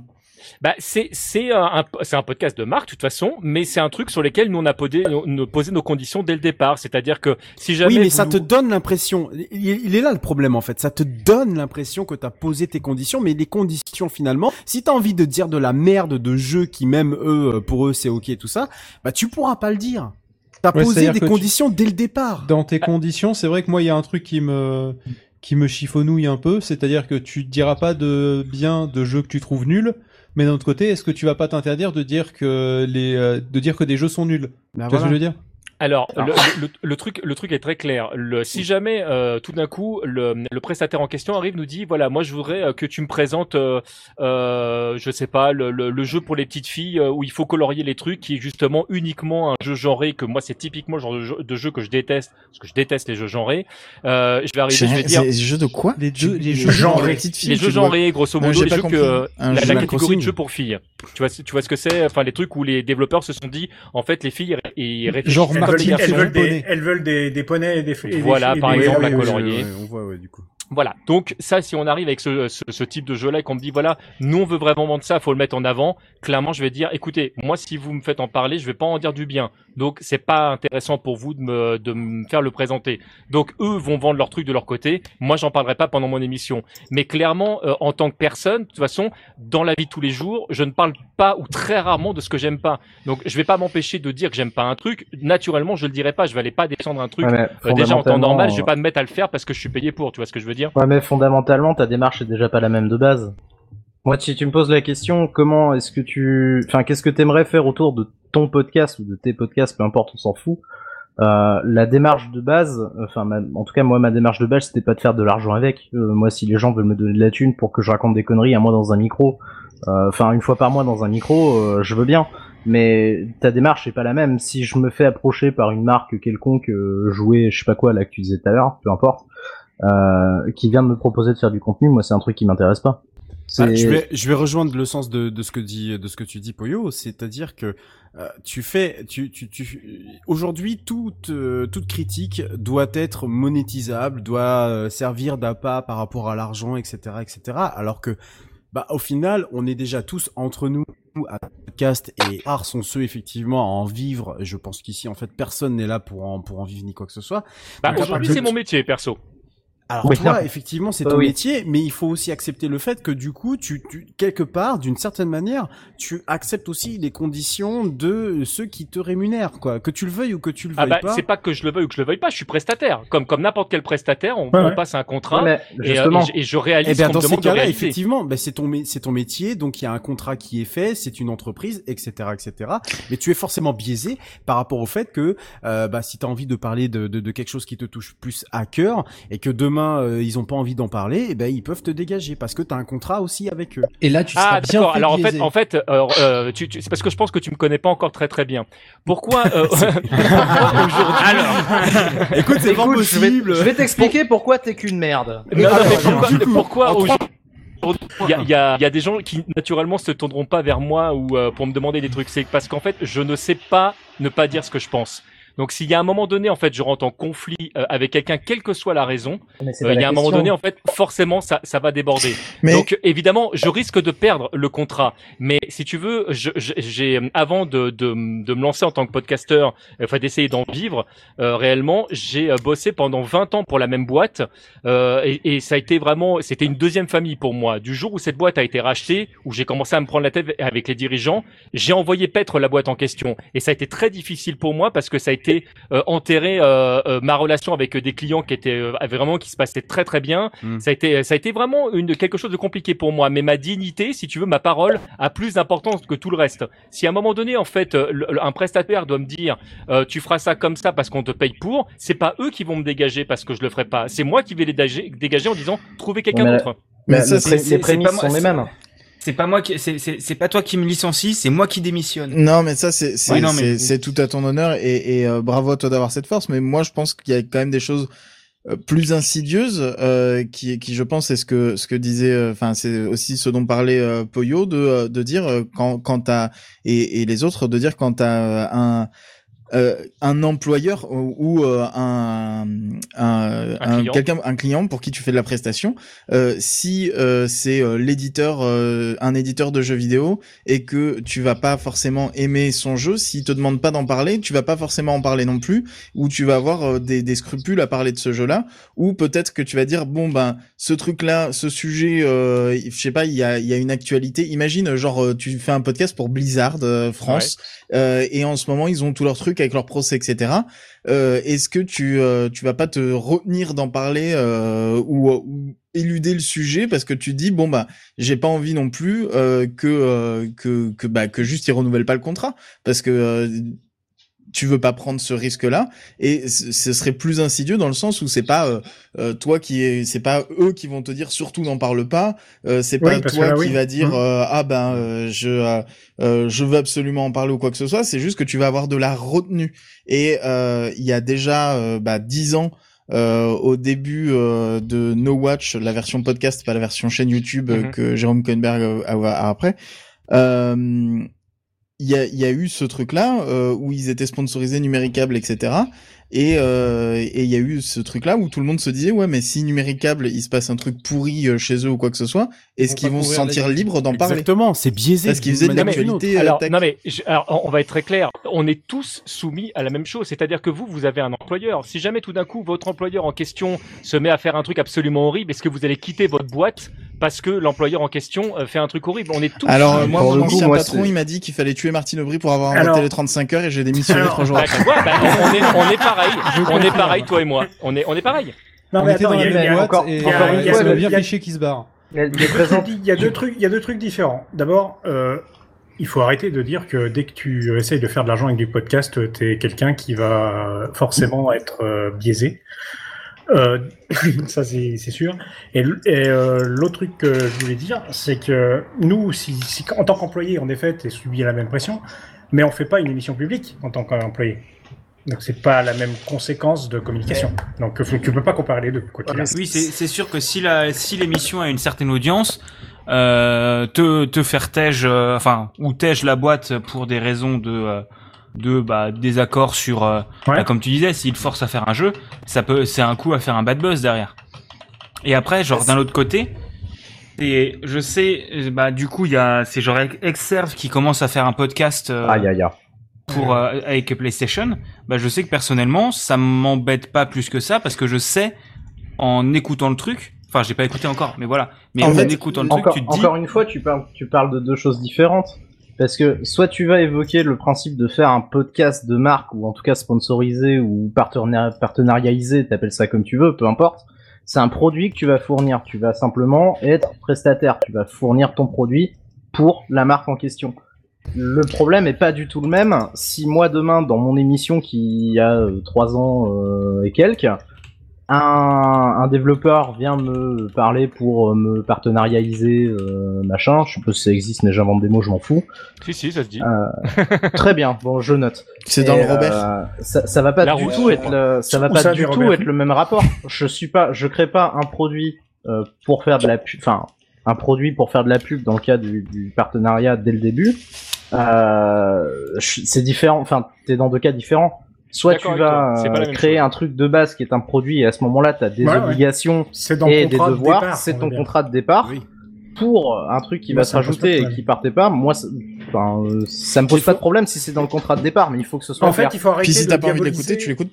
Speaker 8: Bah, c'est c'est un, un- c'est un podcast de marque de toute façon, mais c'est un truc sur lequel nous on a posé nos, nos- posé nos conditions dès le départ. C'est-à-dire que si jamais
Speaker 2: Oui, mais
Speaker 8: vous
Speaker 2: ça
Speaker 8: nous-
Speaker 2: te donne l'impression. Il, il est là le problème en fait. Ça te donne l'impression que t'as posé tes conditions, mais les conditions finalement, si t'as envie de dire de la merde de jeu qui même eux, euh, pour eux c'est ok et tout ça, bah tu pourras pas le dire. T'as
Speaker 1: Ouais,
Speaker 2: posé
Speaker 1: c'est-à-dire
Speaker 2: des
Speaker 1: que tu-
Speaker 2: conditions dès le départ.
Speaker 1: Dans tes conditions, c'est vrai que moi, il y a un truc qui me qui me chiffonouille un peu, c'est-à-dire que tu diras pas de bien de jeux que tu trouves nuls, mais d'un autre côté, est-ce que tu vas pas t'interdire de dire que les euh, de dire que des jeux sont nuls
Speaker 2: Bah
Speaker 1: Tu vois ce que je veux
Speaker 2: voilà.
Speaker 1: dire
Speaker 8: Alors, le, le- le truc, le truc est très clair. Le, si jamais, euh, tout d'un coup, le, le prestataire en question arrive, nous dit, voilà, moi, je voudrais euh, que tu me présentes, euh, euh, je sais pas, le, le- le jeu pour les petites filles euh, où il faut colorier les trucs, qui est justement uniquement un jeu genré, que moi, c'est typiquement le genre de jeu, de jeu que je déteste, parce que je déteste les jeux genrés. Euh, je vais arriver, je vais dire...
Speaker 3: les jeux de quoi Les jeux les
Speaker 8: Les jeux genrés, grosso modo, les jeux que, euh, la, la catégorie
Speaker 3: catégorie
Speaker 8: de jeux pour filles. Tu vois, tu vois ce que c'est Enfin, les trucs où les développeurs se sont dit, en fait, les filles, ils réfléchissent
Speaker 5: Elles
Speaker 8: comme
Speaker 5: veulent-
Speaker 8: les
Speaker 5: elles
Speaker 8: garçons.
Speaker 5: veulent des, elles veulent des, des poneys et des. et des-
Speaker 8: Voilà,
Speaker 5: et
Speaker 8: par
Speaker 5: des-
Speaker 8: exemple,
Speaker 5: oui,
Speaker 8: la
Speaker 5: oui, oui,
Speaker 8: colorier.
Speaker 5: oui, oui.
Speaker 2: On voit, ouais, du coup.
Speaker 8: Voilà. Donc ça, si on arrive avec ce, ce, ce type de jeu-là, et qu'on me dit voilà, nous on veut vraiment vendre ça, faut le mettre en avant. Clairement, je vais dire, écoutez, moi si vous me faites en parler, je vais pas en dire du bien. Donc c'est pas intéressant pour vous de me, de me faire le présenter. Donc eux vont vendre leur truc de leur côté. Moi, j'en parlerai pas pendant mon émission. Mais clairement, euh, en tant que personne, de toute façon, dans la vie de tous les jours, je ne parle pas ou très rarement de ce que j'aime pas. Donc je vais pas m'empêcher de dire que j'aime pas un truc. Naturellement, je le dirai pas. Je vais aller pas descendre un truc.
Speaker 4: Ouais, mais
Speaker 8: Euh, déjà en temps
Speaker 4: fondamentalement,
Speaker 8: normal, je vais
Speaker 4: euh,
Speaker 8: pas me mettre à le faire parce que je suis payé pour. Tu vois ce que je veux dire
Speaker 4: Ouais, mais fondamentalement, ta démarche est déjà pas la même de base. Moi, si tu me poses la question, comment est-ce que tu, enfin, qu'est-ce que t'aimerais faire autour de ton podcast ou de tes podcasts, peu importe, on s'en fout. Euh, la démarche de base, enfin, ma- en tout cas, moi, ma démarche de base, c'était pas de faire de l'argent avec. Euh, moi, si les gens veulent me donner de la thune pour que je raconte des conneries à moi dans un micro, euh, enfin, une fois par mois dans un micro, euh, je veux bien. Mais ta démarche est pas la même. Si je me fais approcher par une marque quelconque, euh, jouer, je sais pas quoi, là, que tu disais tout à l'heure, peu importe, euh, qui vient de me proposer de faire du contenu, moi, c'est un truc qui m'intéresse pas. C'est-
Speaker 2: Ah, je, vais, je vais rejoindre le sens de, de ce que dit de ce que tu dis Poyo, c'est-à-dire que euh, tu fais tu tu, tu aujourd'hui toute euh, toute critique doit être monétisable, doit euh, servir d'appât par rapport à l'argent, etc., etc. Alors que bah au final on est déjà tous entre nous à podcast et rares sont ceux effectivement à en vivre. Je pense qu'ici en fait personne n'est là pour en pour en vivre ni quoi que ce soit.
Speaker 8: Bah,
Speaker 2: Donc, à
Speaker 8: aujourd'hui,
Speaker 2: partir-
Speaker 8: c'est mon métier, perso.
Speaker 2: alors
Speaker 8: Oui,
Speaker 2: toi,
Speaker 8: non.
Speaker 2: effectivement, c'est
Speaker 8: Bah
Speaker 2: ton
Speaker 8: oui.
Speaker 2: métier, mais il faut aussi accepter le fait que du coup, tu, tu quelque part, d'une certaine manière, tu acceptes aussi les conditions de ceux qui te rémunèrent, quoi. Que tu le veuilles ou que tu le
Speaker 8: Ah
Speaker 2: veuilles
Speaker 8: bah,
Speaker 2: pas.
Speaker 8: c'est pas que je le veuille ou que je le veuille pas, je suis prestataire. Comme, comme n'importe quel prestataire, on,
Speaker 2: Ouais,
Speaker 8: on
Speaker 2: ouais.
Speaker 8: passe un contrat
Speaker 2: Ouais, mais
Speaker 8: et, euh,
Speaker 2: justement.
Speaker 8: et, je, et je réalise
Speaker 2: Eh bien,
Speaker 8: qu'on
Speaker 2: dans
Speaker 8: me
Speaker 2: ces
Speaker 8: demande de
Speaker 2: cas-là,
Speaker 8: réaliser.
Speaker 2: effectivement, bah, c'est ton, mé- c'est ton métier, donc il y a un contrat qui est fait, c'est une entreprise, etc., etc. Mais tu es forcément biaisé par rapport au fait que, euh, bah, si t'as envie de parler de, de, de quelque chose qui te touche plus à cœur et que demain euh, ils ont pas envie d'en parler, eh ben ils peuvent te dégager parce que t'as un contrat aussi avec eux.
Speaker 1: Et là, tu
Speaker 8: Ah d'accord. Alors en fait, en fait, euh, euh, tu, tu- c'est parce que je pense que tu me connais pas encore très très bien. Pourquoi euh, aujourd'hui Alors,
Speaker 2: écoute,
Speaker 4: Écoute, je vais- Je vais t'expliquer pourquoi t'es qu'une merde.
Speaker 8: Non, non, mais Ah, pourquoi, pourquoi aujourd'hui il y a, il y a- il y a des gens qui naturellement se tourneront pas vers moi ou euh, pour me demander des trucs. C'est parce qu'en fait, je ne sais pas ne pas dire ce que je pense. Donc s'il y a un moment donné, en fait, je rentre en conflit euh, avec quelqu'un, quelle que soit la raison, euh,
Speaker 4: Mais c'est
Speaker 8: il
Speaker 4: pas
Speaker 8: y
Speaker 4: la
Speaker 8: a un moment
Speaker 4: question.
Speaker 8: donné, en fait, forcément, ça, ça va déborder. Donc évidemment, je risque de perdre le contrat. Mais si tu veux, je- je- j'ai avant de, de- de me lancer en tant que podcasteur, euh, enfin d'essayer d'en vivre euh, réellement, j'ai euh, bossé pendant 20 ans pour la même boîte euh, et, et ça a été vraiment, c'était une deuxième famille pour moi. Du jour où cette boîte a été rachetée, où j'ai commencé à me prendre la tête avec les dirigeants, j'ai envoyé paître la boîte en question et ça a été très difficile pour moi parce que ça a été euh, enterré euh, euh, ma relation avec des clients qui étaient euh, vraiment qui se passaient très très bien.
Speaker 2: Mm.
Speaker 8: Ça a été ça a été vraiment une quelque chose de compliqué pour moi, mais ma dignité, si tu veux, ma parole a plus d'importance que tout le reste. Si à un moment donné en fait euh, le- le- un prestataire doit me dire euh, tu feras ça comme ça parce qu'on te paye pour, c'est pas eux qui vont me dégager parce que je le ferai pas, c'est moi qui vais les dégager, dégager en disant trouvez quelqu'un
Speaker 4: Mais-
Speaker 8: d'autre.
Speaker 4: mais ça,
Speaker 12: c'est- c'est- c'est
Speaker 4: prémices
Speaker 12: pas moi-
Speaker 4: sont les mêmes.
Speaker 12: C'est pas moi qui, c'est- c'est c'est pas toi qui me licencie, c'est moi qui démissionne.
Speaker 3: Non, mais ça, c'est c'est
Speaker 12: Oui, non, mais-
Speaker 3: c'est- c'est tout à ton honneur et, et, euh, bravo à toi d'avoir cette force. Mais moi, je pense qu'il y a quand même des choses euh, plus insidieuses euh, qui, qui, je pense, c'est ce que ce que disait, euh, enfin, c'est aussi ce dont parlait euh, Poyo de euh, de dire euh, quand quand t'as et, et les autres de dire quand t'as euh, un euh, un employeur ou, ou, euh, un, un, un-
Speaker 15: client.
Speaker 3: quelqu'un un client pour qui tu fais de la prestation euh, si euh, c'est euh, l'éditeur euh, un éditeur de jeux vidéo et que tu vas pas forcément aimer son jeu s'il te demande pas d'en parler tu vas pas forcément en parler non plus ou tu vas avoir euh, des, des scrupules à parler de ce jeu là ou peut-être que tu vas dire bon ben ce truc là ce sujet euh, je sais pas il y a, il y a une actualité imagine genre euh, tu fais un podcast pour Blizzard euh, France euh, et en ce moment ils ont tous leurs trucs avec leurs procès etc euh, est-ce que tu euh, tu vas pas te retenir d'en parler euh, ou, ou éluder le sujet parce que tu dis bon bah j'ai pas envie non plus euh, que euh, que que bah que juste ils renouvellent pas le contrat parce que euh, tu veux pas prendre ce risque-là et ce ce serait plus insidieux dans le sens où c'est pas euh, euh, toi qui est- c'est pas eux qui vont te dire surtout n'en parle pas euh, c'est
Speaker 5: Oui,
Speaker 3: pas
Speaker 5: parce
Speaker 3: toi
Speaker 5: que là,
Speaker 3: qui
Speaker 5: oui.
Speaker 3: va dire
Speaker 5: Mhm.
Speaker 3: euh, ah ben euh, je euh, euh, je veux absolument en parler ou quoi que ce soit c'est juste que tu vas avoir de la retenue et euh, il y a déjà euh, bah, 10 ans euh, au début euh, de No Watch, la version podcast, pas la version chaîne YouTube euh,
Speaker 15: Mhm.
Speaker 3: que Jérôme Cohenberg euh, a, a- a après, euh, il y a, il y a eu ce truc-là euh, où ils étaient sponsorisés Numéricable, etc. Et euh, et il y a eu ce truc-là où tout le monde se disait ouais mais si Numéricable il se passe un truc pourri euh, chez eux ou quoi que ce soit, est-ce qu'ils vont se
Speaker 2: couvrir les-
Speaker 3: sentir libres d'en parler
Speaker 2: Exactement, c'est biaisé.
Speaker 3: Parce qu'ils faisaient de
Speaker 8: Non, mais-
Speaker 3: l'actualité. euh,
Speaker 8: alors,
Speaker 3: tech.
Speaker 8: non, mais je- alors, on on va être très clair. On est tous soumis à la même chose. C'est-à-dire que vous, vous avez un employeur. Si jamais tout d'un coup votre employeur en question se met à faire un truc absolument horrible, est-ce que vous allez quitter votre boîte parce que l'employeur en question euh, fait un truc horrible On est tous.
Speaker 3: Alors euh, moi mon ancien patron il m'a dit qu'il fallait tuer Martine Aubry pour avoir inventé
Speaker 8: Alors-
Speaker 3: les 35 heures et j'ai démissionné
Speaker 8: Alors,
Speaker 3: trois jours
Speaker 8: bah,
Speaker 3: après.
Speaker 8: tu vois, bah, on, est, on est pareil.
Speaker 3: Je
Speaker 8: on est
Speaker 3: confirme.
Speaker 8: pareil, toi et moi. On est, on est pareil.
Speaker 5: Non, mais attends, il y a- il y a encore- il y a- il y a- il y a-
Speaker 1: qui se barre.
Speaker 5: Il y a- il y a- il y a deux trucs, il y a deux trucs différents. D'abord, euh, il faut arrêter de dire que dès que tu essayes de faire de l'argent avec du podcast, euh, t'es quelqu'un qui va forcément être euh, biaisé. Euh, ça c'est c'est sûr. Et, l- et, euh, l'autre truc que je voulais dire, c'est que nous, si, si- en tant qu'employé, en effet, t'es subi à la même pression, mais on fait pas une émission publique en tant qu'employé. Donc c'est pas la même conséquence de communication. Donc faut- tu peux pas comparer les deux. quoi qu'il arrive.
Speaker 12: Oui, c'est c'est sûr que si la si l'émission a une certaine audience, euh, te te faire tège, euh, enfin ou tège la boîte pour des raisons de euh, de bah désaccord sur, euh, bah, comme tu disais, s'il force à faire un jeu, ça peut c'est un coup à faire un bad buzz derrière. Et après, genre d'un autre côté, et je sais, euh, bah du coup il y a c'est genre Exerve qui commence à faire un podcast. euh,
Speaker 4: Aïe, aïe, aïe.
Speaker 12: pour euh, avec PlayStation, bah je sais que personnellement ça m'embête pas plus que ça parce que je sais en écoutant le truc, enfin j'ai pas écouté encore, mais voilà, mais en, écoutant le
Speaker 4: encore,
Speaker 12: truc tu te dis
Speaker 4: encore une fois, tu parles, tu parles de deux choses différentes. Parce que soit tu vas évoquer le principe de faire un podcast de marque, ou en tout cas sponsorisé, ou partenari- partenariaisé, t'appelles ça comme tu veux, peu importe. C'est un produit que tu vas fournir. Tu vas simplement être prestataire. Tu vas fournir ton produit pour la marque en question. Le problème est pas du tout le même. Si moi demain, dans mon émission qui a euh, trois ans euh, et quelques, un, un développeur vient me parler pour euh, me partenarialiser, euh, machin. Je sais pas si ça existe, mais j'invente des mots, je m'en fous.
Speaker 8: Si, si, ça se dit.
Speaker 4: Euh, très bien, bon, je note.
Speaker 3: C'est
Speaker 4: Et, euh,
Speaker 3: dans le Robert.
Speaker 4: ça, ça va pas
Speaker 3: La
Speaker 4: du
Speaker 3: route,
Speaker 4: tout
Speaker 3: je
Speaker 4: être
Speaker 3: crois.
Speaker 4: le, ça va
Speaker 3: Où
Speaker 4: pas
Speaker 3: ça,
Speaker 4: du
Speaker 3: des
Speaker 4: tout
Speaker 3: Robert
Speaker 4: être le même rapport. Je suis pas, je crée pas un produit euh, pour faire de la, pu- enfin, un produit pour faire de la pub dans le cas du, du partenariat dès le début, euh, je- c'est différent. Enfin, t'es dans deux cas différents. Soit tu
Speaker 12: D'accord avec
Speaker 4: vas
Speaker 12: toi, c'est pas la
Speaker 4: euh,
Speaker 12: même
Speaker 4: créer un truc de base qui est un produit et à ce moment-là, t'as des
Speaker 12: Ouais, ouais.
Speaker 4: obligations
Speaker 12: C'est dans le
Speaker 4: et des
Speaker 12: contrat de
Speaker 4: devoirs.
Speaker 12: départ,
Speaker 4: c'est
Speaker 12: on
Speaker 4: ton
Speaker 12: est bien.
Speaker 4: contrat de départ. Pour euh, un truc qui
Speaker 12: Moi,
Speaker 4: va
Speaker 12: ça
Speaker 4: se
Speaker 12: me pose pas de
Speaker 4: rajouter et
Speaker 12: problème.
Speaker 4: qui partait pas, moi, c'est- enfin, euh, ça me pose pas de problème si c'est dans le contrat de départ, mais il faut que ce soit
Speaker 5: En fait,
Speaker 4: clair.
Speaker 5: il faut arrêter de diaboliser- Il faut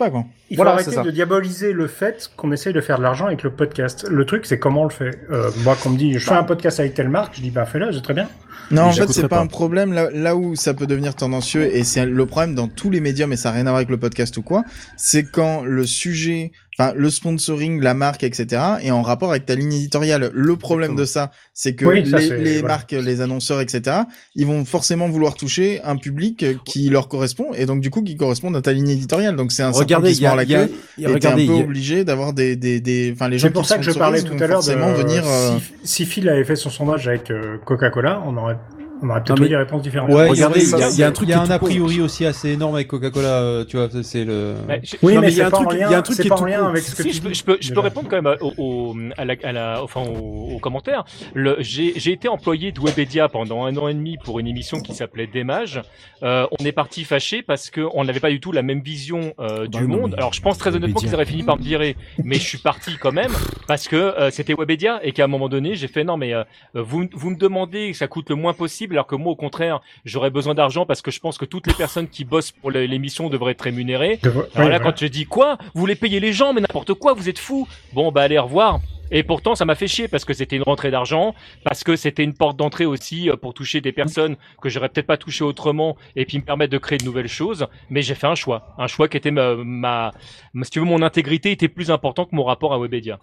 Speaker 4: Voilà, c'est
Speaker 5: arrêter
Speaker 4: ça.
Speaker 5: de diaboliser le fait qu'on essaye de faire de l'argent avec le podcast. Le truc, c'est comment on le fait. Euh, moi, qu'on me dit, je fais un podcast avec telle marque, je dis, bah fais-le, c'est très bien.
Speaker 3: Non,
Speaker 5: Mais
Speaker 3: en fait,
Speaker 5: j'écouterai
Speaker 3: c'est pas, un problème. Là, là où ça peut devenir tendancieux, et c'est le problème dans tous les médias, mais ça n'a rien à voir avec le podcast ou quoi, c'est quand le sujet, enfin, le sponsoring, la marque, etc., est en rapport avec ta ligne éditoriale. Le problème de ça, c'est que
Speaker 5: Oui,
Speaker 3: les,
Speaker 5: ça, c'est-
Speaker 3: les
Speaker 5: voilà.
Speaker 3: marques, les annonceurs, etc., ils vont forcément vouloir toucher un public qui leur correspond, et donc, du coup, qui correspond à ta ligne éditoriale. Donc, c'est un
Speaker 2: Regardez,
Speaker 3: serpent qui se
Speaker 2: il y a-
Speaker 3: mord la
Speaker 2: il y a-
Speaker 3: queue,
Speaker 2: il
Speaker 3: et
Speaker 2: y a-
Speaker 3: t'es un
Speaker 2: regardez,
Speaker 3: peu
Speaker 2: il y a-
Speaker 3: obligé d'avoir des, des, des, enfin, les gens
Speaker 5: C'est
Speaker 3: qui
Speaker 5: pour
Speaker 3: te
Speaker 5: ça que je
Speaker 3: sponsorisent
Speaker 5: parlais tout
Speaker 3: vont
Speaker 5: à l'heure de
Speaker 3: forcément venir, euh,
Speaker 5: si, si Phil avait fait son sondage avec euh, Coca-Cola, on aurait, on aurait peut-être
Speaker 13: Non,
Speaker 5: eu
Speaker 13: mais-
Speaker 5: des réponses différentes.
Speaker 13: Ouais, regardez, il y a, il y a un truc, il y a un a priori aussi assez énorme avec Coca-Cola. euh, tu vois, c'est- c'est le.
Speaker 5: Oui,
Speaker 13: Non,
Speaker 5: mais
Speaker 13: il y a
Speaker 5: c'est
Speaker 13: un
Speaker 5: pas
Speaker 13: truc-
Speaker 5: en lien-
Speaker 13: il y a un truc
Speaker 5: c'est
Speaker 13: qui est
Speaker 5: pas en
Speaker 13: tout
Speaker 5: lien
Speaker 13: con.
Speaker 5: avec ce que
Speaker 8: Si,
Speaker 5: tu
Speaker 8: je peux,
Speaker 5: dis,
Speaker 8: je peux, je peux
Speaker 5: déjà.
Speaker 8: répondre quand même au, au- à la, à la- enfin, au, au commentaire. Le- J'ai j'ai été employé de Webedia pendant un an et demi pour une émission qui s'appelait Démage. Euh, on est parti fâché parce qu'on n'avait pas du tout la même vision
Speaker 5: Bah
Speaker 8: euh, du
Speaker 12: non,
Speaker 8: monde.
Speaker 12: mais-
Speaker 8: Alors je pense très honnêtement qu'ils auraient fini par me virer, mais je suis parti quand même parce que euh, c'était Webedia et qu'à un moment donné j'ai fait non mais euh, vous, m- vous me demandez que ça coûte le moins possible alors que moi au contraire j'aurais besoin d'argent parce que je pense que toutes les personnes qui bossent pour le- l'émission devraient être rémunérées.
Speaker 5: Devra-
Speaker 8: Alors
Speaker 5: ouais,
Speaker 8: là
Speaker 5: voilà.
Speaker 8: quand j'ai dit quoi Vous voulez payer les gens, mais n'importe quoi, vous êtes fous. Bon, bah allez, au revoir. Et pourtant, ça m'a fait chier parce que c'était une rentrée d'argent, parce que c'était une porte d'entrée aussi euh, pour toucher des personnes que j'aurais peut-être pas touché autrement et puis me permettre de créer de nouvelles choses. Mais j'ai fait un choix, un choix qui était ma, ma, ma- si tu veux, mon intégrité était plus important que mon rapport à Webedia.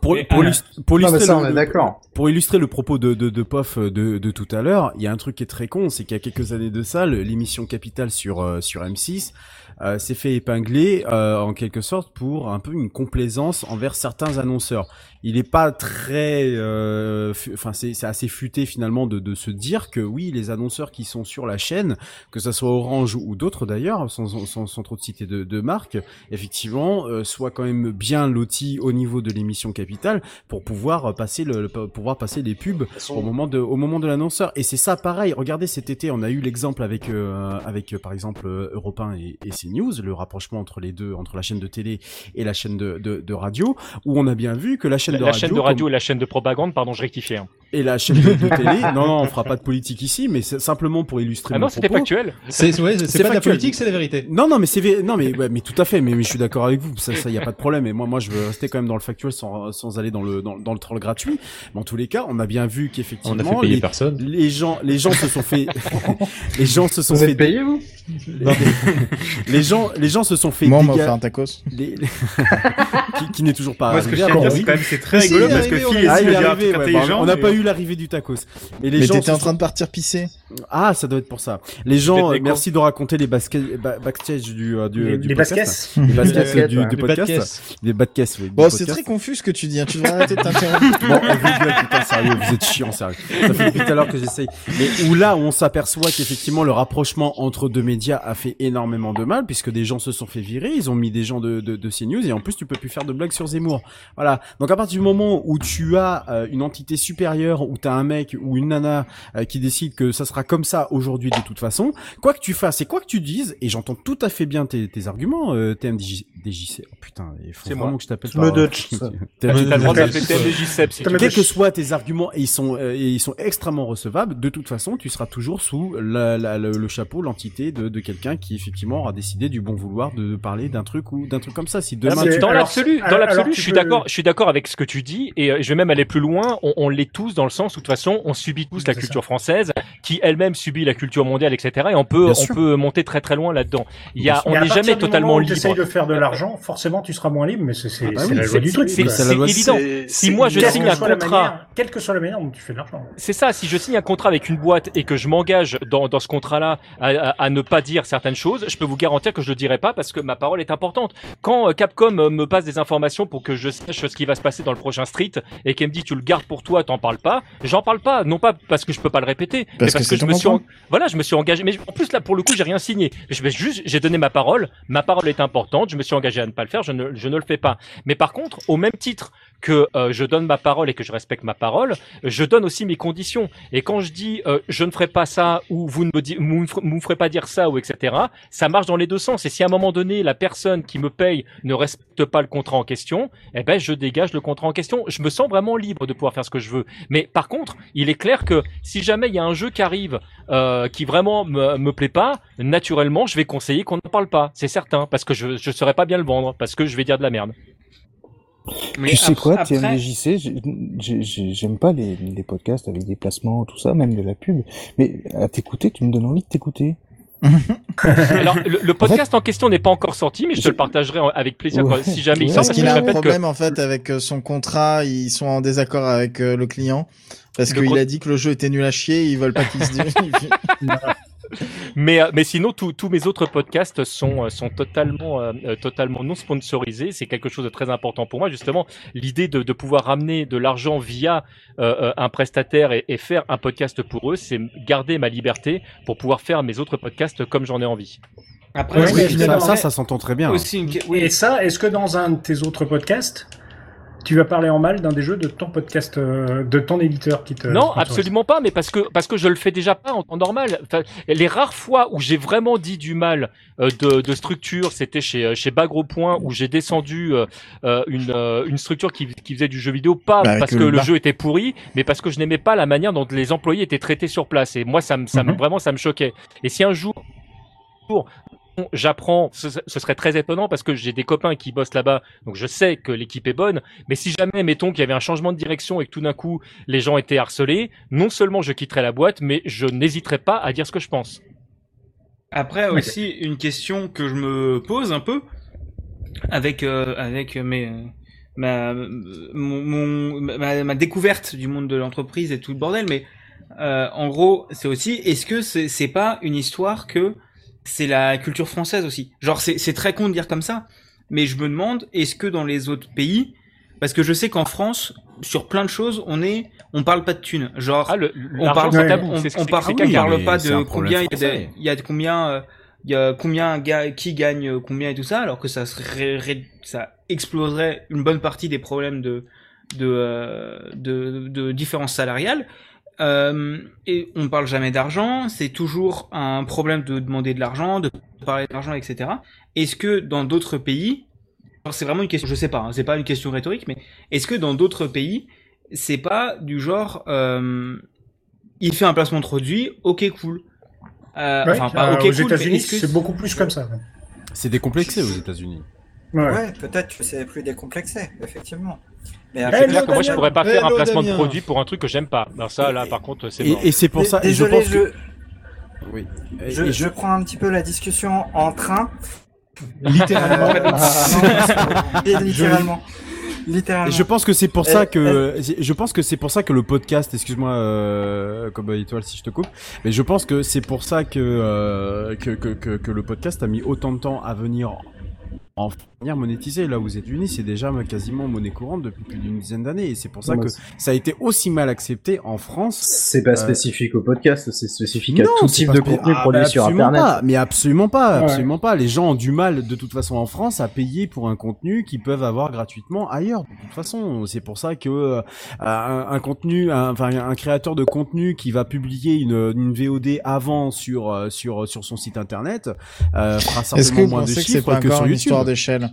Speaker 2: Pour,
Speaker 8: Et-
Speaker 2: pour,
Speaker 8: Ah.
Speaker 2: illustrer- pour euh,
Speaker 8: Non, mais
Speaker 2: illustrer
Speaker 8: ça,
Speaker 2: le-
Speaker 8: on est
Speaker 2: le-
Speaker 8: d'accord.
Speaker 2: pour illustrer le propos de, de, de Pof euh, de, de tout à l'heure, il y a un truc qui est très con, c'est qu'il y a quelques années de ça, le- l'émission Capital sur, euh, sur M6 euh, s'est fait épingler euh, en quelque sorte pour un peu une complaisance envers certains annonceurs. Il n'est pas très... euh, fu- Enfin, c'est c'est assez futé finalement de, de se dire que oui, les annonceurs qui sont sur la chaîne, que ça soit Orange ou d'autres d'ailleurs, sans, sans- sans, sans trop de citer de, de marques, effectivement, euh, soient quand même bien lotis au niveau de l'émission Capital pour pouvoir euh, passer le, le- pour pouvoir passer les pubs au moment de au moment de l'annonceur. Et c'est ça pareil. Regardez cet été, on a eu l'exemple avec euh, avec euh, par exemple euh, Europe 1 et, et CNews, le rapprochement entre les deux, entre la chaîne de télé et la chaîne de, de, de radio, où on a bien vu que la chaîne
Speaker 8: La,
Speaker 2: de
Speaker 8: la
Speaker 2: radio
Speaker 8: chaîne de radio
Speaker 2: comme-
Speaker 8: et la chaîne de propagande, pardon, je rectifiais. hein.
Speaker 2: et la chaîne de, de télé. Non, non, on fera pas de politique ici, mais c'est simplement pour illustrer.
Speaker 8: Ah
Speaker 2: mon
Speaker 8: non, c'était
Speaker 2: propos.
Speaker 8: factuel.
Speaker 13: C'est- ouais, c'est pas de la politique, c'est la vérité.
Speaker 2: Non, non, mais c'est vé- non, mais ouais, mais tout à fait. Mais, mais je suis d'accord avec vous. Ça, ça, y a pas de problème. Et moi, moi, je veux rester quand même dans le factuel sans, sans aller dans le dans, dans le troll gratuit. Mais en tous les cas, on a bien vu qu'effectivement,
Speaker 15: On a fait payer
Speaker 2: les,
Speaker 15: personne.
Speaker 2: Les gens, les gens se sont fait, les gens se sont
Speaker 15: Vous
Speaker 2: fait
Speaker 15: êtes payés,
Speaker 2: vous. les gens, les gens se sont fait.
Speaker 3: Moi, on m'a
Speaker 2: déga-
Speaker 3: offert un tacos.
Speaker 2: les- qui, qui n'est toujours pas
Speaker 6: Moi, ce que
Speaker 2: arrivé,
Speaker 6: je tiens à dire, c'est
Speaker 2: apparemment.
Speaker 6: quand même, c'est très
Speaker 2: Mais si,
Speaker 6: rigolo
Speaker 2: il est
Speaker 6: parce que
Speaker 2: arrivé,
Speaker 6: Phil
Speaker 2: on
Speaker 6: essaie
Speaker 2: a-
Speaker 6: de
Speaker 2: Ah, il est
Speaker 6: dire un
Speaker 2: arrivé,
Speaker 6: truc
Speaker 2: ouais, bah,
Speaker 6: intelligent,
Speaker 2: On n'a
Speaker 6: mais-
Speaker 2: pas eu l'arrivée du tacos. Mais les
Speaker 3: Mais
Speaker 2: gens
Speaker 3: t'étais
Speaker 2: se
Speaker 3: en
Speaker 2: sont-
Speaker 3: train de partir pisser.
Speaker 2: ah, ça doit être pour ça. Les gens,
Speaker 3: Peut-être
Speaker 2: euh,
Speaker 3: des
Speaker 2: merci de raconter les baskets, ba- backstage du, euh, du,
Speaker 3: Les-
Speaker 2: du
Speaker 3: les
Speaker 2: podcast.
Speaker 3: baskets.
Speaker 2: Les baskets
Speaker 3: Les
Speaker 2: euh,
Speaker 3: baskets,
Speaker 2: du, du
Speaker 3: ouais. Les
Speaker 2: podcast.
Speaker 3: baskets.
Speaker 2: Les baskets, oui. du
Speaker 3: Bon, c'est
Speaker 2: podcast.
Speaker 3: très confus ce que tu dis. hein. Tu devrais arrêter de t'interrompre.
Speaker 2: Bon, on vous gueule, putain, sérieux, vous êtes chiant, sérieux. Ça fait depuis tout à l'heure que j'essaye. Mais où là, où on s'aperçoit qu'effectivement, le rapprochement entre deux médias a fait énormément de mal, puisque des gens se sont fait virer, ils ont mis des gens de, de, de CNews, et en plus, tu peux plus faire de blagues sur Zemmour. Voilà. Donc, à partir du moment où tu as euh, une entité supérieure, où t'as un mec ou une nana euh, qui décide que ça sera comme ça aujourd'hui de toute façon, quoi que tu fasses et quoi que tu dises, et j'entends tout à fait bien tes, tes arguments, euh, TMDJ, DJC. Oh, putain, il faut
Speaker 8: C'est
Speaker 2: vraiment
Speaker 8: moi.
Speaker 2: que je t'appelle euh,
Speaker 8: Je me dutch, ça.
Speaker 2: T'as
Speaker 8: Ah, t'as le droit de
Speaker 2: Quel-
Speaker 8: t'appeler TMDJ Seb, si tu veux.
Speaker 2: Quels que soient tes arguments, et ils sont, euh, et ils sont extrêmement recevables. De toute façon, tu seras toujours sous la- la- le, le chapeau, l'entité de, de quelqu'un qui effectivement aura décidé du bon vouloir de parler d'un truc ou d'un truc comme ça. Si
Speaker 12: Ah,
Speaker 2: demain, tu-
Speaker 8: Ah, dans l'absolu,
Speaker 5: Ah,
Speaker 8: dans l'absolu, je suis
Speaker 2: peux-
Speaker 8: d'accord, je suis d'accord avec ce que tu dis et euh, je vais même aller plus loin. On, on l'est tous dans le sens où de toute façon, on subit tous la culture française, qui elle-même subit la culture mondiale, etc. Et on peut,
Speaker 5: Bien
Speaker 8: on
Speaker 5: sûr.
Speaker 8: peut monter très très loin là-dedans. Il y a,
Speaker 5: Mais
Speaker 8: on
Speaker 5: à
Speaker 8: n'est
Speaker 5: partir
Speaker 8: jamais
Speaker 5: du
Speaker 8: totalement
Speaker 5: moment où
Speaker 8: libre.
Speaker 5: t'essayes de faire de l'argent, forcément tu seras moins libre, mais c'est c'est-
Speaker 8: Ah bah
Speaker 5: c'est
Speaker 8: oui,
Speaker 5: la
Speaker 8: c'est-
Speaker 5: loi du truc.
Speaker 8: c'est-
Speaker 5: quoi.
Speaker 8: c'est la loi- évident. c'est- Si moi, je
Speaker 5: Quelle
Speaker 8: signe
Speaker 5: que
Speaker 8: un
Speaker 5: soit la
Speaker 8: contrat-
Speaker 5: manière- Quelle que soit la manière dont tu fais de l'argent.
Speaker 8: C'est ça, si je signe un contrat avec une boîte et que je m'engage dans, dans ce contrat-là à, à- à ne pas dire certaines choses, je peux vous garantir que je le dirai pas parce que ma parole est importante. Quand euh, Capcom euh, me passe des informations pour que je sache ce qui va se passer dans le prochain street et qu'elle me dit tu le gardes pour toi, t'en parles pas, j'en parle pas, non pas parce que je peux pas le répéter, mais
Speaker 3: Parce que
Speaker 8: parce que,
Speaker 3: c'est
Speaker 8: je
Speaker 3: ton
Speaker 8: me suis
Speaker 3: enfant.
Speaker 8: voilà, je me suis engagé mais en plus là pour le coup, j'ai rien signé. Je vais juste j'ai donné ma parole, ma parole est importante, je me suis engagé à ne pas le faire, je ne, je ne le fais pas. Mais par contre, au même titre que euh, je donne ma parole et que je respecte ma parole, je donne aussi mes conditions. Et quand je dis euh, je ne ferai pas ça ou vous ne me, di- vous ne f- vous me ferez pas dire ça ou etc., ça marche dans les deux sens. Et si à un moment donné la personne qui me paye ne respecte pas le contrat en question, eh ben je dégage le contrat en question. Je me sens vraiment libre de pouvoir faire ce que je veux. Mais par contre, il est clair que si jamais il y a un jeu qui arrive euh, qui vraiment me, me plaît pas, naturellement je vais conseiller qu'on n'en parle pas. C'est certain parce que je je saurais pas bien le vendre parce que je vais dire de la merde.
Speaker 11: tu sais quoi, TMDJC, j'ai- j'ai- j'ai- j'aime pas les, les podcasts avec des placements, tout ça, même de la pub. Mais à t'écouter, tu me donnes envie de t'écouter.
Speaker 8: Alors, le, le podcast en question n'est pas encore sorti, mais je te le partagerai en- avec plaisir quand- si jamais il sort.
Speaker 3: Parce
Speaker 8: Parce
Speaker 3: qu'il
Speaker 8: que je
Speaker 3: a un
Speaker 8: répète que-
Speaker 3: problème en fait avec euh, son contrat, ils sont en désaccord avec euh, le client parce
Speaker 8: Le
Speaker 3: qu'il
Speaker 8: con-
Speaker 3: a dit que le jeu était nul à chier, ils veulent pas qu'il se dise.
Speaker 8: mais, euh, mais sinon, tous tous mes autres podcasts sont, euh, sont totalement, euh, euh, totalement non sponsorisés. C'est quelque chose de très important pour moi, justement. L'idée de, de pouvoir ramener de l'argent via euh, euh, un prestataire et, et faire un podcast pour eux, c'est garder ma liberté pour pouvoir faire mes autres podcasts comme j'en ai envie.
Speaker 2: Après, Ouais, oui, mais finalement, ça, ça s'entend très bien. hein. Aussi
Speaker 5: Et ça, est-ce que dans un de tes autres podcasts, tu vas parler en mal d'un des jeux de ton podcast, euh, de ton éditeur qui te.
Speaker 8: Non,
Speaker 5: sponsorise
Speaker 8: absolument pas, mais parce que parce que je le fais déjà pas en temps normal. Enfin, les rares fois où j'ai vraiment dit du mal euh, de, de structure, c'était chez euh, chez Bagro Point où j'ai descendu euh, euh, une euh, une structure qui, qui faisait du jeu vidéo pas
Speaker 12: Bah, avec
Speaker 8: parce que
Speaker 12: le
Speaker 8: le
Speaker 12: bar.
Speaker 8: jeu était pourri, mais parce que je n'aimais pas la manière dont les employés étaient traités sur place. Et moi, ça me ça
Speaker 2: Mhm.
Speaker 8: me- vraiment ça me choquait. Et si un jour jour, J'apprends, ce, ce serait très étonnant parce que j'ai des copains qui bossent là-bas, donc je sais que l'équipe est bonne, mais si jamais, mettons qu'il y avait un changement de direction et que tout d'un coup les gens étaient harcelés, non seulement je quitterais la boîte, mais je n'hésiterais pas à dire ce que je pense.
Speaker 12: Après aussi une question que je me pose un peu avec euh, avec mes ma mon, mon- ma, ma découverte du monde de l'entreprise et tout le bordel, mais euh, en gros c'est aussi est-ce que c'est c'est pas une histoire que c'est la culture française aussi. Genre c'est c'est très con de dire comme ça, mais je me demande est-ce que dans les autres pays parce que je sais qu'en France, sur plein de choses, on est, on parle pas de thunes. Genre, on
Speaker 8: Ah, l'argent,
Speaker 12: parle,
Speaker 8: c'est
Speaker 12: on-
Speaker 8: tabou,
Speaker 12: on,
Speaker 8: c'est- c'est-
Speaker 12: on parle,
Speaker 8: c'est
Speaker 12: on
Speaker 8: caca.
Speaker 12: parle
Speaker 8: Mais
Speaker 12: pas
Speaker 8: c'est un
Speaker 12: de
Speaker 8: problème
Speaker 12: combien il y a de,
Speaker 8: français.
Speaker 12: il y a de combien, euh, il y a combien un gars qui gagne euh, combien et tout ça, alors que ça serait, ré- ça exploserait une bonne partie des problèmes de, de, euh, de, de différence salariale. Euh, et on parle jamais d'argent, c'est toujours un problème de demander de l'argent, de parler d'argent, etc. Est-ce que dans d'autres pays, alors, c'est vraiment une question, je sais pas, hein, c'est pas une question rhétorique, mais est-ce que dans d'autres pays, c'est pas du genre, euh, il fait un placement de produit, ok cool. Euh,
Speaker 5: Ouais,
Speaker 12: enfin, pas
Speaker 5: euh,
Speaker 12: ok
Speaker 5: aux
Speaker 12: cool, mais
Speaker 5: États-unis,
Speaker 12: est-ce que
Speaker 5: c'est beaucoup plus comme ça.
Speaker 2: C'est décomplexé aux États-Unis.
Speaker 5: Ouais,
Speaker 14: peut-être que c'est plus décomplexé, effectivement.
Speaker 8: Mais
Speaker 14: après-
Speaker 8: c'est clair que moi je pourrais pas faire un
Speaker 14: Hello,
Speaker 8: placement de
Speaker 14: Damien.
Speaker 8: produit pour un truc que j'aime pas. Alors ça, là, par contre, c'est
Speaker 2: Et-
Speaker 8: mort.
Speaker 2: et c'est pour ça- et je
Speaker 14: Désolé,
Speaker 2: pense que-
Speaker 14: je,
Speaker 2: Oui.
Speaker 14: je, je prends un petit peu la discussion en train.
Speaker 2: Littéralement.
Speaker 14: Euh, non, Euh, littéralement.
Speaker 2: Et
Speaker 14: Littéralement.
Speaker 2: je pense que c'est pour
Speaker 14: Euh,
Speaker 2: ça que je pense que c'est pour ça que le podcast, excuse-moi euh, comme étoile si je te coupe, mais je pense que c'est pour ça que, euh, que, que que que le podcast a mis autant de temps à venir en venir monétiser là aux États-Unis, c'est déjà quasiment monnaie courante depuis plus d'une dizaine d'années et c'est pour ça
Speaker 4: Ouais,
Speaker 2: que
Speaker 4: c'est-
Speaker 2: ça a été aussi mal accepté en France.
Speaker 4: C'est pas
Speaker 2: Euh,
Speaker 4: spécifique au podcast, c'est spécifique à tout
Speaker 2: c'est
Speaker 4: type
Speaker 2: pas
Speaker 4: de
Speaker 2: spé-
Speaker 4: contenu
Speaker 2: Ah,
Speaker 4: produit
Speaker 2: bah,
Speaker 4: sur
Speaker 2: absolument
Speaker 4: Internet.
Speaker 2: pas, mais absolument pas,
Speaker 4: Ouais.
Speaker 2: absolument pas. Les gens ont du mal, de toute façon, en France, à payer pour un contenu qu'ils peuvent avoir gratuitement ailleurs. De toute façon, c'est pour ça que euh, un, un contenu, un- enfin un, créateur de contenu qui va publier une, une VOD avant sur euh, sur sur son site internet euh, fera
Speaker 3: Est-ce que
Speaker 2: certainement
Speaker 3: vous
Speaker 2: moins de
Speaker 3: pensez que c'est
Speaker 2: chiffres
Speaker 3: pas
Speaker 2: que
Speaker 3: encore
Speaker 2: sur
Speaker 3: une
Speaker 2: YouTube.
Speaker 3: histoire d'échelle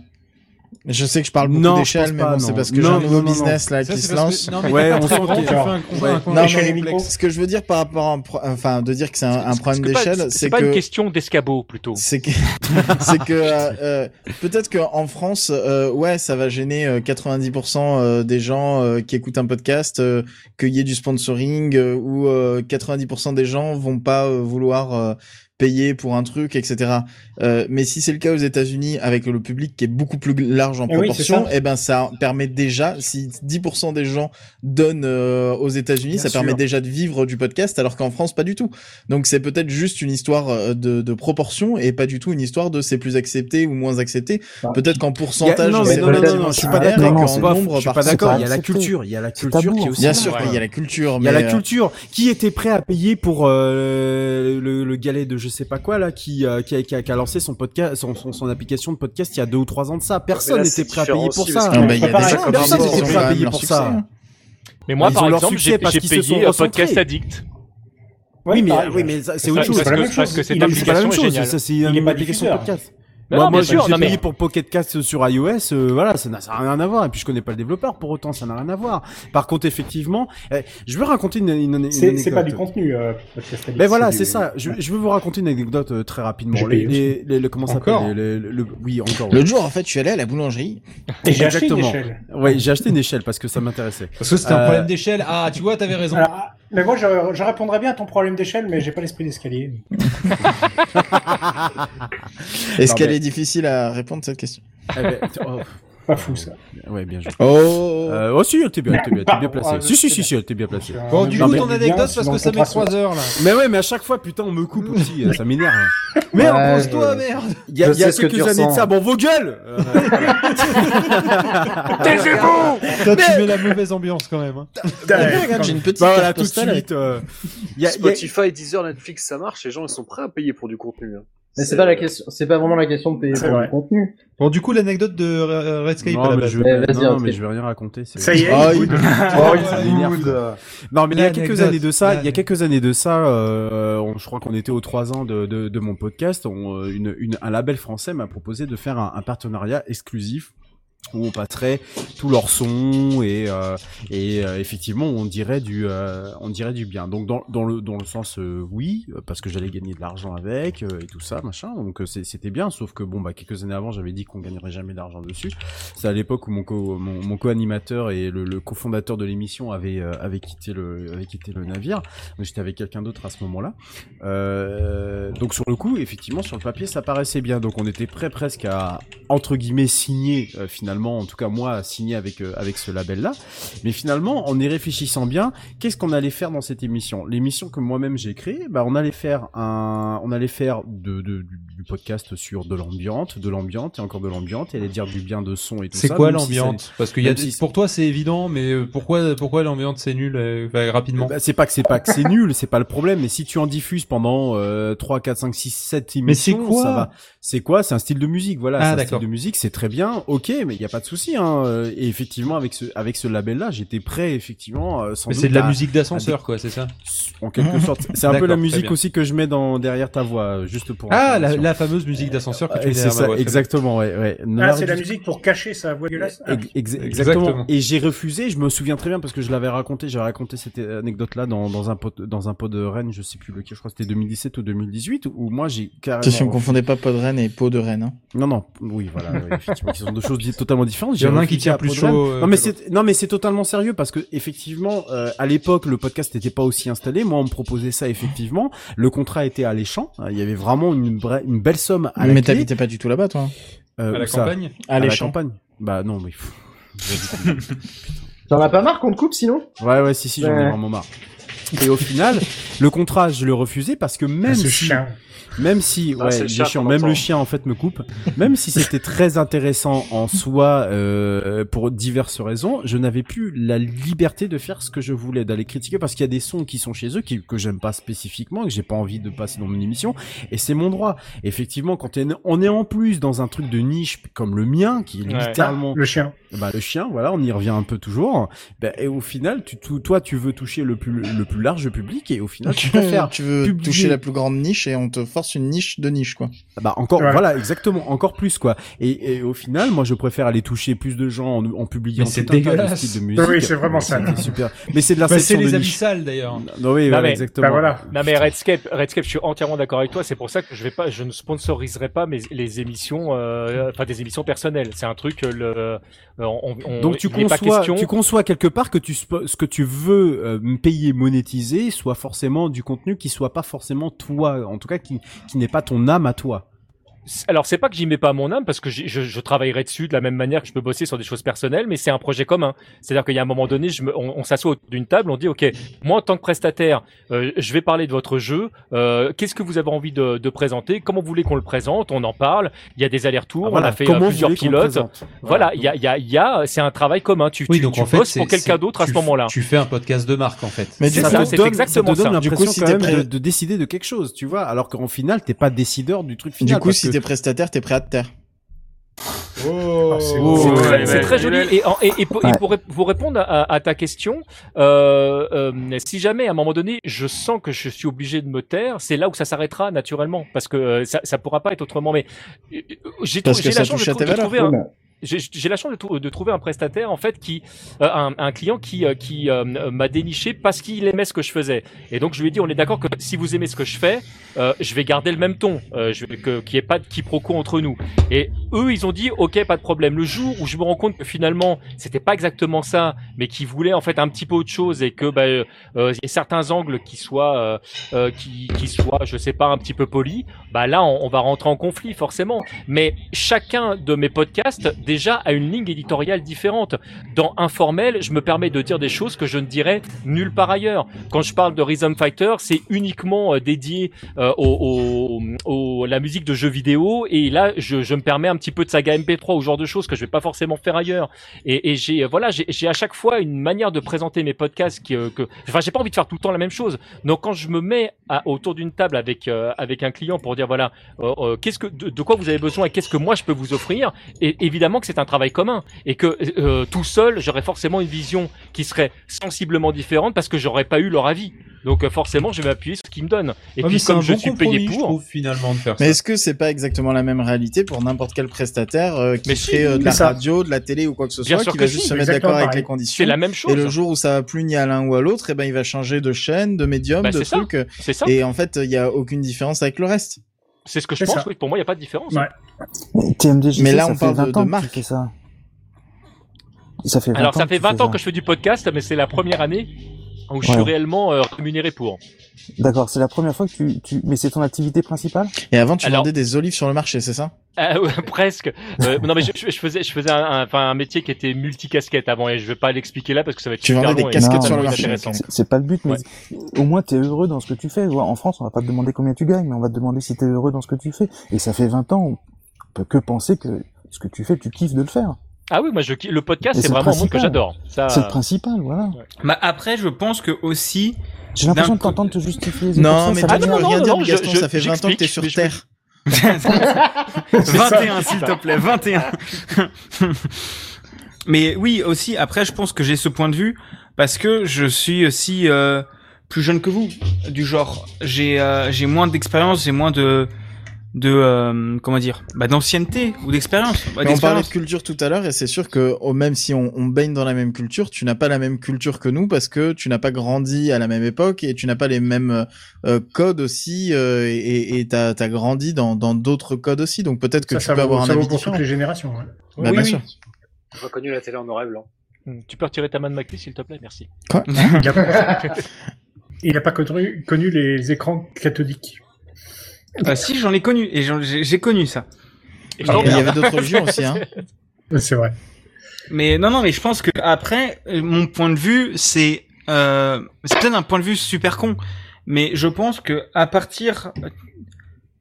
Speaker 3: Je sais que je parle
Speaker 2: Non,
Speaker 3: beaucoup
Speaker 2: je
Speaker 3: d'échelle,
Speaker 2: pense
Speaker 3: mais
Speaker 2: pas,
Speaker 3: bon,
Speaker 2: non.
Speaker 3: c'est parce que j'ai
Speaker 2: Non,
Speaker 3: un nouveau
Speaker 2: non, non,
Speaker 3: business
Speaker 2: non.
Speaker 3: là
Speaker 2: Ça,
Speaker 3: qui
Speaker 2: c'est
Speaker 3: se
Speaker 2: parce
Speaker 3: lance.
Speaker 2: que- non, mais Ouais, t'as pas on très sent grand, qu'il y a- tu fais un con- un con-
Speaker 3: Non,
Speaker 2: échelle
Speaker 3: mais
Speaker 2: complexe.
Speaker 3: ce que je veux dire par rapport à un, pro- enfin, de dire que c'est un, un problème
Speaker 8: C'est pas-
Speaker 3: d'échelle,
Speaker 8: C'est
Speaker 3: c'est
Speaker 8: pas une
Speaker 3: que
Speaker 8: question d'escabeau plutôt.
Speaker 3: C'est que, c'est que euh, euh, peut-être qu'en France, euh, ouais, ça va gêner euh, 90% euh, des gens euh, qui écoutent un podcast, euh, qu'il y ait du sponsoring, euh, ou euh, 90% des gens vont pas euh, vouloir euh, payer pour un truc, etc. Euh, mais si c'est le cas aux États-Unis, avec le public qui est beaucoup plus large en
Speaker 5: Eh oui,
Speaker 3: proportion,
Speaker 5: c'est ça.
Speaker 3: eh ben ça permet déjà, si 10% des gens donnent euh, aux États-Unis,
Speaker 5: Bien
Speaker 3: ça permet
Speaker 5: sûr.
Speaker 3: déjà de vivre du podcast, alors qu'en France, pas du tout. Donc c'est peut-être juste une histoire euh, de, de proportion et pas du tout une histoire de c'est plus accepté ou moins accepté. Peut-être qu'en pourcentage,
Speaker 2: Bah, non, mais
Speaker 3: c'est
Speaker 2: non, non,
Speaker 3: relativement
Speaker 2: non, non, je suis pas
Speaker 3: similaire
Speaker 2: d'accord,
Speaker 3: et qu'en
Speaker 2: c'est pas-
Speaker 3: nombre,
Speaker 2: je suis
Speaker 3: par
Speaker 2: pas
Speaker 3: contre,
Speaker 2: d'accord,
Speaker 3: c'est
Speaker 2: il y a la
Speaker 3: accepté.
Speaker 2: culture, il y a la culture
Speaker 3: tabou,
Speaker 2: qui est
Speaker 3: en
Speaker 2: aussi
Speaker 3: fait. Bien
Speaker 2: là,
Speaker 3: sûr,
Speaker 2: ouais.
Speaker 3: il y a la culture,
Speaker 2: Il y a
Speaker 3: mais,
Speaker 2: la
Speaker 3: euh,
Speaker 2: culture. Qui était prêt à payer pour euh, le, le galet de je sais pas quoi là qui euh, qui, a, qui a- qui a lancé son podcast son, son- son application de podcast il y a deux ou trois ans de ça personne
Speaker 8: là,
Speaker 2: n'était
Speaker 8: c'est
Speaker 2: prêt à
Speaker 8: différent
Speaker 2: payer pour
Speaker 8: aussi,
Speaker 2: ça
Speaker 8: parce que- Ah, bah, il y a des gens qui
Speaker 2: personne
Speaker 8: ont
Speaker 2: n'était prêt
Speaker 8: quand
Speaker 2: à
Speaker 8: même
Speaker 2: payer
Speaker 8: leur
Speaker 2: pour
Speaker 8: succès,
Speaker 2: ça
Speaker 8: hein. Mais moi,
Speaker 2: Ils
Speaker 8: par
Speaker 2: ont leur
Speaker 8: exemple,
Speaker 2: succès
Speaker 8: j'ai
Speaker 2: parce
Speaker 8: j'ai
Speaker 2: qu'ils se sont
Speaker 8: payé euh,
Speaker 2: recentrés.
Speaker 8: Podcast Addict.
Speaker 2: Oui, mais, euh,
Speaker 8: pareil,
Speaker 2: oui,
Speaker 8: ouais.
Speaker 2: mais ça- c'est
Speaker 8: Parce
Speaker 2: autre
Speaker 8: que-
Speaker 2: chose.
Speaker 8: parce que- parce que cette
Speaker 2: Non, mais c'est pas la
Speaker 8: application
Speaker 2: même
Speaker 8: est
Speaker 2: chose.
Speaker 8: géniale.
Speaker 2: Ça, c'est
Speaker 8: Il est
Speaker 2: une
Speaker 8: pas
Speaker 2: application
Speaker 8: diffuseur.
Speaker 2: podcast.
Speaker 8: Non,
Speaker 2: moi,
Speaker 8: bien
Speaker 2: moi,
Speaker 8: sûr,
Speaker 2: j'ai
Speaker 8: non, mais-
Speaker 2: payé pour Pocket Cast sur iOS, euh, voilà, ça n'a ça n'a rien à voir. Et puis je connais pas le développeur, pour autant, ça n'a rien à voir. Par contre, effectivement, euh, je veux raconter une, une, une
Speaker 5: C'est c'est
Speaker 2: anecdote.
Speaker 5: pas du contenu, euh, podcast addict,
Speaker 2: Ben voilà,
Speaker 5: du-
Speaker 2: c'est ça. Je, je veux vous raconter une anecdote euh, très rapidement.
Speaker 5: J'ai
Speaker 2: Les,
Speaker 5: payé
Speaker 2: les, les- le- comment ça
Speaker 3: Encore
Speaker 2: s'appelle les- les- le- Oui, encore.
Speaker 3: L'autre jour, en fait, je suis allé à la boulangerie.
Speaker 2: Et Oui, j'ai acheté une échelle parce que ça m'intéressait. Euh,
Speaker 3: Parce
Speaker 5: que c'était un problème
Speaker 13: d'échelle. Ah, tu vois, t'avais raison.
Speaker 5: Alors, ah, mais moi, je, je répondrais bien à ton problème d'échelle, mais j'ai pas l'esprit d'escalier. Ah,
Speaker 3: Est-ce
Speaker 5: Non,
Speaker 3: qu'elle
Speaker 5: mais-
Speaker 3: est difficile à répondre cette question
Speaker 2: Ah, oh.
Speaker 5: Pas fou ça.
Speaker 2: Ouais, bien joué.
Speaker 3: Oh,
Speaker 2: euh, oh si, elle était bien, elle était bien, elle était bien placée.
Speaker 5: Ah,
Speaker 2: si, si,
Speaker 5: c'est
Speaker 2: si, si, elle était bien placée.
Speaker 13: Bon, du
Speaker 2: Non,
Speaker 13: coup,
Speaker 2: mais-
Speaker 13: ton anecdote, parce que ça met 3 heures là.
Speaker 2: Mais ouais, mais à chaque fois, putain, on me coupe aussi, euh, ça m'énerve. Mais
Speaker 13: Ouais,
Speaker 2: repose-toi,
Speaker 13: je-
Speaker 2: merde Il y a,
Speaker 13: Je
Speaker 2: il y a
Speaker 13: sais ce que
Speaker 2: quelques
Speaker 13: tu
Speaker 2: années de
Speaker 13: ressens.
Speaker 2: ça, bon, vos gueules Euh,
Speaker 13: Taisez-vous Toi, tu
Speaker 2: Mais-
Speaker 13: mets la mauvaise ambiance quand même. hein.
Speaker 2: Regarde, j'ai une petite Bah voilà, carte tout de postale suite, avec- euh, y a- y a-
Speaker 7: Spotify, Deezer, Netflix, ça marche. Les gens, ils sont prêts à payer pour du contenu. hein.
Speaker 4: Mais c'est pas la question, c'est pas vraiment la question de payer
Speaker 7: C'est
Speaker 4: pour
Speaker 7: vrai.
Speaker 4: le contenu.
Speaker 13: Bon, du coup, l'anecdote de euh, Redscape à
Speaker 2: Non,
Speaker 13: la
Speaker 2: mais
Speaker 13: base. Ah,
Speaker 2: je vais, non, non, mais je vais rien raconter. c'est- Oh, il- oh, il- ça m'énerve. Non, mais il y a quelques années de ça, il y a quelques années de ça, euh, on- je crois qu'on était aux trois ans de, de, de mon podcast. On, euh, une, une- un label français m'a proposé de faire un, un partenariat exclusif où on passerait tous leurs sons et, euh, et euh, effectivement on dirait du euh, on dirait du bien donc dans, dans le dans le sens euh, oui euh, parce que j'allais gagner de l'argent avec euh, et tout ça machin donc euh, c'est- c'était bien sauf que bon bah quelques années avant j'avais dit qu'on gagnerait jamais d'argent dessus c'est à l'époque où mon co mon, mon co-animateur et le, le cofondateur de l'émission avait euh, avait quitté le avait quitté le navire Donc, j'étais avec quelqu'un d'autre à ce moment-là Euh, donc sur le coup effectivement sur le papier ça paraissait bien donc on était prêt presque à entre guillemets signer euh, finalement en tout cas moi signer avec euh, avec ce label là mais finalement en y réfléchissant bien qu'est-ce qu'on allait faire dans cette émission l'émission que moi-même j'ai créée bah on allait faire un on allait faire de, de- du, du podcast sur de l'ambiante de l'ambiante et encore de l'ambiante et aller dire du bien de son et tout
Speaker 13: C'est
Speaker 2: ça,
Speaker 13: quoi
Speaker 2: même si ça-
Speaker 13: l'ambiance Parce que y a
Speaker 2: même
Speaker 13: des-
Speaker 2: si
Speaker 13: pour toi c'est évident, mais euh, pourquoi pourquoi l'ambiance c'est nul euh, enfin, rapidement
Speaker 2: Bah, c'est pas que c'est pas que c'est nul, c'est pas le problème, mais si tu en diffuses pendant euh, 3 4 5 6 7 émissions,
Speaker 13: Mais c'est quoi
Speaker 2: ça va. C'est quoi C'est un style de musique, voilà,
Speaker 13: Ah,
Speaker 2: c'est un
Speaker 13: d'accord.
Speaker 2: style de musique, c'est très bien. OK, mais il y a pas de souci hein. Euh, Et effectivement avec ce avec ce label là, j'étais prêt effectivement euh, sans
Speaker 13: Mais c'est
Speaker 2: doute
Speaker 13: de la
Speaker 2: à-
Speaker 13: musique
Speaker 2: à
Speaker 13: d'ascenseur
Speaker 2: des-
Speaker 13: quoi, c'est ça
Speaker 2: En quelque sorte, c'est un peu
Speaker 13: D'accord,
Speaker 2: la
Speaker 13: très
Speaker 2: musique
Speaker 13: bien.
Speaker 2: aussi que je mets dans derrière ta voix euh, juste pour
Speaker 13: Ah, la,
Speaker 2: information.
Speaker 13: la fameuse musique d'ascenseur que tu
Speaker 2: Et
Speaker 13: mets
Speaker 2: Euh, c'est
Speaker 13: derrière ma
Speaker 2: ça,
Speaker 13: voix, très bien.
Speaker 2: exactement, ouais, ouais.
Speaker 5: Ah,
Speaker 2: Nard
Speaker 5: c'est la
Speaker 2: du-
Speaker 5: musique pour cacher sa voix dégueulasse. Ah,
Speaker 2: Ex- ex-
Speaker 13: Exactement.
Speaker 2: exactement. Et j'ai refusé. Je me souviens très bien parce que je l'avais raconté. J'avais raconté cette euh, anecdote-là dans, dans un pot dans un pot de Rennes. Je sais plus lequel. Je crois que c'était 2017 ou 2018 où moi j'ai carrément.
Speaker 3: Attention, confondez pas pot de Rennes et pot de Rennes. Hein.
Speaker 2: Non, non, oui, voilà, oui, effectivement, ce sont deux choses di- totalement différentes.
Speaker 13: Il y en a
Speaker 2: J'ai
Speaker 13: un qui
Speaker 2: refusé
Speaker 13: tient
Speaker 2: à
Speaker 13: plus
Speaker 2: Podren.
Speaker 13: chaud, euh,
Speaker 2: Non, mais
Speaker 13: que
Speaker 2: c'est, non, mais c'est totalement sérieux parce que, effectivement, euh, à l'époque, le podcast n'était pas aussi installé. Moi, on me proposait ça, effectivement. Le contrat était alléchant. Euh, Il y avait vraiment une, vraie- une belle somme à la
Speaker 3: Mais
Speaker 2: clé.
Speaker 3: t'habitais pas du tout là-bas, toi.
Speaker 2: Euh,
Speaker 3: À la
Speaker 2: où ça
Speaker 3: campagne
Speaker 2: À la
Speaker 3: Alléchant.
Speaker 2: campagne. Bah, non, mais. pff,
Speaker 4: T'en as pas marre qu'on te coupe sinon
Speaker 2: Ouais, ouais, si, si, j'en ai
Speaker 4: Ouais.
Speaker 2: vraiment marre. Et au final, le contrat, je le refusais parce que
Speaker 3: Ah,
Speaker 2: même
Speaker 5: ce
Speaker 2: si,
Speaker 5: chien.
Speaker 2: même si,
Speaker 5: Ah,
Speaker 2: ouais,
Speaker 5: c'est le
Speaker 2: il est
Speaker 5: chat
Speaker 2: chiant,
Speaker 5: qu'on
Speaker 2: même
Speaker 5: entend.
Speaker 2: le chien en fait me coupe. Même si c'était très intéressant en soi euh, pour diverses raisons, je n'avais plus la liberté de faire ce que je voulais, d'aller critiquer parce qu'il y a des sons qui sont chez eux qui, que j'aime pas spécifiquement, que j'ai pas envie de passer dans mon émission, et c'est mon droit. Effectivement, quand t'es- on est en plus dans un truc de niche comme le mien, qui est
Speaker 5: Ouais.
Speaker 2: littéralement
Speaker 5: Ah, le chien.
Speaker 2: bah, le chien, voilà, on y revient un peu toujours. Bah, et au final, tu, tu- toi, tu veux toucher le plus, le plus large public et au final, tu préfères
Speaker 3: tu veux
Speaker 2: euh, publier-
Speaker 3: toucher la plus grande niche et on te force une niche de niche, quoi.
Speaker 2: Bah, encore,
Speaker 3: Ouais.
Speaker 2: voilà, exactement, encore plus, quoi. Et, et au final, moi, je préfère aller toucher plus de gens en, en publiant
Speaker 13: Mais c'est
Speaker 2: tout un tas de
Speaker 13: dégueulasse.
Speaker 2: styles de musique.
Speaker 13: Oui, c'est vraiment
Speaker 2: Ouais,
Speaker 13: sale.
Speaker 2: c'était super. Mais c'est de la
Speaker 13: Bah,
Speaker 2: section
Speaker 13: c'est les
Speaker 2: de
Speaker 13: avis
Speaker 2: niche.
Speaker 13: sales, d'ailleurs. Bah
Speaker 2: Non, oui,
Speaker 8: Non,
Speaker 2: voilà,
Speaker 8: mais-
Speaker 3: bah,
Speaker 2: exactement.
Speaker 8: Non mais Redscape, Redscape, je suis entièrement d'accord avec toi. C'est pour ça que je vais pas, je ne sponsoriserai pas mes les émissions, euh, enfin des émissions personnelles. C'est un truc euh, le. euh, on- on-
Speaker 13: Euh,
Speaker 2: Donc tu
Speaker 8: il n'est pas
Speaker 2: conçois,
Speaker 8: question-
Speaker 2: tu conçois quelque part que tu spo- ce que tu veux euh, me payer, monétiser, soit forcément du contenu qui soit pas forcément toi, en tout cas qui, qui n'est pas ton âme à toi.
Speaker 8: c'est- alors c'est pas que j'y mets pas mon âme parce que j'y- je, je travaillerai dessus de la même manière que je peux bosser sur des choses personnelles, mais c'est un projet commun. C'est-à-dire qu'il y a un moment donné, je me- on, on s'assoit autour d'une table, on dit ok, moi en tant que prestataire, euh, je vais parler de votre jeu. euh, Qu'est-ce que vous avez envie de, de présenter Comment vous voulez qu'on le présente On en parle. Il y a des allers-retours.
Speaker 2: Ah, voilà.
Speaker 8: On a fait
Speaker 2: Comment
Speaker 8: euh,
Speaker 2: vous
Speaker 8: plusieurs
Speaker 2: voulez qu'on le
Speaker 8: pilotes.
Speaker 2: présente
Speaker 8: Voilà, il y a, il y a, il y a- c'est un travail commun. Tu, tu, tu bosses pour quelqu'un d'autre à ce moment-là.
Speaker 13: Tu fais un podcast de marque en fait.
Speaker 8: Mais du
Speaker 2: ça,
Speaker 8: coup,
Speaker 2: te
Speaker 8: c'est
Speaker 2: donne-
Speaker 8: exactement
Speaker 2: ça. te donne
Speaker 8: ça. Du
Speaker 2: l'impression
Speaker 8: coup, si
Speaker 2: quand
Speaker 8: t'es
Speaker 2: même
Speaker 8: prêt-
Speaker 2: de, de décider de quelque chose, tu vois. Alors qu'en final, t'es pas décideur du truc final.
Speaker 3: Du coup,
Speaker 2: parce
Speaker 3: si
Speaker 2: que-
Speaker 3: t'es prestataire, t'es prêt à te taire.
Speaker 8: Ah, C'est
Speaker 2: Oh,
Speaker 8: très-
Speaker 2: ouais,
Speaker 8: c'est très
Speaker 2: ouais.
Speaker 8: joli. Et, en- et- et pour, et
Speaker 2: Ouais.
Speaker 8: pour rép- vous répondre à, à ta question, euh, euh, si jamais à un moment donné je sens que je suis obligé de me taire, c'est là où ça s'arrêtera naturellement, parce que euh, ça, ça pourra pas être autrement. Mais euh, euh, j'ai trou-
Speaker 3: Parce que
Speaker 8: j'ai la
Speaker 3: ça
Speaker 8: chance
Speaker 3: touche
Speaker 8: de,
Speaker 3: à
Speaker 8: trou-
Speaker 3: tes
Speaker 8: de
Speaker 3: valeurs.
Speaker 8: trouver un.
Speaker 3: Ouais.
Speaker 8: J'ai j'ai la chance de, trou- de trouver un prestataire en fait qui euh, un, un client qui euh, qui euh, m'a déniché parce qu'il aimait ce que je faisais et donc je lui ai dit on est d'accord que si vous aimez ce que je fais euh, je vais garder le même ton euh, je vais que qu'il n'y ait pas de quiproquo entre nous et eux ils ont dit ok pas de problème le jour où je me rends compte que finalement c'était pas exactement ça mais qu'ils voulaient en fait un petit peu autre chose et que bah, euh, euh, il y a certains angles qui soient euh, euh, qui qui soient je sais pas un petit peu polis bah là on, on va rentrer en conflit forcément mais chacun de mes podcasts déjà a une ligne éditoriale différente dans informel je me permets de dire des choses que je ne dirais nulle part ailleurs quand je parle de Rhythm Fighter c'est uniquement euh, dédié euh, au, au- au- la musique de jeux vidéo et là je, je me permets un petit peu de saga MP3 ou ce genre de choses que je vais pas forcément faire ailleurs et, et j'ai euh, voilà j'ai j'ai à chaque fois une manière de présenter mes podcasts qui, euh, que enfin j'ai pas envie de faire tout le temps la même chose donc quand je me mets à- autour d'une table avec euh, avec un client pour dire voilà euh, euh, qu'est-ce que de, de quoi vous avez besoin et qu'est-ce que moi je peux vous offrir et évidemment que c'est un travail commun et que euh, tout seul j'aurais forcément une vision qui serait sensiblement différente parce que j'aurais pas eu leur avis donc euh, forcément je vais m'appuyer sur ce qu'ils me donnent
Speaker 13: Ouais,
Speaker 8: et
Speaker 13: mais
Speaker 8: puis
Speaker 13: c'est
Speaker 8: comme
Speaker 13: un
Speaker 8: je
Speaker 13: bon
Speaker 8: suis payé
Speaker 13: compromis, je
Speaker 8: pour
Speaker 13: trouve, finalement de faire
Speaker 3: Mais
Speaker 13: ça.
Speaker 3: est-ce que c'est pas exactement la même réalité pour n'importe quel prestataire euh, qui
Speaker 8: si,
Speaker 3: fait euh, de
Speaker 8: mais
Speaker 3: la
Speaker 8: ça-
Speaker 3: radio, de la télé ou quoi que ce
Speaker 8: Bien
Speaker 3: soit,
Speaker 8: sûr
Speaker 3: qui
Speaker 8: que
Speaker 3: va
Speaker 8: si,
Speaker 3: juste se
Speaker 8: mais
Speaker 3: mettre d'accord
Speaker 8: exactement
Speaker 3: avec
Speaker 8: pareil.
Speaker 3: les conditions
Speaker 8: C'est la même chose.
Speaker 3: Et le jour où ça va plus ni à l'un ou à l'autre, et ben il va changer de chaîne, de médium,
Speaker 8: Bah,
Speaker 3: de
Speaker 8: c'est ça,
Speaker 3: truc. euh,
Speaker 8: c'est ça.
Speaker 3: Et en fait, il y a aucune différence avec le reste.
Speaker 8: c'est ce que je
Speaker 3: C'est
Speaker 8: pense
Speaker 3: ça.
Speaker 8: oui pour moi il y a pas de différence
Speaker 11: TMDJC,
Speaker 3: Mais là,
Speaker 11: ça
Speaker 3: on
Speaker 11: fait
Speaker 3: parle de-
Speaker 11: 20
Speaker 3: de
Speaker 11: ans que tu
Speaker 3: marque.
Speaker 11: fais ça. Ça fait 20
Speaker 8: alors
Speaker 11: ans
Speaker 8: ça fait 20
Speaker 11: fais
Speaker 8: ans que je fais du podcast mais c'est la première année où je suis
Speaker 11: Ouais.
Speaker 8: réellement euh, rémunéré pour
Speaker 11: D'accord, c'est la première fois que tu, tu... Mais c'est ton activité principale
Speaker 3: Et avant, tu
Speaker 8: Alors-
Speaker 3: vendais des olives sur le marché, c'est ça
Speaker 8: Ah ouais, presque. Euh, non mais je, je- je faisais, je faisais un, un- enfin, un métier qui était multicasquette avant et je vais pas l'expliquer là parce que ça va être
Speaker 3: Tu
Speaker 8: super
Speaker 3: vendais des
Speaker 8: long et
Speaker 3: casquettes
Speaker 8: totalement
Speaker 3: sur le marché.
Speaker 8: inintéressant.
Speaker 11: C'est- C'est pas le but, mais au moins t'es heureux dans ce que tu fais. En France, on va pas te demander combien tu gagnes, mais on va te demander si t'es heureux dans ce que tu fais. Et ça fait 20 ans, on peut que penser que ce que tu fais, tu kiffes de le faire.
Speaker 8: Ah oui, moi je ki- le podcast
Speaker 11: Et
Speaker 8: c'est
Speaker 11: le
Speaker 8: vraiment un monde que
Speaker 11: principal.
Speaker 8: j'adore. Ça.
Speaker 11: C'est le principal, voilà.
Speaker 12: Bah après, je pense que aussi.
Speaker 11: J'ai l'impression
Speaker 12: d'un
Speaker 11: de t'entendre te justifier.
Speaker 12: Non,
Speaker 11: Pour
Speaker 12: mais
Speaker 11: ça, ça
Speaker 12: tu
Speaker 11: va
Speaker 12: peux
Speaker 11: bien.
Speaker 12: rien dire,
Speaker 11: je-
Speaker 12: Gaston,
Speaker 11: je-
Speaker 12: ça fait 20 ans que t'es sur
Speaker 11: j'explique, mais je-
Speaker 12: Terre. 21, s'il te plaît, 21. Mais oui, aussi, après, je pense que j'ai ce point de vue parce que je suis aussi euh, plus jeune que vous, du genre. J'ai euh, j'ai moins d'expérience, j'ai moins de de euh, comment dire, bah d'ancienneté ou d'expérience. Bah,
Speaker 3: Mais on parlait de
Speaker 12: d'expérience.
Speaker 3: culture tout à l'heure et c'est sûr que oh, même si on, on baigne dans la même culture, tu n'as pas la même culture que nous parce que tu n'as pas grandi à la même époque et tu n'as pas les mêmes euh, codes aussi euh, et et t'as as grandi dans dans d'autres codes aussi. Donc peut-être que
Speaker 5: Ça,
Speaker 3: tu
Speaker 5: ça
Speaker 3: peux
Speaker 5: vaut-
Speaker 3: avoir un
Speaker 5: ça vaut
Speaker 3: avis
Speaker 5: pour
Speaker 3: différent.
Speaker 5: toutes les générations. hein. ouais.
Speaker 3: Bah, bien sûr.
Speaker 7: J'ai reconnu la télé en noir et blanc.
Speaker 8: Hmm, Tu peux retirer ta main de ma clé s'il te plaît, merci.
Speaker 3: Quoi
Speaker 5: Il a pas, il a pas connu, connu les écrans cathodiques.
Speaker 12: Bah si, j'en ai connu et j'en- j'ai j'ai connu ça.
Speaker 5: Et il y avait d'autres religions aussi, hein. C'est vrai.
Speaker 12: Mais non, non, mais je pense que après, euh, mon point de vue, c'est euh, c'est peut-être un point de vue super con, mais je pense que à partir,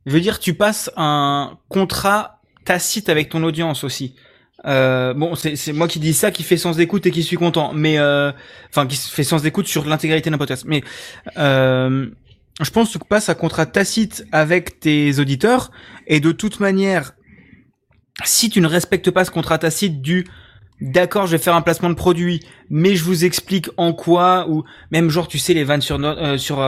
Speaker 12: je veux dire, tu passes un contrat tacite avec ton audience aussi. Euh, bon, c'est c'est moi qui dis ça, qui fait sens d'écoute et qui suis content, mais euh, enfin qui fait sens d'écoute sur l'intégralité d'un podcast. Mais euh, je pense que tu passes un contrat tacite avec tes auditeurs et de toute manière, si tu ne respectes pas ce contrat tacite du d'accord, je vais faire un placement de produit, mais je vous explique en quoi ou même genre tu sais les vannes sur no- euh, sur euh,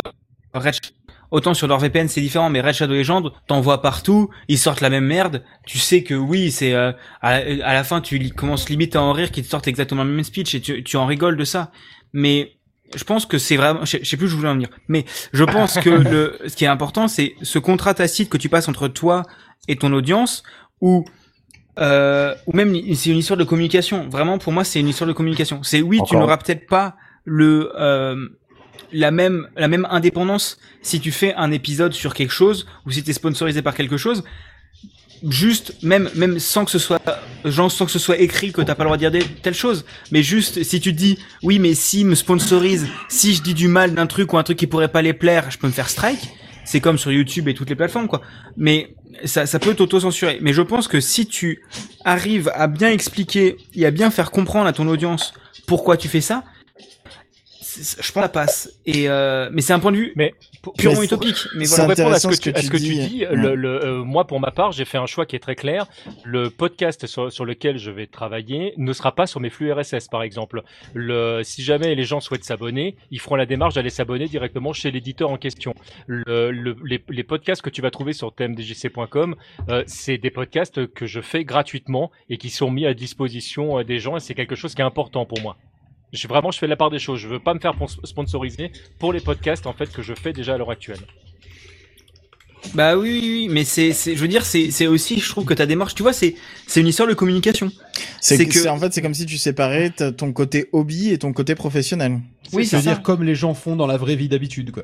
Speaker 12: Red Sh- autant sur leur VPN c'est différent, mais Red Shadow Legends t'en vois partout, ils sortent la même merde. Tu sais que oui, c'est euh, à, à la fin tu li- commences limite à en rire qu'ils te sortent exactement le même speech et tu, tu en rigoles de ça. Mais je pense que c'est vraiment, je sais je sais plus où je voulais en venir, mais je pense que le, ce qui est important, c'est ce contrat tacite que tu passes entre toi et ton audience, où euh, ou même c'est une histoire de communication. Vraiment, pour moi, c'est une histoire de communication. C'est oui, tu
Speaker 11: Encore.
Speaker 12: n'auras peut-être pas le euh, la même la même indépendance si tu fais un épisode sur quelque chose ou si t'es sponsorisé par quelque chose. juste même même sans que ce soit genre sans que ce soit écrit que t'as pas le droit de dire des- telle chose mais juste si tu dis oui mais s'ils me sponsorise si je dis du mal d'un truc ou un truc qui pourrait pas les plaire je peux me faire strike c'est comme sur YouTube et toutes les plateformes quoi mais ça ça peut t'auto-censurer mais je pense que si tu arrives à bien expliquer et à bien faire comprendre à ton audience pourquoi tu fais ça c'est- c'est- je pense que ça passe et euh, mais c'est un point de vue
Speaker 8: mais
Speaker 12: purement
Speaker 8: Mais-
Speaker 12: utopique mais
Speaker 8: Pour
Speaker 12: voilà
Speaker 8: répondre à ce que, tu, à ce que tu dis, le- le, euh, moi pour ma part, j'ai fait un choix qui est très clair. Le podcast sur, sur lequel je vais travailler ne sera pas sur mes flux RSS, par exemple. Le, si jamais les gens souhaitent s'abonner, ils feront la démarche d'aller s'abonner directement chez l'éditeur en question. Le- le- les, les podcasts que tu vas trouver sur tmdjc.com, euh, c'est des podcasts que je fais gratuitement et qui sont mis à disposition euh, des gens et c'est quelque chose qui est important pour moi. Je, vraiment, je fais la part des choses. Je veux pas me faire pon- sponsoriser pour les podcasts en fait que je fais déjà à l'heure actuelle.
Speaker 12: Bah oui, oui, oui, mais c'est, c'est, je veux dire, c'est, c'est aussi, je trouve que ta démarche, tu vois, c'est, c'est une histoire de communication.
Speaker 3: C'est
Speaker 12: C'est
Speaker 3: que,
Speaker 12: que-
Speaker 3: c'est- en fait, c'est comme si tu séparais ta- ton côté hobby et ton côté professionnel.
Speaker 12: Oui, c'est
Speaker 3: C'est-à-dire
Speaker 13: dire comme les gens font dans la vraie vie d'habitude, quoi.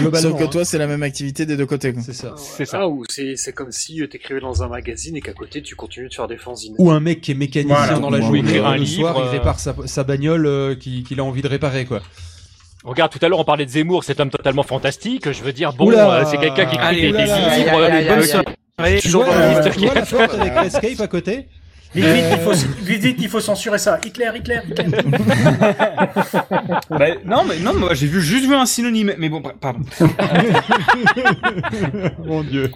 Speaker 13: Globalement,
Speaker 3: Sauf que
Speaker 13: hein.
Speaker 3: toi, c'est la même activité des deux côtés. C'est
Speaker 13: ça.
Speaker 7: C'est ça. Ah, ou c'est c'est comme si euh, t'écrivais dans un magazine et qu'à côté tu continues de faire des fanzines.
Speaker 13: Ou un mec qui est mécanicien
Speaker 7: Voilà.
Speaker 13: dans la
Speaker 7: Ou
Speaker 13: journée, euh,
Speaker 7: écrire un
Speaker 13: le soir,
Speaker 7: livre,
Speaker 13: il répare sa, sa bagnole euh, qui- qu'il a envie de réparer, quoi.
Speaker 8: Regarde, tout à l'heure on parlait de Zemmour, cet homme totalement fantastique. Je veux dire, bon,
Speaker 13: Oula.
Speaker 8: euh, c'est quelqu'un qui écrit
Speaker 13: Allez,
Speaker 8: des, des
Speaker 13: oulala. Aïe,
Speaker 8: livres,
Speaker 13: aïe, aïe,
Speaker 8: des bonnes
Speaker 13: aïe,
Speaker 8: soirées.
Speaker 13: Tu vois,
Speaker 8: des
Speaker 13: euh,
Speaker 8: histoires
Speaker 13: tu
Speaker 8: qui-
Speaker 13: vois la porte avec Rescape à côté
Speaker 5: Vite,
Speaker 13: Euh,
Speaker 5: vite, il faut, vite, vite, il faut censurer ça. Hitler, Hitler, Hitler.
Speaker 12: Bah, non, mais non, moi j'ai vu juste vu un synonyme, mais bon, pardon.
Speaker 13: Mon dieu.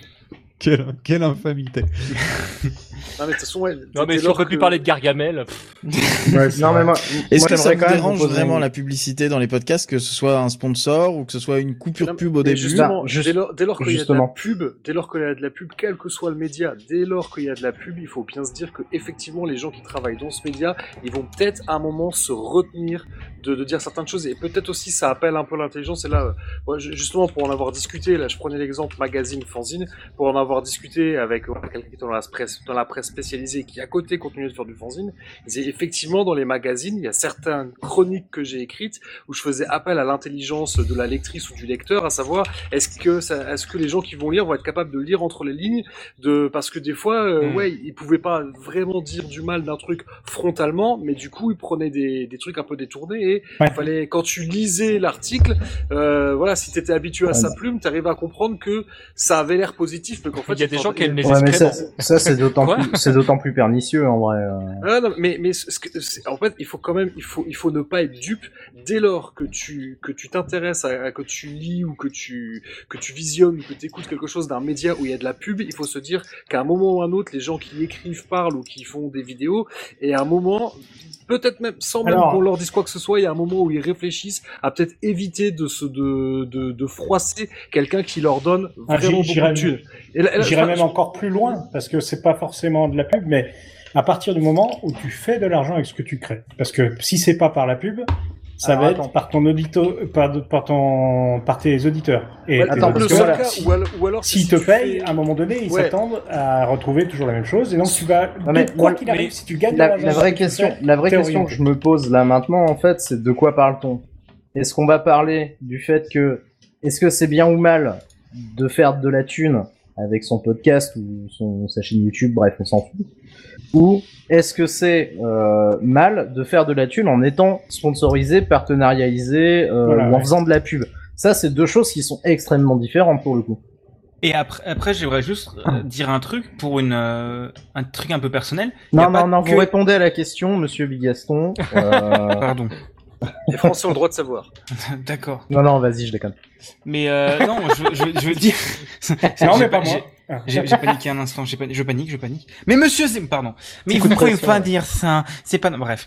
Speaker 13: Quelle, quelle infamité.
Speaker 7: Non, mais de toute façon, ouais,
Speaker 8: Non, mais
Speaker 7: dès
Speaker 8: si on
Speaker 7: lors
Speaker 8: peut plus
Speaker 7: que-
Speaker 8: parler de Gargamel.
Speaker 4: non, mais moi,
Speaker 3: Est-ce
Speaker 4: moi,
Speaker 3: que ça
Speaker 4: j'aimerais
Speaker 3: vous
Speaker 4: quand même
Speaker 3: dérange
Speaker 4: vous poser
Speaker 3: vraiment
Speaker 4: une-
Speaker 3: la publicité dans les podcasts, que ce soit un sponsor ou que ce soit une coupure pub au
Speaker 7: Mais
Speaker 3: début
Speaker 7: Justement, dès lors, dès lors qu'il y a de la
Speaker 3: justement.
Speaker 7: pub, dès lors qu'il y a de la pub, quel que soit le média, dès lors qu'il y a de la pub, il faut bien se dire que effectivement les gens qui travaillent dans ce média, ils vont peut-être à un moment se retenir de, de dire certaines choses et peut-être aussi ça appelle un peu l'intelligence. Et là, euh, moi, ju- justement pour en avoir discuté, là je prenais l'exemple magazine fanzine, pour en avoir discuté avec euh, quelqu'un qui est dans la presse, dans la presse spécialisée qui à côté continue de faire du fanzine, il disait, effectivement dans les magazines, il y a certaines chroniques que j'ai écrites où je faisais appel à l'intelligence de la lectrice ou du lecteur, à savoir est-ce que ça, est-ce que les gens qui vont lire vont être capables de lire entre les lignes de parce que des fois euh,
Speaker 13: Mm.
Speaker 7: ouais ils pouvaient pas vraiment dire du mal d'un truc frontalement mais du coup ils prenaient des, des trucs un peu détournés et il fallait quand tu lisais l'article euh, voilà si t'étais habitué à sa plume t'arrivais à comprendre que ça avait l'air positif mais qu'en fait
Speaker 8: Il y a des gens qui aiment les
Speaker 7: Ouais,
Speaker 4: Ouais, mais ça,
Speaker 8: excréments.
Speaker 4: ça, c'est d'autant
Speaker 7: Quoi
Speaker 4: plus, c'est d'autant plus pernicieux en vrai. euh.
Speaker 7: ah, non, mais mais ce ce que- c'est- en fait, il faut quand même, il faut il faut ne pas être dupe. Dès lors que tu que tu t'intéresses à, à- que tu lis ou que tu que tu visionnes, que tu écoutes quelque chose d'un média où il y a de la pub, il faut se dire qu'à un moment ou un autre, les gens qui écrivent parlent ou qui font des vidéos, et à un moment, peut-être même sans même
Speaker 5: Alors-
Speaker 7: qu'on leur dise quoi que ce soit, il y a un moment où ils réfléchissent à peut-être éviter de se de de, de froisser quelqu'un qui leur donne
Speaker 5: Ah, j'y-
Speaker 7: vraiment beaucoup
Speaker 5: j'irais-
Speaker 7: de thunes. Et là- et là,
Speaker 5: J'irais
Speaker 7: enfin,
Speaker 5: même encore plus loin, parce que c'est pas forcément de la pub, mais à partir du moment où tu fais de l'argent avec ce que tu crées. Parce que si c'est pas par la pub, ça
Speaker 4: Alors,
Speaker 5: va
Speaker 4: attends.
Speaker 5: être par ton audito, par, par ton, par tes auditeurs. Et
Speaker 7: Ouais,
Speaker 5: parce
Speaker 7: attends,
Speaker 5: que
Speaker 7: le seul
Speaker 5: voilà,
Speaker 7: cas,
Speaker 5: si-
Speaker 7: ou alors, ou alors
Speaker 5: S'ils
Speaker 7: si
Speaker 5: te
Speaker 7: tu
Speaker 5: payent,
Speaker 7: fais-
Speaker 5: à un moment donné, ils
Speaker 7: Ouais.
Speaker 5: s'attendent à retrouver toujours la même chose. Et donc, tu vas,
Speaker 4: Non, mais
Speaker 5: quoi
Speaker 4: moi-
Speaker 5: qu'il arrive,
Speaker 4: mais
Speaker 5: si tu gagnes de
Speaker 4: la,
Speaker 5: l'argent,
Speaker 4: la
Speaker 5: si
Speaker 4: vraie
Speaker 5: tu
Speaker 4: question,
Speaker 5: fais,
Speaker 4: la vraie
Speaker 5: t'es
Speaker 4: question que
Speaker 5: orienté.
Speaker 4: je me pose là maintenant, en fait, c'est de quoi parle-t-on Est-ce qu'on va parler du fait que, est-ce que c'est bien ou mal de faire de la thune avec son podcast ou son, sa chaîne YouTube, bref, on s'en fout Ou est-ce que c'est euh, mal de faire de la thune en étant sponsorisé, partenarialisé euh,
Speaker 12: Voilà,
Speaker 4: ou en
Speaker 12: ouais.
Speaker 4: faisant de la pub Ça, c'est deux choses qui sont extrêmement différentes pour le coup.
Speaker 12: Et après, après j'aimerais juste
Speaker 4: Ah.
Speaker 12: euh, dire un truc pour une, euh, un truc un peu personnel. Y a
Speaker 4: Non,
Speaker 12: pas
Speaker 4: non, non,
Speaker 12: que-
Speaker 4: vous répondez à la question, monsieur Bigaston. Euh,
Speaker 12: Pardon.
Speaker 7: Les Français ont le droit de savoir.
Speaker 12: D'accord.
Speaker 4: Non, non, vas-y, je déconne.
Speaker 12: Mais euh, non, je, je, je veux dire.
Speaker 4: Non, mais
Speaker 12: J'ai
Speaker 4: pas moi.
Speaker 12: j'ai- J'ai j'ai paniqué un instant, j'ai paniqué, je panique, je panique. Mais monsieur, Zem- pardon. Mais
Speaker 4: C'est
Speaker 12: vous
Speaker 4: une
Speaker 12: ne pouvez
Speaker 4: imitation,
Speaker 12: pas
Speaker 4: ouais.
Speaker 12: dire ça. C'est pas. Bref.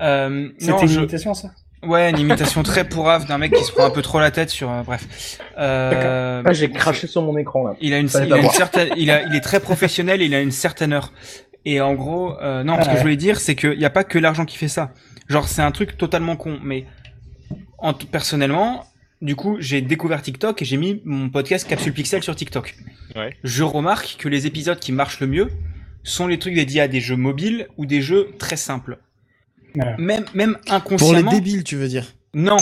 Speaker 12: Euh,
Speaker 5: C'était
Speaker 12: non,
Speaker 5: une
Speaker 12: je-
Speaker 5: imitation, ça
Speaker 12: Ouais, une imitation très pourrave d'un mec qui se prend un peu trop la tête sur. euh, bref. Euh,
Speaker 4: Ah, j'ai craché sur mon écran là.
Speaker 12: Il a une,
Speaker 4: Fallait
Speaker 12: il
Speaker 4: pas
Speaker 12: a une
Speaker 4: voir.
Speaker 12: certaine, il a, il est très professionnel, et il a une certaine heure. Et en gros, euh, non, ce
Speaker 4: Ah
Speaker 12: que je
Speaker 4: ouais.
Speaker 12: voulais dire, c'est qu'il n'y a pas que l'argent qui fait ça. Genre, c'est un truc totalement con. Mais en t- personnellement, du coup, j'ai découvert TikTok et j'ai mis mon podcast Capsule Pixel sur TikTok.
Speaker 8: Ouais.
Speaker 12: Je remarque que les épisodes qui marchent le mieux sont les trucs dédiés à des jeux mobiles ou des jeux très simples. Même, même
Speaker 3: Pour les
Speaker 12: inconsciemment.
Speaker 3: débiles, tu veux dire
Speaker 12: Non,